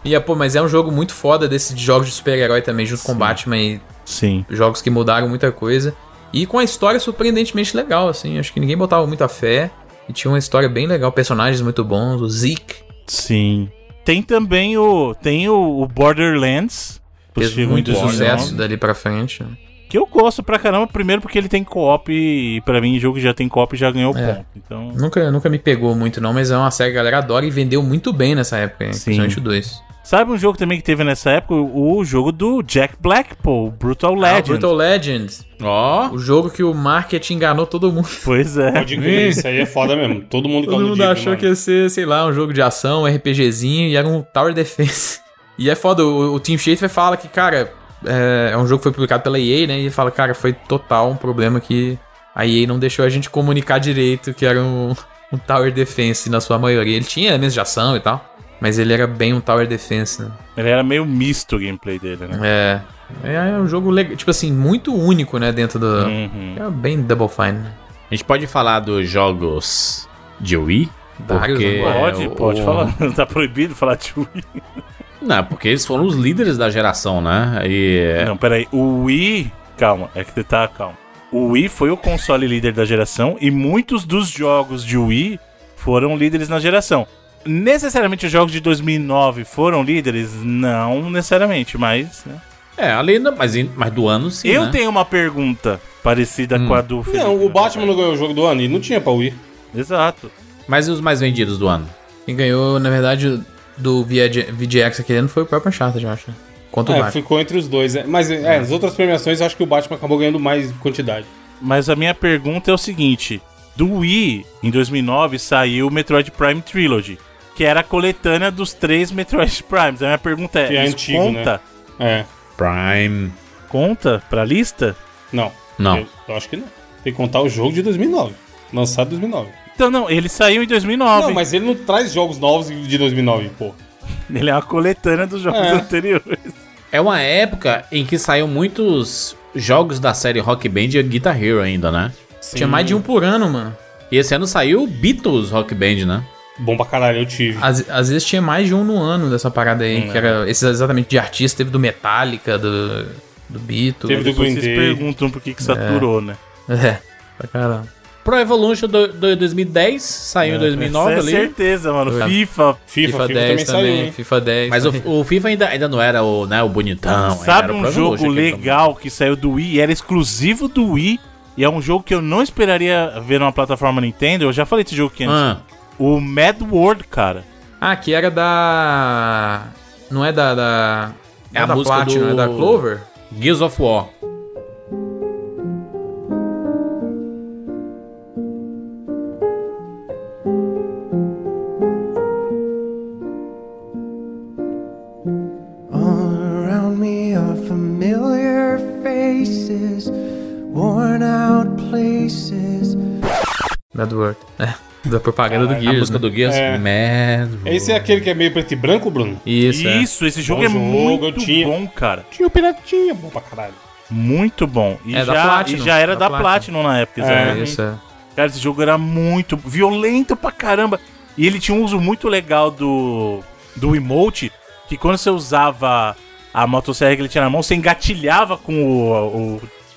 S4: E, é, pô, mas é um jogo muito foda desse de jogos de super-herói também, junto com Batman e
S3: Sim.
S4: jogos que assim. mudaram muita coisa. E com a história surpreendentemente legal, assim. Acho que ninguém botava muita fé. E tinha uma história bem legal, personagens muito bons, o Zeke.
S3: Sim. Tem também o. Tem o, o Borderlands.
S4: Fez
S3: possível
S4: muito
S3: em bom
S4: sucesso
S3: nome,
S4: dali pra frente. né?
S3: Que eu gosto pra caramba, primeiro porque ele tem co-op e pra mim jogo que já tem co-op já ganhou
S4: É.
S3: ponto. Então,
S4: Nunca, nunca me pegou muito, não, mas é uma série que a galera adora e vendeu muito bem nessa época, hein? principalmente o 2.
S3: sabe um jogo também que teve nessa época? O jogo do Jack Black, pô, o Brutal
S4: Ah, o
S3: Legend.
S4: Brutal Legends.
S1: Ó.
S4: O jogo que o marketing enganou todo mundo.
S3: Pois é.
S2: Pode crer, isso aí é foda mesmo. Todo mundo
S4: Todo mundo achou que ia ser, sei lá, um jogo de ação, um RPGzinho e era um Tower Defense. E é foda, o, o Team Schafer fala que, cara, é, é um jogo que foi publicado pela EA, né? E ele fala, cara, foi total um problema que a EA não deixou a gente comunicar direito que era um, um Tower Defense na sua maioria. Ele tinha elementos de ação e tal, mas ele era bem um Tower Defense, né?
S3: Ele era meio misto o gameplay dele, né?
S4: É. É um jogo, legal, tipo assim, muito único, né? Dentro do.
S3: Uhum.
S4: É bem Double Fine, né?
S1: A gente pode falar dos jogos de Wii?
S4: Vários,
S1: Porque
S4: não
S3: né? Pode,
S1: é, o-
S3: pode
S1: o-
S3: falar. Tá proibido falar de Wii.
S1: Não, porque eles foram os líderes da geração, né? E
S3: Não, peraí. O Wii. Calma, é que você tá calmo. O Wii foi o console líder da geração e muitos dos jogos de Wii foram líderes na geração. Necessariamente os jogos de 2009 foram líderes? Não necessariamente, mas. né?
S1: é, ali, não- mas, em- mas do ano sim.
S3: Eu
S1: né? Hum.
S3: tenho uma pergunta parecida com a do Felipe.
S2: Não, o Batman não ganhou o jogo do ano e não tinha pra Wii.
S3: Exato.
S1: Mas e os mais vendidos do ano?
S4: Quem ganhou, na verdade, do VG VGX aquele ano foi o próprio Uncharted, eu acho. Quanto o
S2: É,
S4: Batman.
S2: ficou entre os dois. é. Mas é, nas outras premiações eu acho que o Batman acabou ganhando mais quantidade.
S3: Mas a minha pergunta é o seguinte: do Wii, em 2009, saiu o Metroid Prime Trilogy, que era a coletânea dos três Metroid Primes. A minha pergunta é:
S2: Que é
S3: isso
S2: antigo,
S3: conta?
S2: É.
S1: Prime.
S3: Conta pra lista?
S2: Não.
S1: Não.
S2: Eu, eu acho que não. Tem que contar o jogo de 2009. Lançado em 2009.
S3: Então, não, ele saiu em 2009.
S2: Não, mas ele não traz jogos novos de 2009, pô.
S3: Ele é uma coletânea dos jogos
S2: É.
S3: anteriores.
S1: É uma época em que saíram muitos jogos da série Rock Band e Guitar Hero ainda, né?
S4: Tinha mais de um por ano, mano.
S1: E esse ano saiu Beatles Rock Band, né?
S2: Bom pra caralho, eu tive.
S3: Ah,
S4: Às, às vezes tinha mais de um no ano dessa parada aí, que
S2: é.
S4: era esses exatamente de artista, teve do Metallica, do, do Beatles.
S2: Teve do
S3: Depois
S2: Green
S3: vocês
S2: Day.
S3: perguntam por que, que saturou, né?
S4: É, pra caramba.
S1: Pro Evolution do, do 2010, saiu em 2009
S3: Essa é
S1: ali.
S3: certeza, mano.
S4: Foi.
S3: FIFA.
S2: FIFA,
S4: FIFA,
S2: FIFA,
S4: 10
S2: também
S4: também,
S2: saiu. hein?
S4: FIFA 10.
S1: Mas
S4: também.
S1: o, o FIFA ainda, ainda não era o, né, o bonitão. ainda
S3: sabe
S1: era o
S3: um
S1: Pro
S3: jogo
S1: Evolution, aquele
S3: legal que saiu do Wii, era exclusivo do Wii, e é um jogo que eu não esperaria ver numa plataforma Nintendo. Eu já falei desse jogo aqui antes.
S1: Ah,
S3: O Mad World, cara.
S4: Ah, que era da. Não é da. da...
S1: É
S4: não
S1: a
S4: da
S1: música
S4: Platinum,
S1: do-
S4: é da Clover?
S1: Gears of War.
S11: All around me are familiar faces, worn out places.
S4: Da World. É, da propaganda do
S1: a
S4: Gears.
S1: música
S4: né?
S1: do Gears.
S2: É.
S1: Mad
S2: Esse é aquele que é meio preto e branco, Bruno?
S4: Isso, é.
S3: Isso, esse jogo é
S2: jogo, eu
S3: muito
S2: tinha.
S3: bom, cara.
S2: Tinha o Piratinha, bom pra caralho.
S3: Muito bom. E,
S4: É, da
S3: já, e
S4: Platinum.
S3: já era da,
S4: Da
S3: Platinum.
S4: Platinum.
S3: na época,
S2: É.
S3: exatamente.
S4: Isso, é.
S3: Cara, esse jogo era muito violento pra caramba. E ele tinha um uso muito legal do, do emote, que quando você usava a motosserra que ele tinha na mão, você engatilhava com o,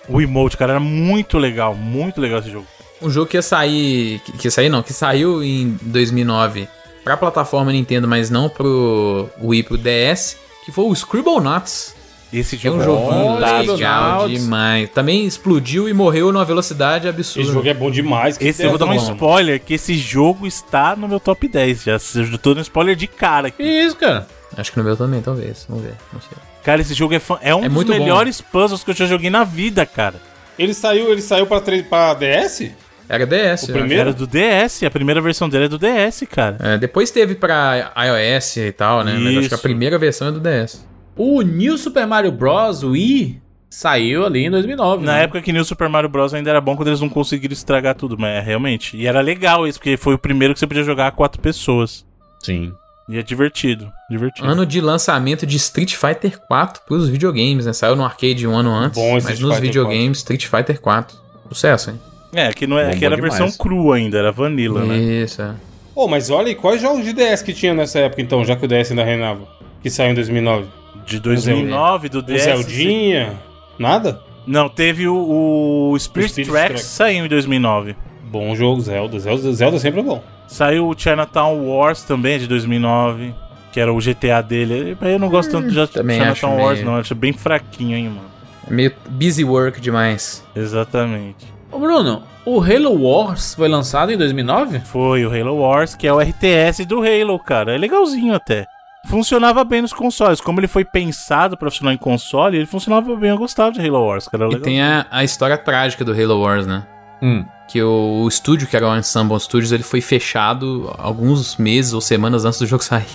S3: o, o emote, cara. Era muito legal, muito legal esse jogo.
S4: Um jogo que ia sair. Que, que ia sair não, que saiu em 2009 pra plataforma Nintendo, mas não pro Wii pro DS, que foi o Scribble Nuts.
S3: Esse
S4: É
S3: jogo
S4: um joguinho
S1: Scribblenauts.
S4: legal demais. Também explodiu e morreu numa velocidade absurda.
S2: Esse jogo é bom demais. que
S3: Esse eu vou dar um
S2: ideia boa.
S3: spoiler, que esse jogo está no meu top 10 já. Eu tô no spoiler de um- cara
S1: Que
S3: aqui.
S1: isso, cara?
S4: Acho que no meu também, talvez. Vamos ver. Não sei.
S3: Cara, esse jogo é, fã- é um
S4: É
S3: dos
S4: muito bom.
S3: melhores puzzles que eu já joguei na vida, cara.
S2: Ele saiu, ele saiu pra, tre- pra DS?
S4: Era DS,
S2: O
S4: eu
S2: primeiro?
S3: Era do DS, a primeira versão dele é do DS, cara.
S4: acho. É, depois teve pra iOS e tal, né? Mas acho que a
S3: Isso.
S4: primeira versão é do DS.
S1: O New Super Mario Bros. Wii saiu ali em 2009.
S3: Na
S1: né?
S3: época que nem o Super Mario Bros. ainda era bom quando eles não conseguiram estragar tudo, mas é, realmente. E era legal isso, porque foi o primeiro que você podia jogar a quatro pessoas.
S1: Sim.
S3: E é divertido, divertido.
S4: Ano de lançamento de Street Fighter 4 pros videogames, né? Saiu no arcade um ano antes,
S2: Bom esse
S4: mas
S2: Street
S4: nos
S2: Fighter
S4: videogames Street Fighter 4. Sucesso, hein?
S3: É, que, não é,
S1: Bom,
S3: que era a
S1: bom
S3: versão
S1: demais.
S3: crua ainda, era vanilla, né?
S4: Isso, é.
S2: Ô, mas olha aí, quais jogos de DS que tinha nessa época então, já que o DS ainda reinava? Que saiu em 2009?
S3: De 2009, do
S2: O
S3: DS.
S2: Zeldinha? Nada?
S3: Não, teve o, o Spirit,
S2: O Spirit
S3: Tracks
S2: Tracks.
S3: saiu em 2009.
S2: Bom jogo, Zelda. Zelda, Zelda sempre é bom.
S3: Saiu o Chinatown Wars também, de 2009, que era o GTA dele. Eu não gosto tanto de
S4: Hum, também acho
S3: Chinatown
S4: meio-
S3: Wars, não. Eu acho bem fraquinho, hein, mano.
S4: É meio busy work demais.
S3: Exatamente.
S1: Ô Bruno, o Halo Wars foi lançado em 2009?
S3: Foi o Halo Wars, que é o RTS do Halo, cara. É legalzinho até. Funcionava bem nos consoles. Como ele foi pensado pra funcionar em console, ele funcionava bem. Eu gostava de Halo Wars,
S2: Tá
S3: cara. Era
S4: E
S3: legal.
S4: tem a, a história trágica do Halo Wars, né?
S2: Hum.
S4: Que o, o estúdio, que era o Ensemble Studios, ele foi fechado alguns meses ou semanas antes do jogo sair.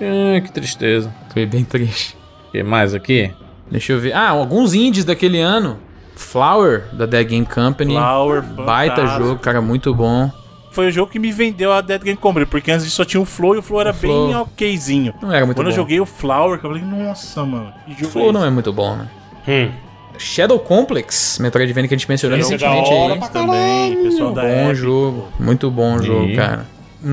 S1: Ah, que tristeza.
S4: Foi bem triste.
S1: O que mais aqui?
S4: Deixa eu ver. Ah, alguns indies daquele ano. Flower, da Dead Game Company.
S3: Flower,
S4: Baita
S3: fantástico.
S4: jogo, cara, muito bom.
S3: Foi o jogo que me vendeu a Dead Game Company, porque antes só tinha o Flow e o Flow era bem
S4: Flow.
S3: okzinho.
S4: Não era muito
S3: Quando eu
S4: bom.
S3: joguei o Flower, que eu falei, nossa, mano, que jogo
S4: Flow
S3: é
S4: não
S3: esse?
S4: é muito bom, né?
S2: Hum.
S4: Shadow Complex, Metroidvania que a gente mencionou
S3: Esse é da
S4: recentemente
S3: hora
S4: aí.
S3: pra caralho. Pessoal da
S4: bom
S3: Epic.
S4: jogo, muito bom jogo,
S1: Sim.
S4: cara.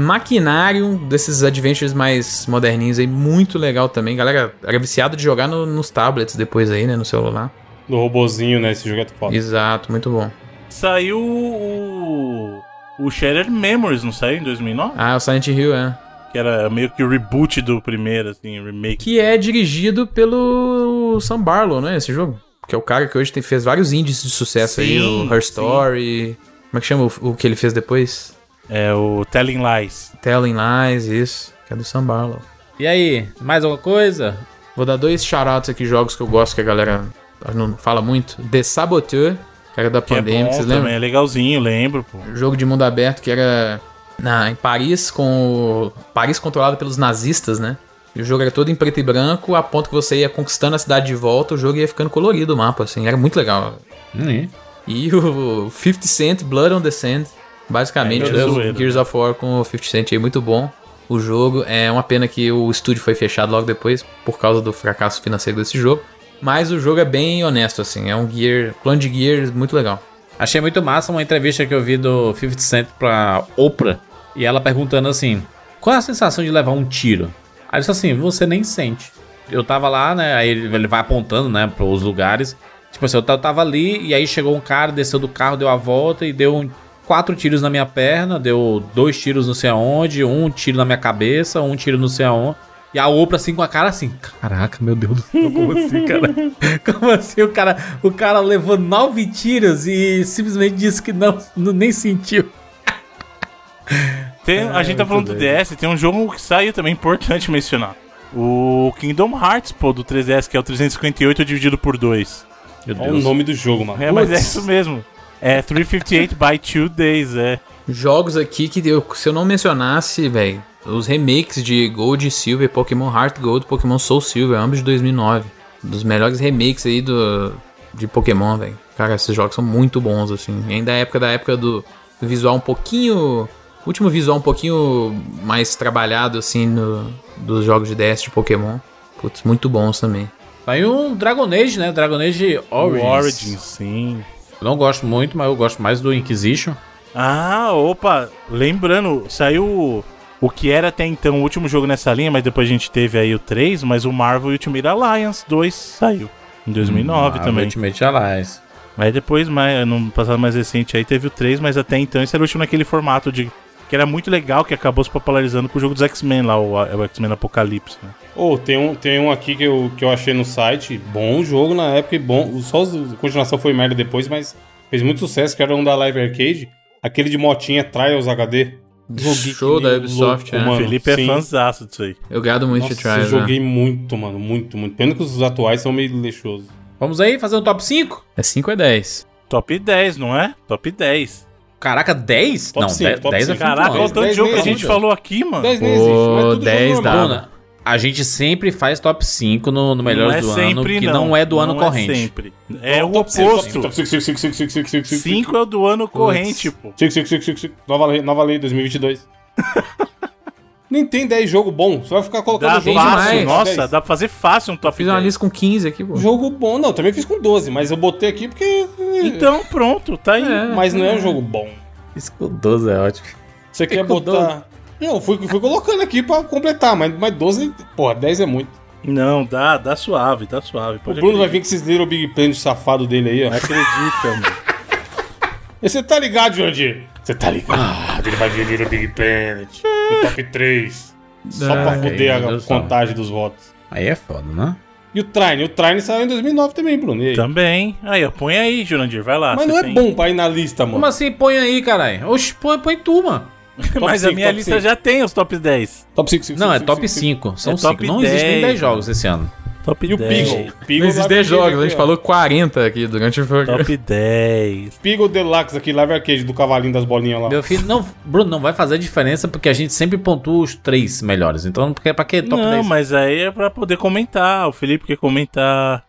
S4: Maquinário desses adventures mais moderninhos aí, muito legal também. Galera, era viciado de jogar no- nos tablets depois aí, né, no celular.
S2: Do robozinho, né? Esse jogo é foda.
S4: Exato, muito bom.
S3: Saiu o. O Shattered Memories, não saiu em 2009?
S4: Ah, o Silent Hill, é.
S3: Que era meio que o reboot do primeiro, assim, remake.
S4: Que é dirigido pelo Sam Barlow, né, esse jogo? Que é o cara que hoje tem- fez vários indies de sucesso aí,
S3: Sim,
S4: o Her
S3: sim.
S4: Story... Como é que chama o, o que ele fez depois?
S3: É o Telling Lies.
S4: Telling Lies, isso. Que é do Sam Barlow.
S1: E aí, mais alguma coisa?
S4: Vou dar dois shoutouts aqui, jogos que eu gosto que a galera não fala muito. The Saboteur, que era da
S3: Que é
S4: Pandemic,
S3: bom
S4: vocês
S3: também,
S4: lembram?
S3: é legalzinho, lembro, pô.
S4: Jogo de mundo aberto que era na, em Paris, com o- Paris controlado pelos nazistas, né? E o jogo era todo em preto e branco, a ponto que você ia conquistando a cidade de volta, o jogo ia ficando colorido o mapa, assim, era muito legal.
S1: Hum,
S4: E o 50 Cent, Blood on the Sand, basicamente
S3: É, meu
S4: o
S3: Deus.
S4: Gears of War com o 50 Cent aí, muito bom. O jogo é uma pena que o estúdio foi fechado logo depois por causa do fracasso financeiro desse jogo. Mas o jogo é bem honesto, assim, é um Gear, clone de Gears muito legal.
S1: Achei muito massa uma entrevista que eu vi do 50 Cent pra Oprah. E ela perguntando assim: qual é a sensação de levar um tiro? Aí ele disse assim: você nem sente. Eu tava lá, né? Aí ele ele vai apontando, né, pros lugares. Tipo assim, eu ta- eu tava ali e aí chegou um cara, desceu do carro, deu a volta e deu um- quatro tiros na minha perna, deu dois tiros não sei aonde, um tiro na minha cabeça, um tiro não sei aonde. E a Oprah assim com a cara assim, caraca, meu Deus do céu, como assim, cara? Como assim o cara, o cara levou nove tiros e simplesmente disse que não, não- nem sentiu?
S3: Tem- a gente tá falando do DS, tem um jogo que saiu também importante mencionar. O Kingdom Hearts, pô, do 3DS, que é o 358 dividido por 2.
S1: Meu
S2: Olha o nome do jogo, mano.
S3: É, mas é
S2: Putz.
S3: isso mesmo. É 358 by 2 days, é.
S4: Jogos aqui que eu- se eu não mencionasse, velho, os remakes de Gold e Silver, Pokémon Heart Gold, Pokémon Soul Silver, ambos de 2009. Dos melhores remakes aí do, de Pokémon, velho. Cara, esses jogos são muito bons, assim. E Ainda é época da época do visual um pouquinho. Último visual um pouquinho mais trabalhado, assim, no- dos jogos de DS de Pokémon. Putz, muito bons também.
S1: Saiu um Dragon Age, né? Dragon Age Origins.
S3: O Origins, sim.
S1: Eu não gosto muito, mas eu gosto mais do Inquisition.
S3: Ah, opa, lembrando, saiu o- o que era até então o último jogo nessa linha, mas depois a gente teve aí o 3, mas o Marvel Ultimate Alliance 2 saiu em 2009
S1: Marvel
S3: também.
S1: Ah, Ultimate Alliance.
S3: Aí depois, mais, no passado mais recente aí, teve o 3, mas até então esse era o último naquele formato de... Que era muito legal, que acabou se popularizando com o jogo dos X-Men lá, o, o X-Men Apocalipse, né?
S2: Ô, tem, um, tem um aqui que eu, que eu achei no site. Bom jogo na época e bom. Só os- a continuação foi merda depois, mas fez muito sucesso, que era um da Live Arcade. Aquele de motinha Trials HD. Joguei
S4: Show
S2: que nem
S4: da Ubisoft,
S2: louco,
S4: né?
S2: mano.
S3: Felipe é
S2: Sim.
S3: fanzaço disso aí.
S4: Eu grado muito
S2: Nossa,
S4: de Trials, né?
S2: eu joguei muito, mano. Muito, muito. Pena que os atuais são meio lixosos.
S1: Vamos aí fazer um top 5?
S4: É 5 a 10.
S3: Top 10, não é? Top 10.
S1: Caraca, 10?
S2: Top
S1: não,
S2: cinco,
S1: 10
S2: top
S1: é
S2: cinco.
S1: muito
S3: Caraca,
S1: longe.
S3: olha o tanto de
S2: 10
S3: jogo que a
S2: nem
S3: gente
S2: existe.
S3: falou aqui, mano.
S2: 10 nem existe, mas é
S4: Pô,
S2: tudo
S4: 10
S2: jogo normal.
S4: dá.
S1: Bruna, a gente sempre faz top 5 no, no Melhores
S3: não é
S1: do
S3: sempre,
S1: Ano, que
S3: não,
S1: não, é do ano
S3: não
S1: corrente.
S3: É, sempre. é o
S2: Top cinco,
S3: oposto.
S2: top cinco, cinco, cinco, cinco, cinco, cinco, cinco, cinco, cinco.
S3: 5 é o do ano corrente, pô.
S2: Cinco, cinco, cinco, cinco, cinco. Nova lei, nova lei 2022. Nem tem 10 jogo bom. Você vai ficar colocando
S3: Dá fácil,
S2: jogo
S4: demais.
S3: nossa,
S2: 10.
S3: dá pra fazer fácil um top
S4: Fiz uma
S3: 10.
S4: lista com 15 aqui, pô.
S2: Jogo bom, não. Também fiz com 12, mas eu botei aqui porque.
S3: Então, pronto, tá aí.
S2: mas não é um jogo bom.
S1: Isso com 12 é ótimo.
S2: Você quer
S1: com
S2: botar. Não, fui, fui colocando aqui pra completar, mas, mas 12, porra, 10 é muito.
S3: Não, dá, dá suave, tá suave.
S2: o Bruno vai vir com esses Little Big Planet safado dele aí, ó.
S3: Acredita, mano.
S2: E Você tá ligado, Jandir? Você tá ligado? Ele vai vir Little Big Planet. No top 3. Só pra
S1: Ah,
S2: foder
S1: meu
S2: a
S1: Deus do
S2: contagem dos votos.
S1: Aí é foda, né?
S2: E o Trine? O Trine saiu em 2009 também, Bruno. E aí?
S3: Também. Aí, ó, põe aí, Jurandir, vai lá.
S2: Mas
S3: Então, você
S2: não é
S3: tem.
S2: bom pra ir na lista, mano.
S1: Como assim? Põe aí, caralho. Oxe, põe, põe tu, mano.
S3: Mas a
S2: cinco,
S3: minha
S2: top
S3: lista
S2: cinco.
S3: já tem os top 10.
S2: Top 5, 5
S1: Não, é top 5. São
S3: É
S1: 5.
S3: top
S1: Não existem 10
S3: 10,
S1: jogos esse ano.
S3: Top
S2: E o
S3: 10.
S2: Beagle?
S4: Não
S2: Beagle
S4: existe
S2: Live
S4: 10
S2: Arcade
S4: jogos, a gente
S2: ó. Tá
S4: falou 40 aqui durante o programa.
S3: Top 10.
S2: Beagle Deluxe aqui, Live Arcade, do cavalinho das bolinhas lá.
S1: Meu filho, não, Bruno, não vai fazer diferença porque a gente sempre pontua os três melhores. Então, porque- pra que top
S3: não,
S1: 10?
S3: mas aí é pra poder comentar. O Felipe quer comentar.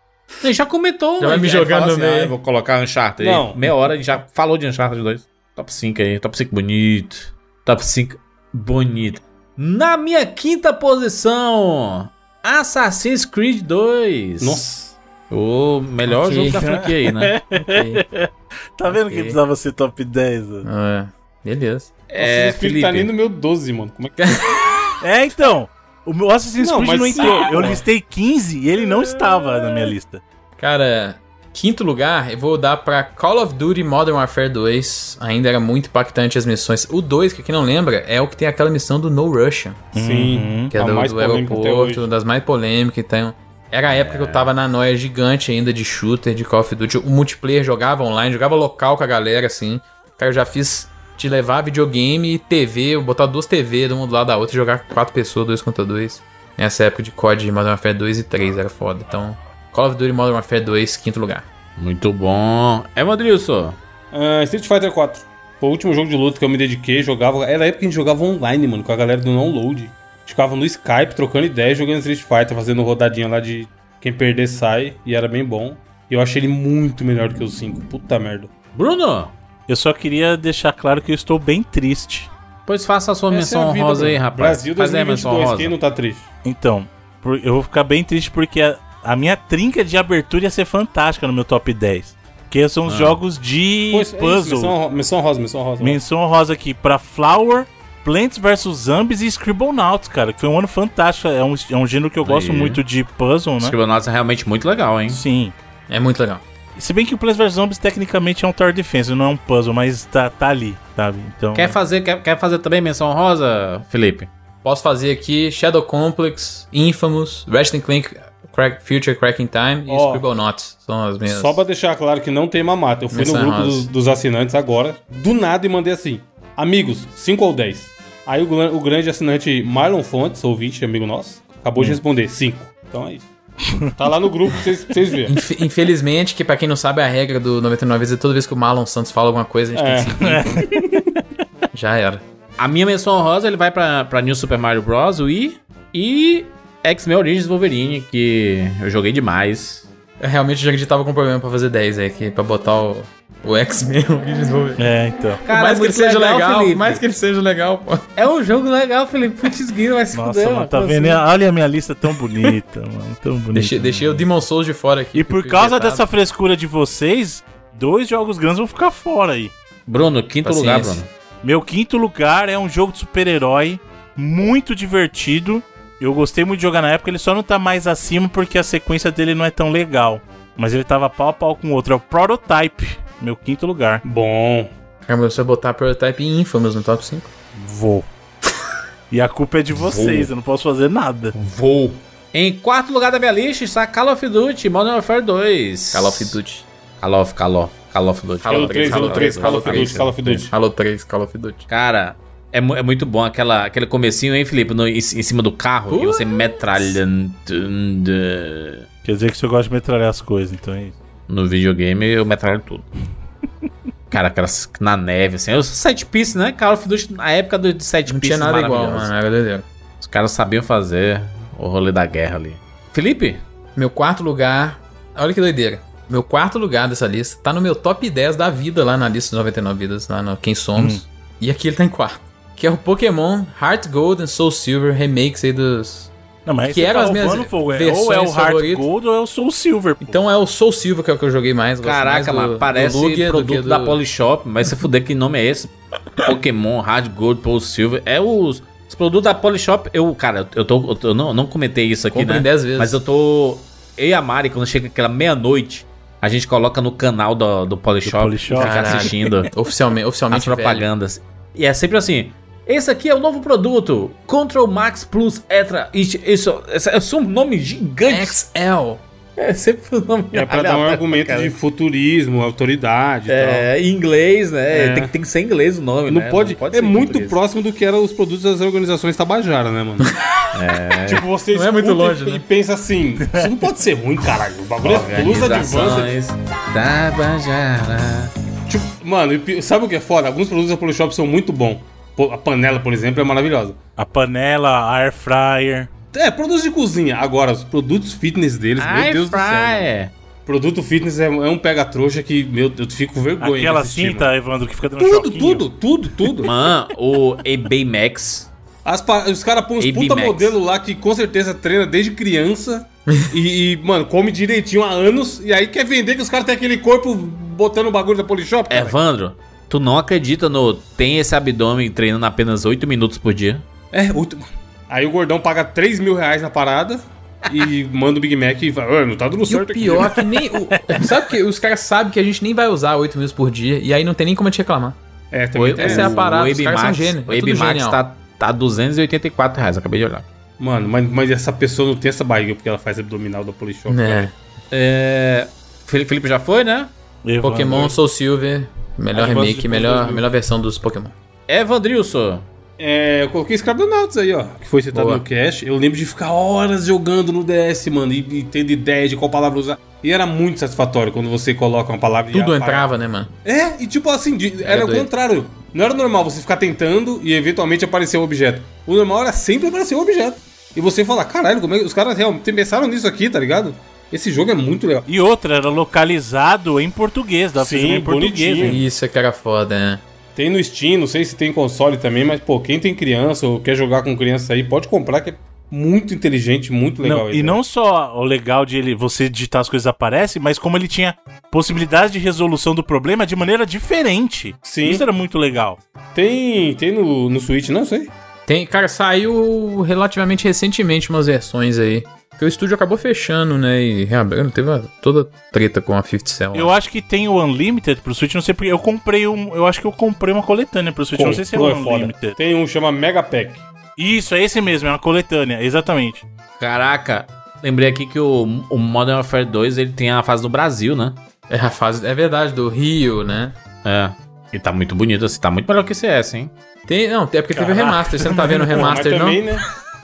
S1: Ele já comentou.
S4: Já vai
S1: ele-
S4: me
S1: ele
S4: jogando
S1: fala
S4: no meio.
S1: "Ah, eu vou colocar Uncharted.
S2: Não.
S1: Não. Meia hora a gente já falou de Uncharted 2. Top 5 aí. Top 5 bonito. Top 5 bonito. Na minha quinta posição, Assassin's Creed 2.
S2: Nossa.
S1: O melhor
S4: Ok.
S1: jogo da franquia aí, né?
S4: Ok.
S3: Tá vendo que
S4: Ok.
S3: precisava ser top né? 10? ó?
S4: Ah, beleza.
S1: é,
S2: Nossa, o Felipe tá nem
S1: Felipe.
S2: no meu 12, mano. Como é que
S3: É, então. O meu Assassin's
S2: Não,
S3: Creed
S2: mas
S3: não
S2: se-
S3: entrou. Eu listei 15 e ele não estava na minha lista.
S4: Cara, quinto lugar, eu vou dar pra Call of Duty Modern Warfare 2. Ainda era muito impactante as missões. O 2, que quem não lembra, é o que tem aquela missão do No Russian.
S2: Sim.
S4: Que é
S2: a
S4: do,
S2: mais
S4: do
S2: polêmica até
S4: aeroporto, das mais polêmicas. Então, era a época que eu tava na noia gigante ainda de shooter, de Call of Duty. O multiplayer jogava online, jogava local com a galera, assim. Cara, eu já fiz de levar videogame e TV, eu botar duas TV de um do lado da outra e jogar com quatro pessoas, dois contra dois. Nessa época de COD de Modern Warfare 2 e 3 era foda. Então, Call of Duty Modern Warfare 2, quinto lugar.
S1: Muito bom. É, Mandrilson.
S2: Ah, Street Fighter 4. Foi o último jogo de luta que eu me dediquei, jogava. Era a época que a gente jogava online, mano, com a galera do download. A gente ficava no Skype, trocando ideia, jogando Street Fighter, fazendo rodadinha lá de quem perder sai, e era bem bom. E eu achei ele muito melhor do que o 5. Puta merda.
S1: Bruno,
S3: Eu só queria deixar claro que eu estou bem triste.
S1: pois faça a sua
S2: Essa é
S1: menção
S2: a vida,
S1: honrosa
S2: mano.
S1: aí, rapaz.
S2: Brasil
S1: Faz aí a menção
S2: 2022, quem
S1: honrosa.
S2: não tá triste?
S3: Então, por- eu vou ficar bem triste porque a, a minha trinca de abertura ia ser fantástica no meu top 10. Que são os jogos de
S2: Pô, isso- é isso,
S3: puzzle.
S2: menção honro- Menção rosa, menção rosa.
S3: Menção rosa aqui pra Flower, Plants vs Zombies e Scribblenauts, cara, que foi um ano fantástico. É um, é um gênero que eu gosto
S1: Aí.
S3: muito de
S2: tá,
S3: puzzle, né?
S1: Escriba nossa é realmente muito legal, hein?
S3: Sim.
S4: É muito legal.
S3: Se bem que o Plants vs Zombies tecnicamente é um tower defense, não é um puzzle, mas tá, tá ali, sabe? Então,
S2: né?
S1: Quer fazer, quer, quer fazer também menção honrosa, Felipe?
S4: Posso fazer aqui Shadow Complex, Infamous, Ratchet and Clank, Crack, Future Cracking Time e
S2: Ó.
S4: Scribblenauts. São as minhas.
S2: Só pra deixar claro que não tem mamata. Eu fui
S4: Menção
S2: no grupo
S4: honrosa.
S2: dos, dos assinantes agora, do nada, e mandei assim: Amigos, 5 ou 10. Aí o, glan- o grande assinante Marlon Fontes, ouvinte, amigo nosso, acabou
S4: Hum.
S2: de responder: 5. Então é isso. Tá lá no grupo, pra vocês pra vocês verem.
S4: Inf- Infelizmente, que pra quem não sabe, a regra do 99 vezes é toda vez que o Marlon Santos fala alguma coisa, a gente
S2: É.
S4: tem que seguir. Já era.
S1: A minha menção honrosa ele vai pra, pra New Super Mario Bros. Wii e X-Men Origins Wolverine, que eu joguei demais.
S4: Eu realmente já acreditava com problema pra fazer 10 aí, que pra botar o, o X-Men e desenvolver.
S3: É, então.
S4: Por
S1: é
S4: mais que ele
S1: muito
S4: seja legal, por
S1: Felipe.
S4: mais que ele seja legal, pô.
S1: É um jogo legal, Felipe. Putz, Guino vai se
S3: Nossa,
S1: fuder.
S3: mano, tá
S1: mano.
S3: vendo?
S2: assim.
S3: Olha a minha lista tão bonita, mano. Tão bonita.
S4: Deixei, deixei o Demon Souls de fora aqui.
S3: E por
S4: fui
S3: causa
S4: vetado.
S3: dessa frescura de vocês, dois jogos grandes vão ficar fora aí.
S1: Bruno, quinto
S4: Paciência.
S1: lugar, Bruno.
S3: Meu quinto lugar é um jogo de super-herói muito divertido. Eu gostei muito de jogar na época, ele só não tá mais acima porque a sequência dele não é tão legal. Mas ele tava pau a pau com o outro. É o Prototype, meu quinto lugar.
S2: Bom.
S4: Caramba, você vai botar Prototype e Infamous no top 5.
S3: Vou. E a culpa é de vocês, eu não posso fazer nada.
S1: Vou. Em quarto lugar da minha lista está Call of Duty Modern Warfare 2.
S4: Call of Duty.
S1: Call of, Call of, Call of Duty.
S4: Call
S2: Halo
S4: of Duty, né?
S2: 3,
S4: Halo
S2: Halo 3,
S4: 3,
S2: Call of
S4: Halo
S2: Duty,
S4: 3,
S2: Call of Duty.
S4: Halo 3, Call of Duty.
S1: Cara, é, mu- é muito bom aquela, aquele comecinho, hein, Felipe? No- em, em cima do carro e você metralhando.
S3: Quer dizer que você gosta de metralhar as coisas, então é isso.
S1: No videogame eu metralho tudo. Cara, aquelas na neve, assim. Os set piece, né? Call of Duty, na época do de
S3: É
S1: set
S4: Não
S1: piece.
S4: tinha nada igual, né?
S1: maravilhosa.
S4: mano. Era doideira.
S1: Os caras sabiam fazer o rolê da guerra ali. Felipe?
S4: Meu quarto lugar. Olha que doideira. Meu quarto lugar dessa lista tá no meu top 10 da vida lá na lista dos 99 vidas, lá no Quem Somos.
S1: Hum.
S4: E aqui ele tá em quarto. Que é o Pokémon Heart Gold and Soul Silver remakes aí dos.
S3: Não, mas aí
S4: Que
S3: você
S4: eram as
S3: roubando
S4: minhas
S3: fogo, é. Ou é o
S4: versões
S3: Hard
S4: favoritas.
S3: Gold ou é o Soul Silver. pô.
S4: Então é o Soul Silver que é o que eu joguei mais. gosto mais
S1: Caraca,
S4: do-
S1: mano,
S4: do
S1: parece
S4: Lugia do que
S1: produto
S4: do-
S1: da Polishop, mas se fuder que nome é esse? Pokémon, Hard Gold, Paul Silver. É os, os produtos da Polishop. Eu, cara, eu, tô, eu, tô- eu não, não comentei isso aqui,
S4: Comprem
S1: né?
S4: 10 vezes.
S1: Mas eu tô. Eu e a Mari, quando chega aquela meia-noite, A gente coloca no canal do, do Polishop,
S3: Polishop.
S1: fica
S4: Caraca.
S1: assistindo
S4: Oficialmente,
S1: as
S4: oficialmente velho.
S1: propagandas. E é sempre assim. Esse aqui é o novo produto, Control Max Plus Extra. Isso, isso, isso é um nome gigante.
S4: XL.
S1: É sempre um nome
S2: É pra dar um
S1: aleatório,
S2: argumento
S1: cara.
S2: de futurismo, autoridade e tal.
S1: É, em inglês, né?
S2: É.
S1: Tem, que- tem que ser em inglês o nome,
S2: Não
S1: né?
S2: pode,
S1: ser
S2: é
S1: em
S2: muito
S1: português.
S2: próximo do que eram os produtos das organizações Tabajara, né, mano? É. Tipo, você
S4: Não é muito
S2: escuta
S4: longe,
S2: e,
S4: né?
S2: e pensa assim, isso não pode ser ruim, caralho. O bagulho é plus advanced.
S1: Organizações Tabajara.
S2: Tipo, mano, e pi- sabe o que é foda? Alguns produtos da Polishop são muito bons. Pô, A panela, por exemplo, é maravilhosa.
S3: A panela, a air fryer.
S2: É, produtos de cozinha. Agora, os produtos fitness deles, meu
S1: Air
S2: Deus do céu. mano.
S1: fryer.
S2: Produto fitness é, é um pega-trouxa que, meu, eu fico com vergonha. de
S3: Aquela
S2: assistir,
S3: cinta,
S2: mano.
S3: Evandro, que fica dando
S2: Tudo,
S3: choquinho.
S2: tudo, tudo, tudo.
S1: Mano, o eBay Max.
S2: As pa- Os caras põem uns
S1: AB
S2: puta
S1: Max.
S2: modelo lá que com certeza treina desde criança e, e, mano, come direitinho há anos e aí quer vender que os caras têm aquele corpo botando o bagulho da Polishop,
S4: É,
S2: cara.
S1: Evandro, É, tu não acredita no tem esse abdômen treinando apenas 8 minutos por dia?
S2: É, muito... Aí o gordão paga 3 mil reais na parada e manda o Big Mac e fala, "Ah, não tá dando
S4: E o
S2: certo
S4: pior
S2: aqui.
S4: é que nem. o- sabe que os caras sabem que a gente nem vai usar 8 mil por dia e aí não tem nem como te reclamar.
S2: É, também tem
S4: essa é a
S2: essa.
S4: parada, os
S1: AB
S4: caras são
S1: Max-
S4: gênio,
S1: O
S4: é
S1: AB
S4: tudo
S1: Max
S4: genial.
S1: tá, tá 284 reais, acabei de olhar.
S2: Mano, mas, mas essa pessoa não tem essa barriga porque ela faz abdominal da Polishop. cara.
S4: Né?
S1: É. Felipe Felipe já foi, né?
S3: Evandro.
S4: Pokémon Soul Silver, melhor
S2: Aí eu gosto
S4: remake,
S2: de
S4: melhor,
S2: Pokémon.
S4: melhor versão dos Pokémon.
S1: Evandrilson.
S2: É, eu coloquei Scrabdonauts aí, ó, que foi citado
S4: Boa.
S2: no cast. Eu lembro de ficar horas jogando no DS, mano, e, e tendo ideia de qual palavra usar. E era muito satisfatório quando você coloca uma palavra e
S4: Tudo
S2: apaga.
S4: entrava, né, mano?
S2: É, e tipo assim, de- era, o
S4: doido.
S2: contrário. Não era normal você ficar tentando e eventualmente aparecer o objeto. O normal era sempre aparecer o objeto. E você falar, caralho, como é que os caras realmente pensaram nisso aqui, tá ligado? Esse jogo é muito legal.
S3: E outra, era localizado em português, dava pra
S2: Sim,
S3: você jogar em português.
S2: bonitinho.
S3: hein?
S4: Isso é que era foda, né?
S2: Tem no Steam, não sei se tem em console também, mas pô, quem tem criança ou quer jogar com criança aí, pode comprar que é muito inteligente, muito legal.
S3: Não,
S2: a
S3: e
S2: ideia.
S3: não só o legal de ele você digitar as coisas aparece, mas como ele tinha possibilidade de resolução do problema de maneira diferente.
S2: Sim.
S3: Isso era muito legal.
S2: Tem, tem no, no Switch, não sei.
S4: Tem, cara, saiu relativamente recentemente umas versões aí. Porque o estúdio acabou fechando, né? E reabrindo, teve uma- toda treta com a Fifth Cell. né? lá.
S3: Eu acho que tem o Unlimited pro Switch, não sei porque. Eu comprei um. Eu acho que eu comprei uma coletânea pro Switch. não sei se é o
S2: Comprou,
S3: Unlimited.
S2: Tem um que chama Mega Pack.
S3: Isso, é esse mesmo, é uma coletânea, exatamente.
S1: Caraca, lembrei aqui que o, o Modern Warfare 2 ele tem a fase do Brasil, né?
S4: É a fase. É verdade, do Rio, né?
S1: É. E tá muito bonito, assim, tá muito melhor que esse S, hein?
S4: Tem, não, é porque teve o
S3: Caraca,
S4: remaster. Você não tá vendo o
S2: Pô,
S4: remaster,
S2: mas
S4: não?
S2: também, né?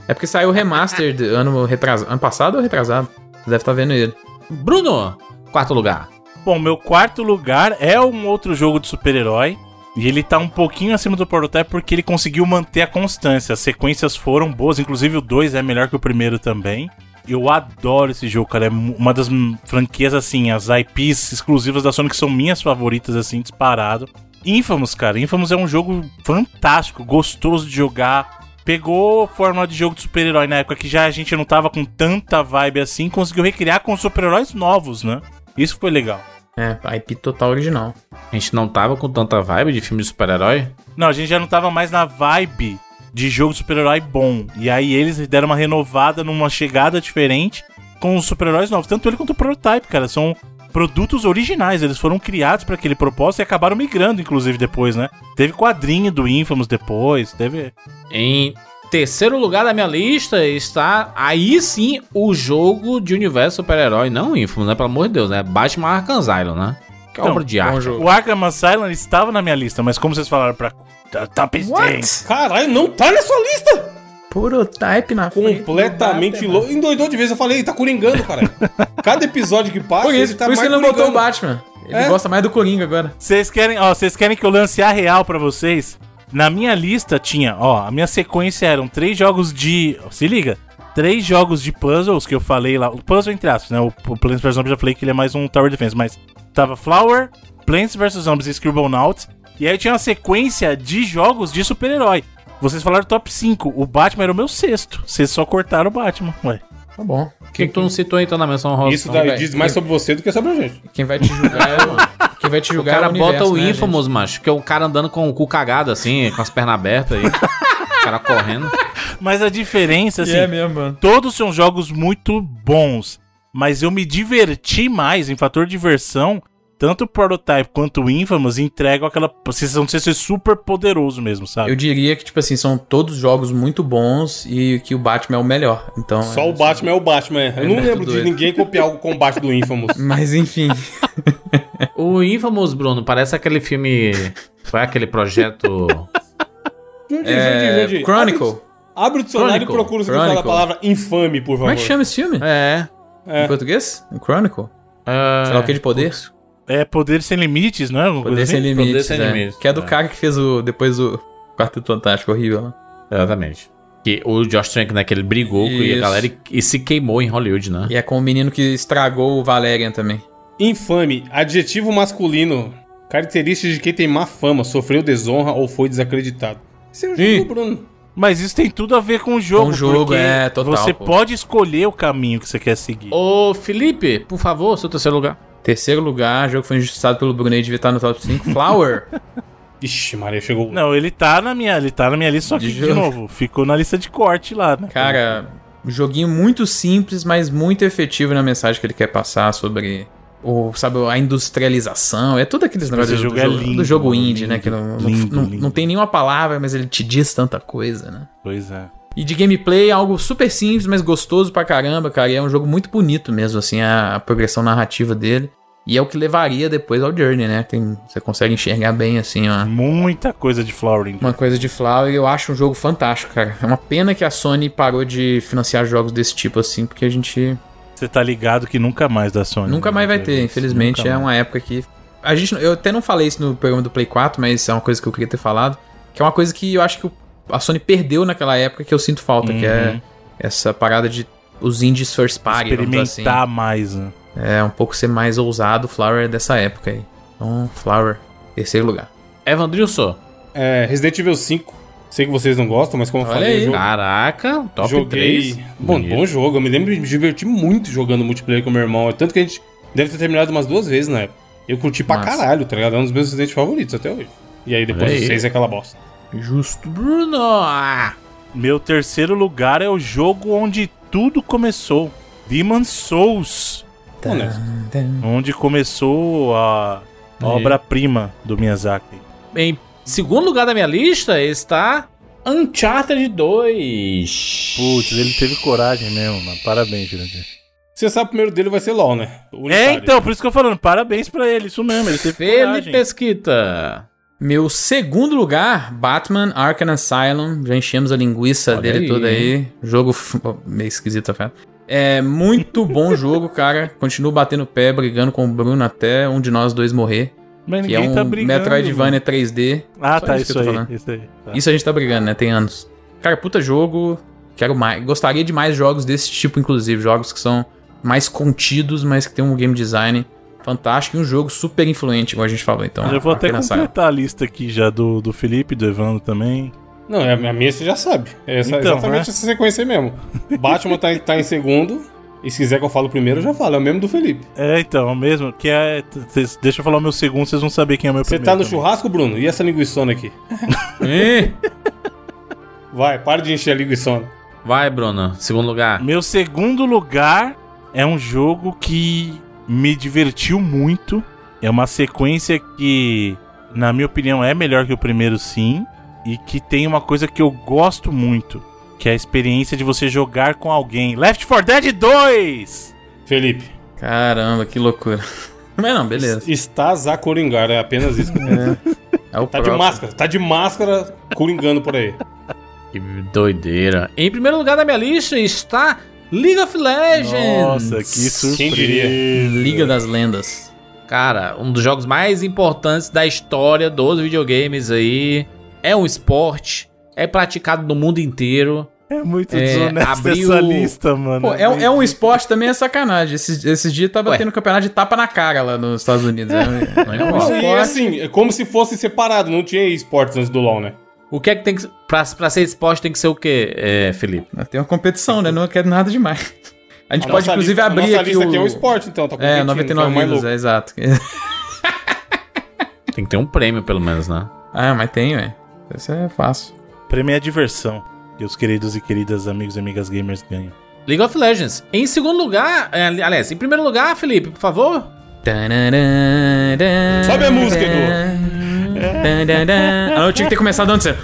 S4: É porque saiu o remaster do ano, retras... ano passado ou retrasado? Você deve estar vendo ele.
S1: Bruno, quarto lugar.
S3: Bom, meu quarto lugar é um outro jogo de super-herói. E ele tá um pouquinho acima do Prototype porque ele conseguiu manter a constância. As sequências foram boas, inclusive o 2 é melhor que o primeiro também. Eu adoro esse jogo, cara. É mu- uma das hum, franquias, assim, as IPs exclusivas da Sony que são minhas favoritas, assim, disparado. Infamous, cara. Infamous é um jogo fantástico, gostoso de jogar. Pegou forma de jogo de super-herói na época que já a gente não tava com tanta vibe assim, conseguiu recriar com super-heróis novos, né? Isso foi legal.
S4: É, a IP total original.
S1: A gente não tava com tanta vibe de filme de super-herói?
S3: Não, a gente já não tava mais na vibe de jogo de super-herói bom. E aí eles deram uma renovada numa chegada diferente com os super-heróis novos. Tanto ele quanto o Prototype, cara. São produtos originais. Eles foram criados pra aquele propósito e acabaram migrando, inclusive, depois, né? Teve quadrinho do Infamous depois, teve.
S1: Em terceiro lugar da minha lista está aí sim o jogo de universo super-herói, não Infamous, né? Pelo amor de Deus, né? Batman Arkham Asylum, né? Que
S3: Não,
S1: obra de arte.
S4: Bom jogo.
S3: O Arkham Asylum estava na minha lista, mas como vocês falaram pra. Tá, tá pendente.
S2: Caralho, não tá na sua lista!
S4: Prototype na frente do
S2: Completamente
S4: Batman.
S2: louco. Endoidou de vez, eu falei, tá coringando, cara. Cada episódio que passa,
S4: Por isso,
S2: tá
S4: por isso que ele não botou o
S2: coringando.
S4: Batman. Ele
S2: É?
S4: gosta mais do Coringa agora.
S3: Vocês querem, ó, vocês querem que eu lance a real pra vocês? Na minha lista tinha, ó, a minha sequência eram três jogos de, se liga, três jogos de puzzles que eu falei lá, o puzzle entre aspas, né? O, o Plants vs Zombies eu já falei que ele é mais um tower defense, mas tava Flower, Plants vs Zombies e Scribblenauts. E aí tinha uma sequência de jogos de super-herói. Vocês falaram top 5, o Batman era o meu sexto. Vocês só cortaram o Batman, ué.
S4: Tá bom.
S1: Por que, que tu não citou então na menção rosa?
S2: Isso daí diz mais sobre você do que sobre a gente.
S4: Quem vai te julgar é o. Quem vai te
S1: O
S4: julgar
S1: cara
S4: é o universo,
S1: bota o
S4: né,
S1: Infamous, macho, que é um cara andando com o cu cagado assim, com as pernas abertas aí. o cara correndo.
S3: Mas a diferença,
S4: gente?
S3: assim,
S4: É mesmo, mano.
S3: todos são jogos muito bons. mas eu me diverti mais em fator diversão. Tanto o Prototype quanto o Infamous entregam aquela sensação de ser super poderoso mesmo, sabe?
S4: Eu diria que, tipo assim, são todos jogos muito bons e que o Batman é o melhor. Então,
S2: Só o Batman é o Batman, é. Eu
S4: É
S2: não
S4: muito
S2: lembro de
S4: doido.
S2: ninguém copiar o combate do Infamous.
S4: Mas enfim.
S1: O Infamous, Bruno, parece aquele filme. Foi aquele projeto.
S2: Jundi,
S4: É,
S2: Jundi, Jundi.
S4: Chronicle.
S2: Abre o dicionário e
S1: Chronicle.
S2: procura o significado da
S4: Chronicle.
S2: palavra infame, por
S4: Como
S2: favor.
S4: é que chama esse filme?
S1: É.
S2: É.
S4: Em português? Em Chronicle? Sei lá o que é de poder?
S3: É poder sem limites, não é? Alguma
S4: Poder
S3: coisa
S4: sem
S3: assim?
S4: limites.
S1: Poder Sem
S4: né?
S1: Limites,
S4: Que é do
S1: é.
S4: cara que fez o depois o Quarteto Fantástico horrível né? lá.
S1: Exatamente. Que o Josh Trank, né? Que ele brigou com e a
S4: Isso.
S1: galera e, e se queimou em Hollywood, né?
S4: E é com o menino que estragou o Valerian também.
S2: Infame, adjetivo masculino, característica de quem tem má fama, sofreu desonra ou foi desacreditado. Esse é o jogo
S3: Ih.
S2: do Bruno.
S3: Mas isso tem tudo a ver com o jogo.
S4: Com o jogo,
S3: porque
S4: é, total,
S3: Você
S4: pô. Oh.
S3: pode escolher o caminho que você quer seguir.
S1: Ô, Felipe, por favor, seu terceiro lugar.
S4: Terceiro lugar, jogo que foi injustiçado pelo Brunei, devia estar no top 5. Flower.
S2: Ixi, Maria, chegou.
S3: Não, ele tá na minha, ele tá na minha lista, só que,
S4: De
S3: de,
S4: jogo.
S3: novo, ficou na lista de corte lá, né?
S4: Cara, um joguinho muito simples, mas muito efetivo na mensagem que ele quer passar sobre o, sabe, a industrialização. É tudo aqueles
S3: Esse
S4: negócios do,
S3: jogo é
S4: jogo-
S3: lindo,
S4: do jogo indie,
S3: lindo,
S4: né? Que não, não-
S3: lindo,
S4: não-
S3: lindo.
S4: não tem nenhuma palavra, mas ele te diz tanta coisa, né?
S3: Pois é.
S4: E de gameplay, algo super simples, mas gostoso pra caramba, cara. E é um jogo muito bonito mesmo, assim, a, a progressão narrativa dele. E é o que levaria depois ao Journey, né? Tem- você consegue enxergar bem, assim, ó.
S3: Muita coisa de Flowering.
S4: Uma coisa de Flower, eu acho um jogo fantástico, cara. É uma pena que a Sony parou de financiar jogos desse tipo, assim, porque a gente
S3: Você tá ligado que nunca mais da Sony.
S4: nunca
S3: né?
S4: mais vai ter, infelizmente.
S3: Nunca
S4: É
S3: mais.
S4: uma época que. A gente, eu até não falei isso no programa do Play 4, mas é uma coisa que eu queria ter falado. Que é uma coisa que eu acho que o- a Sony perdeu naquela época que eu sinto falta, que é
S3: Uhum.
S4: essa parada de os indies first party, vamos dizer assim.
S3: experimentar mais, né?
S4: É, um pouco ser mais ousado, Flower é dessa época aí. Então, Flower, terceiro lugar.
S1: Evandrilson.
S2: É, Resident Evil 5. Sei que vocês não gostam, mas como eu
S4: Olha
S2: falei,
S4: aí.
S2: eu jo-
S1: Caraca, Ah, top
S2: joguei.
S1: 3.
S2: Bom, bom jogo. Eu me lembro de me divertir muito jogando multiplayer com meu irmão. É Tanto que a gente deve ter terminado umas duas vezes na época. Eu curti pra
S4: Massa.
S2: caralho, tá ligado? É um dos meus Resident favoritos até hoje. E aí depois
S1: Olha aí.
S2: vocês é aquela bosta.
S4: Justo.
S1: Bruno! ah,
S3: Meu terceiro lugar é o jogo onde tudo começou. Demon Souls,
S1: Tá.
S2: Honesto.
S3: onde começou a
S4: Aí.
S3: obra-prima do Miyazaki.
S1: Em segundo lugar da minha lista está Uncharted 2.
S3: Putz, ele teve coragem mesmo, mano. Parabéns, Jurandir.
S2: Você sabe, o primeiro dele vai ser LOL, né? O
S3: É,
S2: Unitário.
S3: então, por isso que eu tô falando, parabéns pra ele, isso mesmo, ele teve
S1: Felipe
S3: coragem.
S1: Pesquita.
S4: Meu segundo lugar, Batman Arkham Asylum. Já enchemos a linguiça
S1: Olha
S4: dele
S1: aí.
S4: toda aí. Jogo f- oh, meio esquisito, cara. É muito bom jogo, cara. Continuo batendo pé, brigando com o Bruno até um de nós dois morrer.
S3: Mas
S4: Que é
S3: ninguém tá
S4: um
S3: brigando.
S4: Metroidvania 3D.
S3: mano. Ah,
S4: Só
S3: tá,
S4: isso
S3: isso,
S4: que eu tô
S3: aí,
S4: falando.
S3: isso aí. tá.
S4: Isso a gente tá brigando, né? Tem anos. Cara, puta jogo. Quero mais. Gostaria de mais jogos desse tipo, inclusive. Jogos que são mais contidos, mas que tem um game design fantástico e um jogo super influente, igual a gente falou. Então,
S3: Eu vou até
S4: apenas saiba.
S3: completar a lista aqui já do, do Felipe, do Evandro também.
S2: Não, é- a minha você já sabe. É essa-
S3: Então,
S2: exatamente
S3: né?
S2: essa sequência aí mesmo. Batman tá, em- tá em segundo. E se quiser que eu falo primeiro, eu já falo. É o mesmo do Felipe.
S3: É, então, é o mesmo, que é... cês- deixa eu falar o meu segundo, vocês vão saber quem é o meu
S2: Você
S3: primeiro.
S2: tá no
S3: também.
S2: churrasco, Bruno? E essa linguiçona aqui?
S4: Ih,
S2: Vai, para de encher a linguiçona.
S1: Vai, Bruno. Segundo lugar.
S3: Meu segundo lugar é um jogo que me divertiu muito. É uma sequência que, na minha opinião, é melhor que o primeiro, sim. E que tem uma coisa que eu gosto muito, que é a experiência de você jogar com alguém. Left 4 Dead 2!
S2: Felipe,
S4: Caramba, que loucura. Mas não, beleza.
S2: es- estás a coringar, é apenas isso.
S4: É o
S2: Tá de
S4: próprio.
S2: máscara, tá de máscara coringando por aí.
S1: Que doideira. Em primeiro lugar da minha lista está League of Legends.
S3: Nossa, que surpresa!
S2: Quem diria?
S4: Liga das Lendas.
S1: Cara, um dos jogos mais importantes da história dos videogames aí. É um esporte, é praticado no mundo inteiro.
S3: É muito
S1: É,
S3: desonesto
S1: abri
S3: essa
S1: o-
S3: lista, mano.
S4: Pô, é, um- é um esporte também, é sacanagem. Esses, esses dias tava
S1: Ué.
S4: tendo campeonato de tapa na cara lá nos Estados Unidos. É, um- é um
S2: Isso aí é
S4: esporte.
S2: assim, é como se fosse separado, não tinha esportes antes do LoL, né?
S1: O que é que tem que. Pra, pra ser esporte tem que ser o quê, é, Felipe?
S4: Tem uma competição, né? Não quero nada demais. A gente
S2: A
S4: pode,
S2: nossa
S4: inclusive,
S2: lista-
S4: abrir
S2: a nossa
S4: aqui
S2: lista
S4: o...
S2: aqui é um esporte, então, tá
S4: É,
S2: competindo, que
S4: 99
S2: mais
S4: vidas,
S2: louco.
S4: é, exato.
S1: Tem que ter um prêmio, pelo menos, né?
S4: ah, mas tem, velho. Isso é fácil.
S3: Prêmio é a diversão que os queridos e queridas amigos e amigas gamers ganham.
S1: League of Legends. Em segundo lugar, é, ali- aliás, em primeiro lugar, Felipe, por favor.
S4: Sabe
S2: a música,
S4: Edu? Ah, eu tinha que ter começado antes. né?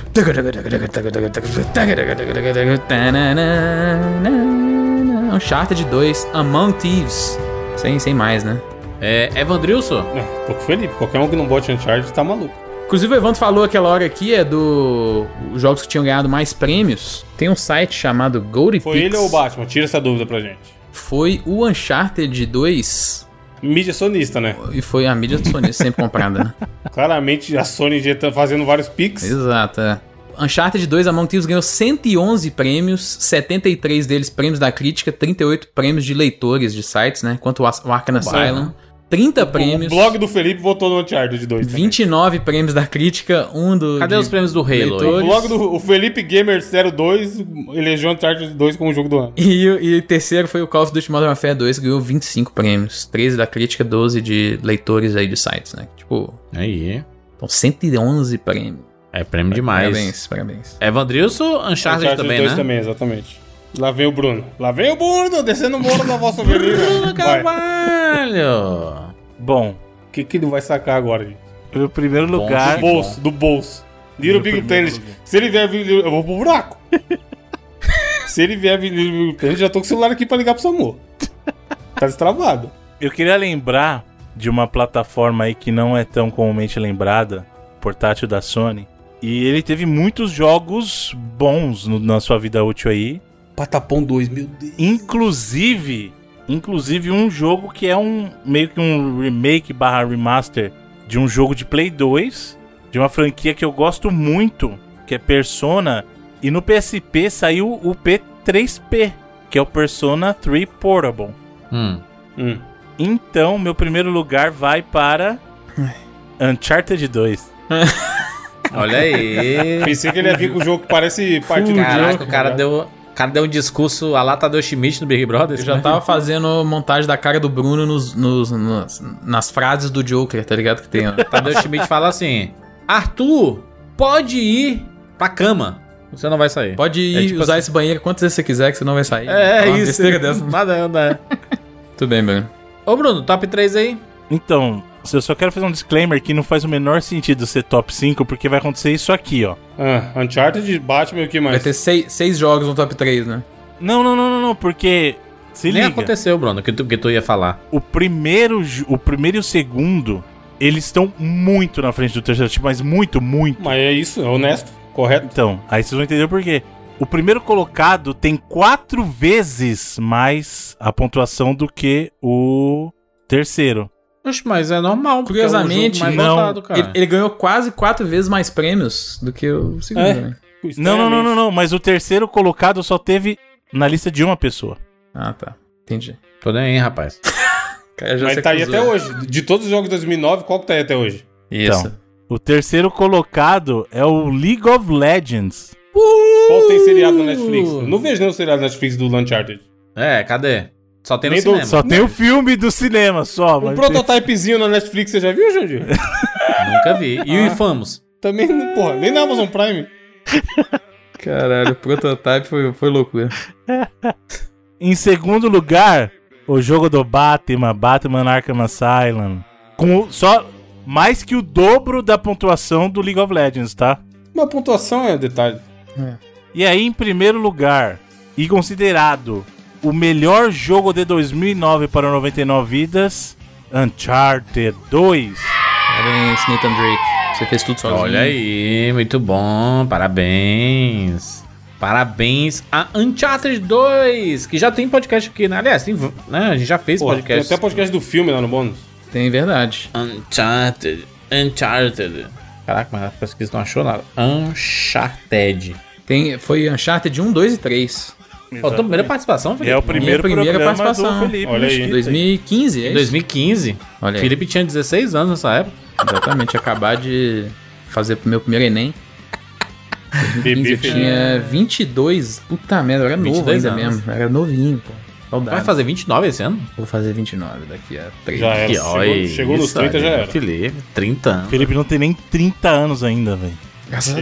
S4: Uncharted 2, Among Thieves. Sem, sem mais, né?
S1: É, Evandrilson?
S2: É, tô com o Felipe. Qualquer um que não bote Uncharted tá maluco.
S4: Inclusive, o Evandro falou aquela hora aqui, é do... Os jogos que tinham ganhado mais prêmios. Tem um site chamado GoldPix.
S2: Foi ele ou o Batman? Tira essa dúvida pra gente.
S4: Foi o Uncharted 2.
S2: Mídia sonista, né?
S4: E foi a mídia do Sony sempre comprada, né?
S2: Claramente a Sony já tá fazendo vários pics.
S4: Exato, é. Uncharted 2 Among Thieves ganhou 111 prêmios, 73 deles prêmios da crítica, 38 prêmios de leitores de sites, né? Quanto o As- o Arkham
S2: Vai, né?
S4: Asylum, 30 prêmios,
S2: O blog do né? Felipe votou no Uncharted 2. também.
S4: 29 prêmios da crítica, um do
S1: Cadê
S4: de
S1: os prêmios do Halo aí?
S2: O
S4: leitores.
S2: blog do o Felipe Gamer 02 elegeu Uncharted 2 como jogo do ano.
S4: E, o- e o terceiro foi o Call of Duty Modern Warfare 2, que ganhou 25 prêmios, 13 da crítica, 12 de leitores aí de sites, né? Tipo,
S1: Aí.
S4: então 111 prêmios.
S1: É prêmio demais.
S4: Parabéns, parabéns.
S1: Evandrilson, Uncharted, também,
S2: 2
S1: né?
S2: também, exatamente. Lá vem o Bruno. Lá vem o Bruno, descendo o muro da vossa avenida. Vai.
S1: Caralho!
S3: Bom,
S2: O que, que ele vai sacar agora, gente?
S3: no primeiro
S2: do
S3: lugar.
S2: bolso, do bolso. Little Big Planet. Se ele vier vir, eu vou pro buraco. Se ele vier vir Little Big Planet, já tô com o celular aqui pra ligar pro Samu. Tá destravado.
S3: Eu queria lembrar de uma plataforma aí que não é tão comumente lembrada, portátil da Sony. E ele teve muitos jogos bons no- na sua vida útil aí.
S2: Patapom 2, meu Deus.
S3: Inclusive, inclusive um jogo que é um meio que um remake barra remaster de um jogo de Play 2, de uma franquia que eu gosto muito, que é Persona. E no PSP saiu o P3P, que é o Persona 3 Portable.
S1: Hum.
S2: Hum.
S3: Então, meu primeiro lugar vai para Uncharted 2.
S1: Olha aí.
S2: Pensei que ele ia vir com um jogo que parece partido
S1: Caraca, o
S4: né?
S1: cara deu, o cara deu um discurso a lá Tadeu Schmidt no Big Brother.
S4: Eu já tava fazendo montagem da cara do Bruno nos, nos- nas, nas frases do Joker, tá ligado? Que tem. ó.
S1: Tadeu Schmidt fala assim: Arthur, pode ir pra cama. Você não vai sair.
S4: Pode ir
S1: É tipo
S4: usar
S1: assim.
S4: esse banheiro quantas vezes você quiser, que você não vai sair.
S1: É,
S4: Fala uma
S1: isso.
S4: besteira dessa.
S1: Nada, nada. é.
S4: Tudo bem, Bruno.
S1: Ô, Bruno, top 3 aí.
S3: Então, se eu só quero fazer um disclaimer que não faz o menor sentido ser top 5, porque vai acontecer isso aqui, ó.
S2: Ah, Uncharted, Batman e o que
S4: Vai
S2: mais?
S4: ter seis, seis jogos no top 3, né?
S3: Não, não, não, não, não, porque. Se
S1: Nem
S3: liga.
S1: aconteceu, Bruno, o que tu, que tu ia falar.
S3: O primeiro, ju- o primeiro e o segundo, eles estão muito na frente do terceiro, tipo, mas muito, muito.
S2: Mas é isso, é honesto, correto.
S3: Então, aí vocês vão entender por quê. O primeiro colocado tem quatro vezes mais a pontuação do que o terceiro.
S1: Oxe, mas é normal. porque é o jogo
S4: Curiosamente,
S1: mais
S3: não.
S1: votado, cara.
S4: Ele, ele ganhou quase quatro vezes mais prêmios do que o segundo,
S2: É.
S4: né?
S3: Não, não, não, não, não, mas o terceiro colocado só teve na lista de uma pessoa.
S4: Ah, tá. Entendi.
S1: Tô nem aí, rapaz.
S4: Cara, já
S2: Mas
S4: se
S2: tá aí
S4: acusou.
S2: até hoje. De todos os jogos de 2009, qual que tá aí até hoje?
S4: Isso.
S3: Então. O terceiro colocado é o League of Legends.
S2: Qual tem seriado na Netflix? Eu não vejo nenhum seriado na Netflix do Uncharted.
S1: É, cadê? Só tem É no
S2: Nem do-
S1: cinema.
S3: Só tem o filme do cinema só,
S2: Um
S3: mas
S2: prototypezinho na Netflix, você já viu, Jandir?
S1: Nunca vi. E o Infamous?
S2: Também, não- porra, nem na Amazon Prime.
S4: Caralho, o prototype foi, foi loucura.
S3: Em segundo lugar, o jogo do Batman, Batman Arkham Asylum. Com o- só mais que o dobro da pontuação do League of Legends, tá?
S2: Uma pontuação é detalhe.
S3: E aí, em primeiro lugar, e considerado o melhor jogo de 2009 para 99 vidas, Uncharted 2.
S4: Parabéns, Nathan Drake. Você fez tudo sozinho.
S1: Olha aí, muito bom. Parabéns. Parabéns a Uncharted 2, que já tem podcast aqui, né? Aliás, tem, v- né? a gente já fez
S2: Porra, tem
S1: podcast.
S2: até podcast do filme lá no bônus.
S4: Tem verdade.
S1: Uncharted, Uncharted. Caraca, mas parece que eles não achou nada. Uncharted.
S4: Tem, foi Uncharted 1, 2 e 3.
S1: Pô, tua primeira participação, Felipe?
S3: É o primeiro
S4: Minha primeira
S3: programa
S4: participação.
S3: do Felipe.
S2: Olha aí.
S3: Mesquita.
S4: 2015, é
S1: Em
S4: isso?
S1: 2015.
S4: Olha aí.
S1: Felipe tinha 16 anos nessa época.
S4: Exatamente, acabar de fazer pro meu primeiro Enem. 15,
S2: Bebê
S4: eu
S2: feliz.
S4: tinha 22. Puta merda, eu era novo
S1: 22
S4: ainda
S1: anos.
S4: mesmo. Eu era novinho, pô. Saudade.
S1: Vai fazer 29 esse ano?
S4: Vou fazer 29 daqui a 3.
S2: Já era. É, Chegou, chegou nos 30 já era.
S1: Felipe, 30 anos.
S3: Felipe não tem nem 30 anos ainda, velho.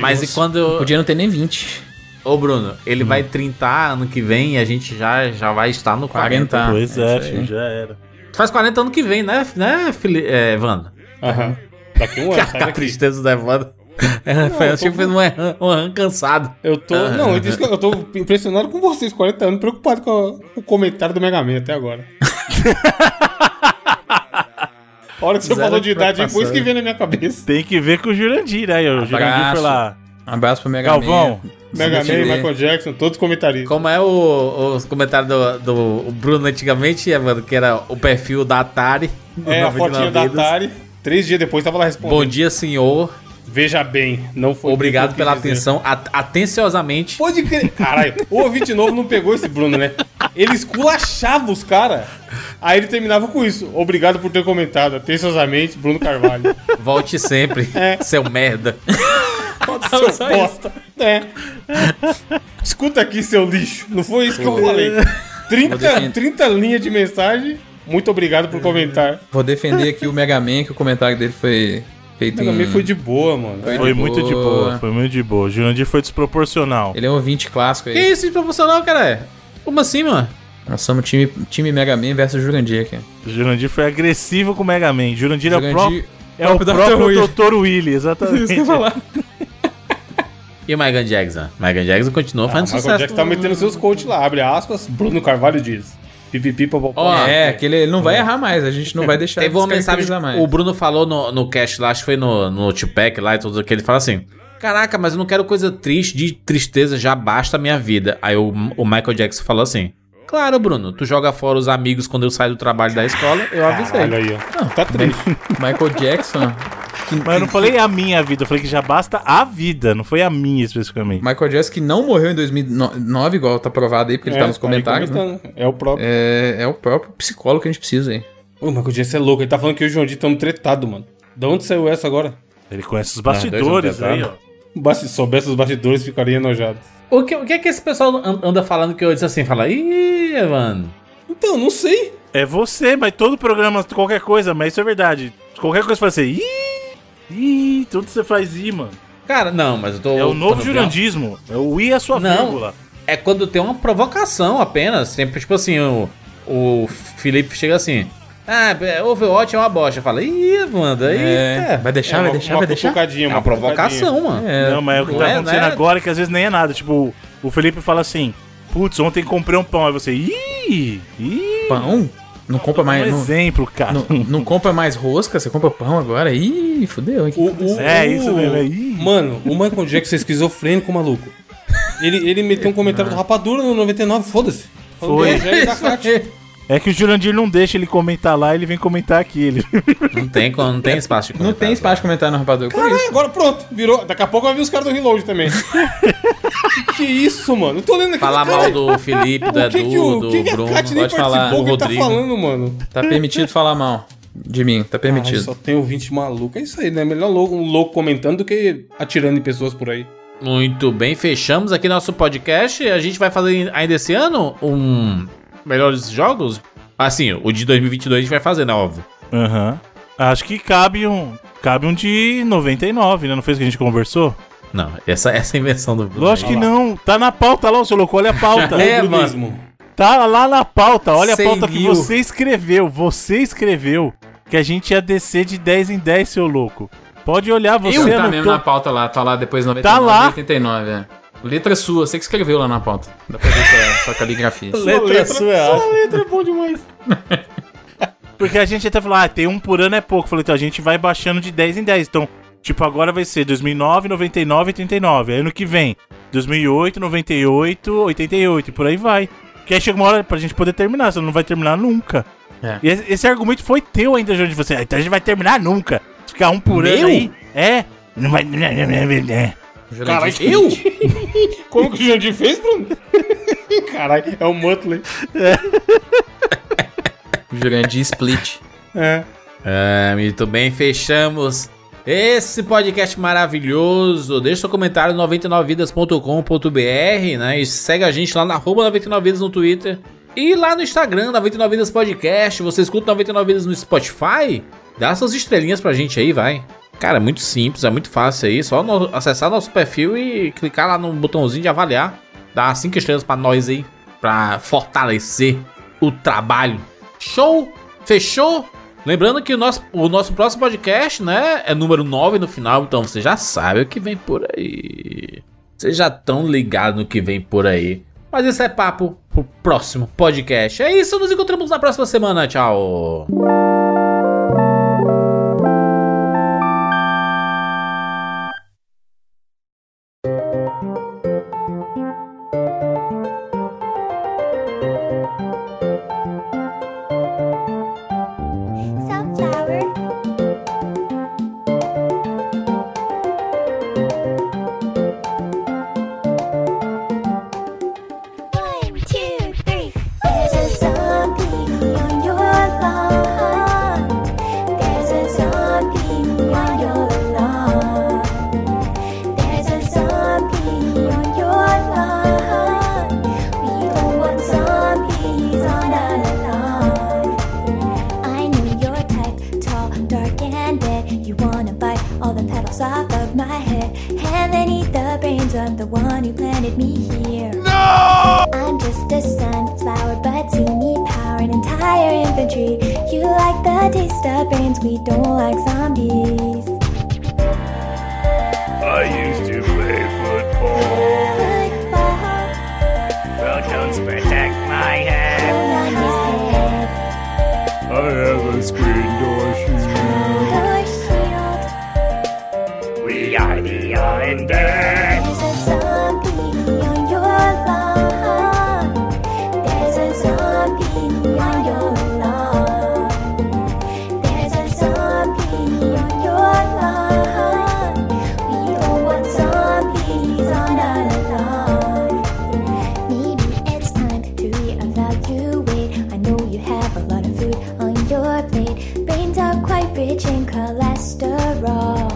S1: Mas e quando...
S4: Podia não ter nem 20.
S1: Ô, Bruno, ele vai 30 ano que vem e a gente já, já vai estar no 40.
S3: 40. Pois é,
S1: Ah, isso aí.
S3: filho, já era.
S1: Faz 40 ano que vem, né, né Fili é, Evandro?
S2: Aham. Daqui um ano, sai
S1: a
S2: daqui.
S1: tristeza da Evandro. Ela foi-
S2: eu
S1: Achei que
S2: tô-
S1: fez um erran um erran cansado.
S2: Eu tô. Não, eu, disse que eu tô impressionado com vocês, 40 anos, preocupado com a- com o comentário do Mega Man até agora. a hora que você
S4: Zero
S2: falou de idade, aí,
S4: preocupação.
S2: foi isso que veio na minha cabeça.
S3: Tem que ver com o Jurandir, né? O Jurandir foi lá.
S4: Um abraço pro Mega
S3: Galvão.
S4: Man. Se
S2: Mega Man,
S4: defender.
S2: Michael Jackson, todos comentaristas.
S1: Como é o, os comentários do, do Bruno antigamente, Evandro, que era o perfil da Atari. do
S2: É, a
S1: 99
S2: fotinha da
S1: Vidas.
S2: Atari. Três dias depois tava lá respondendo.
S1: Bom dia, senhor.
S2: Veja bem, não foi.
S1: Obrigado
S2: dito o que
S1: pela
S2: dizer.
S1: atenção. At- atenciosamente.
S2: Pode crer. Caralho, o ouvinte novo não pegou esse Bruno, né? Ele esculachava os caras. Aí ele terminava com isso. Obrigado por ter comentado. Atenciosamente, Bruno Carvalho.
S1: Volte sempre, seu merda. um
S2: Seu bosta. É. Escuta aqui, seu lixo. Não foi isso que eu falei.
S4: assim,
S2: 30, 30 linhas de mensagem. Muito obrigado por comentar.
S4: Vou defender aqui o Mega Man, que o comentário dele foi feito
S2: Mega
S4: em...
S2: Man foi de boa, mano.
S4: Foi de
S3: Foi muito de
S4: boa.
S3: boa, foi muito de boa. O Jurandir foi desproporcional.
S4: Ele é um ouvinte clássico
S1: Que
S4: aí.
S1: isso de proporcional, cara? Como assim, mano?
S4: Nós somos time, time Mega Man versus Jurandir aqui.
S3: O Jurandir foi agressivo com o Mega Man. O Jurandir é o próprio.
S4: Jurandir-
S3: É o
S4: próprio Dr.
S3: próprio
S4: Willy.
S3: Dr. Willy, exatamente.
S1: E o Michael Jackson? Michael Jackson continua
S2: Ah,
S1: fazendo
S2: Michael
S1: sucesso.
S2: Jackson tá metendo seus coach lá. Abre aspas. Bruno Carvalho diz. Pipipi, popopó.
S1: Ó,
S4: É, que ele não vai errar mais, a gente não vai deixar
S1: Teve uma mensagem.
S4: descaracterizar mais.
S1: O Bruno falou no, no cast lá, acho que foi no, no Tupac lá e tudo que ele fala assim. Caraca, mas eu não quero coisa triste, de tristeza já basta a minha vida. Aí o, o Michael Jackson falou assim: Claro, Bruno, tu joga fora os amigos quando eu saio do trabalho da escola, eu avisei.
S2: Olha aí, ó. tá triste.
S4: Michael Jackson.
S3: Mas eu não falei a minha vida, eu falei que já basta a vida, não foi a minha especificamente.
S4: Michael Jackson que não morreu em 2009, igual tá provado aí, porque ele tá nos
S2: aí
S4: comentários. né?
S2: É, comentando. É o próprio.
S4: É, é o próprio psicólogo que a gente precisa aí.
S2: Ô, Michael Jackson é louco. Ele tá falando que eu e o João Di estamos tretados, mano. Da onde saiu essa agora?
S3: Ele conhece os
S1: dois
S3: bastidores tá?
S1: não
S3: Ah, aí, ó.
S1: pegaram.
S2: Bas- Se soubesse os bastidores, ficaria enojado.
S1: O que, o que é que esse pessoal an- anda falando que eu disse assim? Fala, ih, mano.
S2: Então, não sei.
S3: É você, mas todo programa, qualquer coisa, mas isso é verdade. Qualquer coisa você faz assim, ih, ih, tudo você faz i, mano.
S1: Cara, não, mas eu tô.
S3: É o novo
S1: tô tá no-
S3: jurandismo, é o i é a sua
S1: Não.
S3: vírgula.
S1: É quando tem uma provocação apenas. Sempre, tipo assim, o, o Felipe chega assim. Ah, é, Overwatch é uma bosta. Fala, ih, Wanda,
S4: É,
S1: eita.
S4: vai deixar, vai
S2: uma-
S4: deixar,
S2: uma
S4: vai deixar?
S2: cutucadinha,
S1: É uma provocação, mano.
S4: É,
S3: não, mas é o que
S1: não
S3: tá
S1: é,
S3: acontecendo
S1: né?
S3: agora, que às vezes nem é nada. Tipo, o Felipe fala assim, putz, ontem comprei um pão. Aí você, ih, ih.
S4: Pão? Não compra
S3: Um
S4: mais. Não,
S3: exemplo, cara.
S4: não- não compra mais rosca, você compra pão agora? Ih, fudeu. hein?
S2: O- o-
S3: É,
S2: o-
S3: isso mesmo, é, ih.
S2: Mano, o Michael Jackson é esquizofrênico, maluco. Ele, ele meteu um comentário do Rapadura no 99, foda-se. Falando
S3: Foi.
S2: do Evangelho da Cátia.
S3: É que o Jurandir não deixa ele comentar lá, ele vem comentar aqui. Ele...
S1: Não tem, como- não tem espaço de
S4: Não
S1: comentário.
S4: tem espaço de comentar no rapador. Por
S2: Caralho,
S4: isso.
S2: agora pronto, virou. Daqui a pouco vai vir os caras do Reload também. que, que isso, mano? Eu tô lendo aqui.
S1: Falar mal
S2: caralho,
S1: do Felipe, do
S2: O que, que, o,
S1: Edu, do
S2: que, que a
S1: Bruno,
S2: Kat nem
S1: pode falar, do
S2: participou que ele tá
S1: Rodrigo.
S2: falando, mano?
S4: Tá permitido falar mal de mim, tá
S2: Ai,
S4: permitido.
S2: só tem ouvinte maluco. É isso aí, né? Melhor louco, um louco comentando do que atirando em pessoas por aí.
S1: Muito bem, fechamos aqui nosso podcast. A gente vai fazer ainda esse ano um melhores jogos. Assim, o de 2022 a gente vai fazer, né, óbvio.
S3: Aham. Acho que cabe um. Cabe um de 99, né? Não foi isso que a gente conversou?
S1: Não, essa, essa é a invenção do
S3: Lógico que não. Tá na pauta lá, o seu louco. Olha a pauta.
S1: É, mano.
S2: Brunismo.
S3: Tá lá na pauta. Olha a
S1: Cem
S3: pauta que
S1: mil.
S3: você escreveu. Você escreveu que a gente ia descer de 10 em 10, seu louco. Pode olhar, você
S4: Eu tá
S3: anotou.
S4: mesmo na pauta lá, tá lá depois 99,
S3: Tá lá.
S4: 89, é. Letra sua, você que escreveu lá na pauta. Dá pra ver sua, sua caligrafia.
S1: Letra, sua, eu acho.
S2: Letra é bom demais.
S3: Porque a gente até falou, ah, tem um por ano é pouco. Eu Falei, então a gente vai baixando de 10 em 10. Então, tipo, agora vai ser 2009, 99, 89. Aí ano que vem, 2008, 98, 88, e por aí vai. Que aí chega uma hora pra gente poder terminar, senão não vai terminar nunca.
S4: É.
S3: E esse, esse argumento foi teu ainda, João, de você. "Ah, Então a gente vai terminar nunca. Se Ficar um por ano
S1: Meu?
S3: aí. É. Não vai.
S2: Caralho, eu? Como que o Jandir fez, Bruno? Caralho, é o Muttley.
S4: Jurandir Split.
S2: É.
S1: É, muito bem, fechamos esse podcast maravilhoso. Deixa seu comentário no 99vidas.com.br, né? E segue a gente lá na arroba 99vidas no Twitter. E lá no Instagram, 99vidas podcast. Você escuta 99vidas no Spotify? Dá suas estrelinhas pra gente aí, vai. Cara, é muito simples, é muito fácil aí. Só no- acessar nosso perfil e clicar lá no botãozinho de avaliar. Dá cinco estrelas pra nós aí, pra fortalecer o trabalho. Show? Fechou? Lembrando que o nosso, o nosso próximo podcast, né, é número 9 no final, então você já sabe o que vem por aí. Vocês já estão ligados no que vem por aí. Mas isso é papo pro próximo podcast. É isso, nos encontramos na próxima semana. Tchau!
S13: One, two, three. There's a zombie on your lawn. There's a zombie on your lawn. There's a zombie on your lawn. We don't want zombies on our lawn. I know your type, tall, dark, and red. You wanna bite all the petals off of my head, and then eat the brains of the one who planted me here. No! I'm just a sunflower, but see me power an entire infantry. You like the taste of brains, we don't like zombies.
S6: I used to play football. Well, don't protect my head. I have a screen door shield. We are the undead.
S13: There's a zombie on your lawn. There's a zombie on your lawn. There's a zombie on your lawn. We don't want zombies on our lawn. Maybe it's time to reevaluate. I know you have a lot of food on your plate. Brains are quite rich in cholesterol.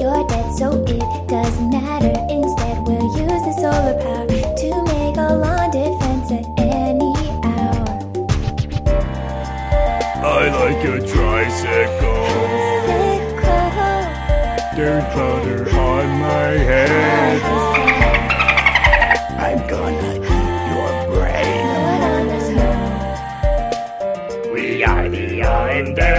S13: You're dead, so it doesn't matter. Instead, we'll use the solar power to make a lawn defense at any hour.
S6: I like a tricycle. Dirt powder on my head. I'm gonna eat your brain. We are the undead.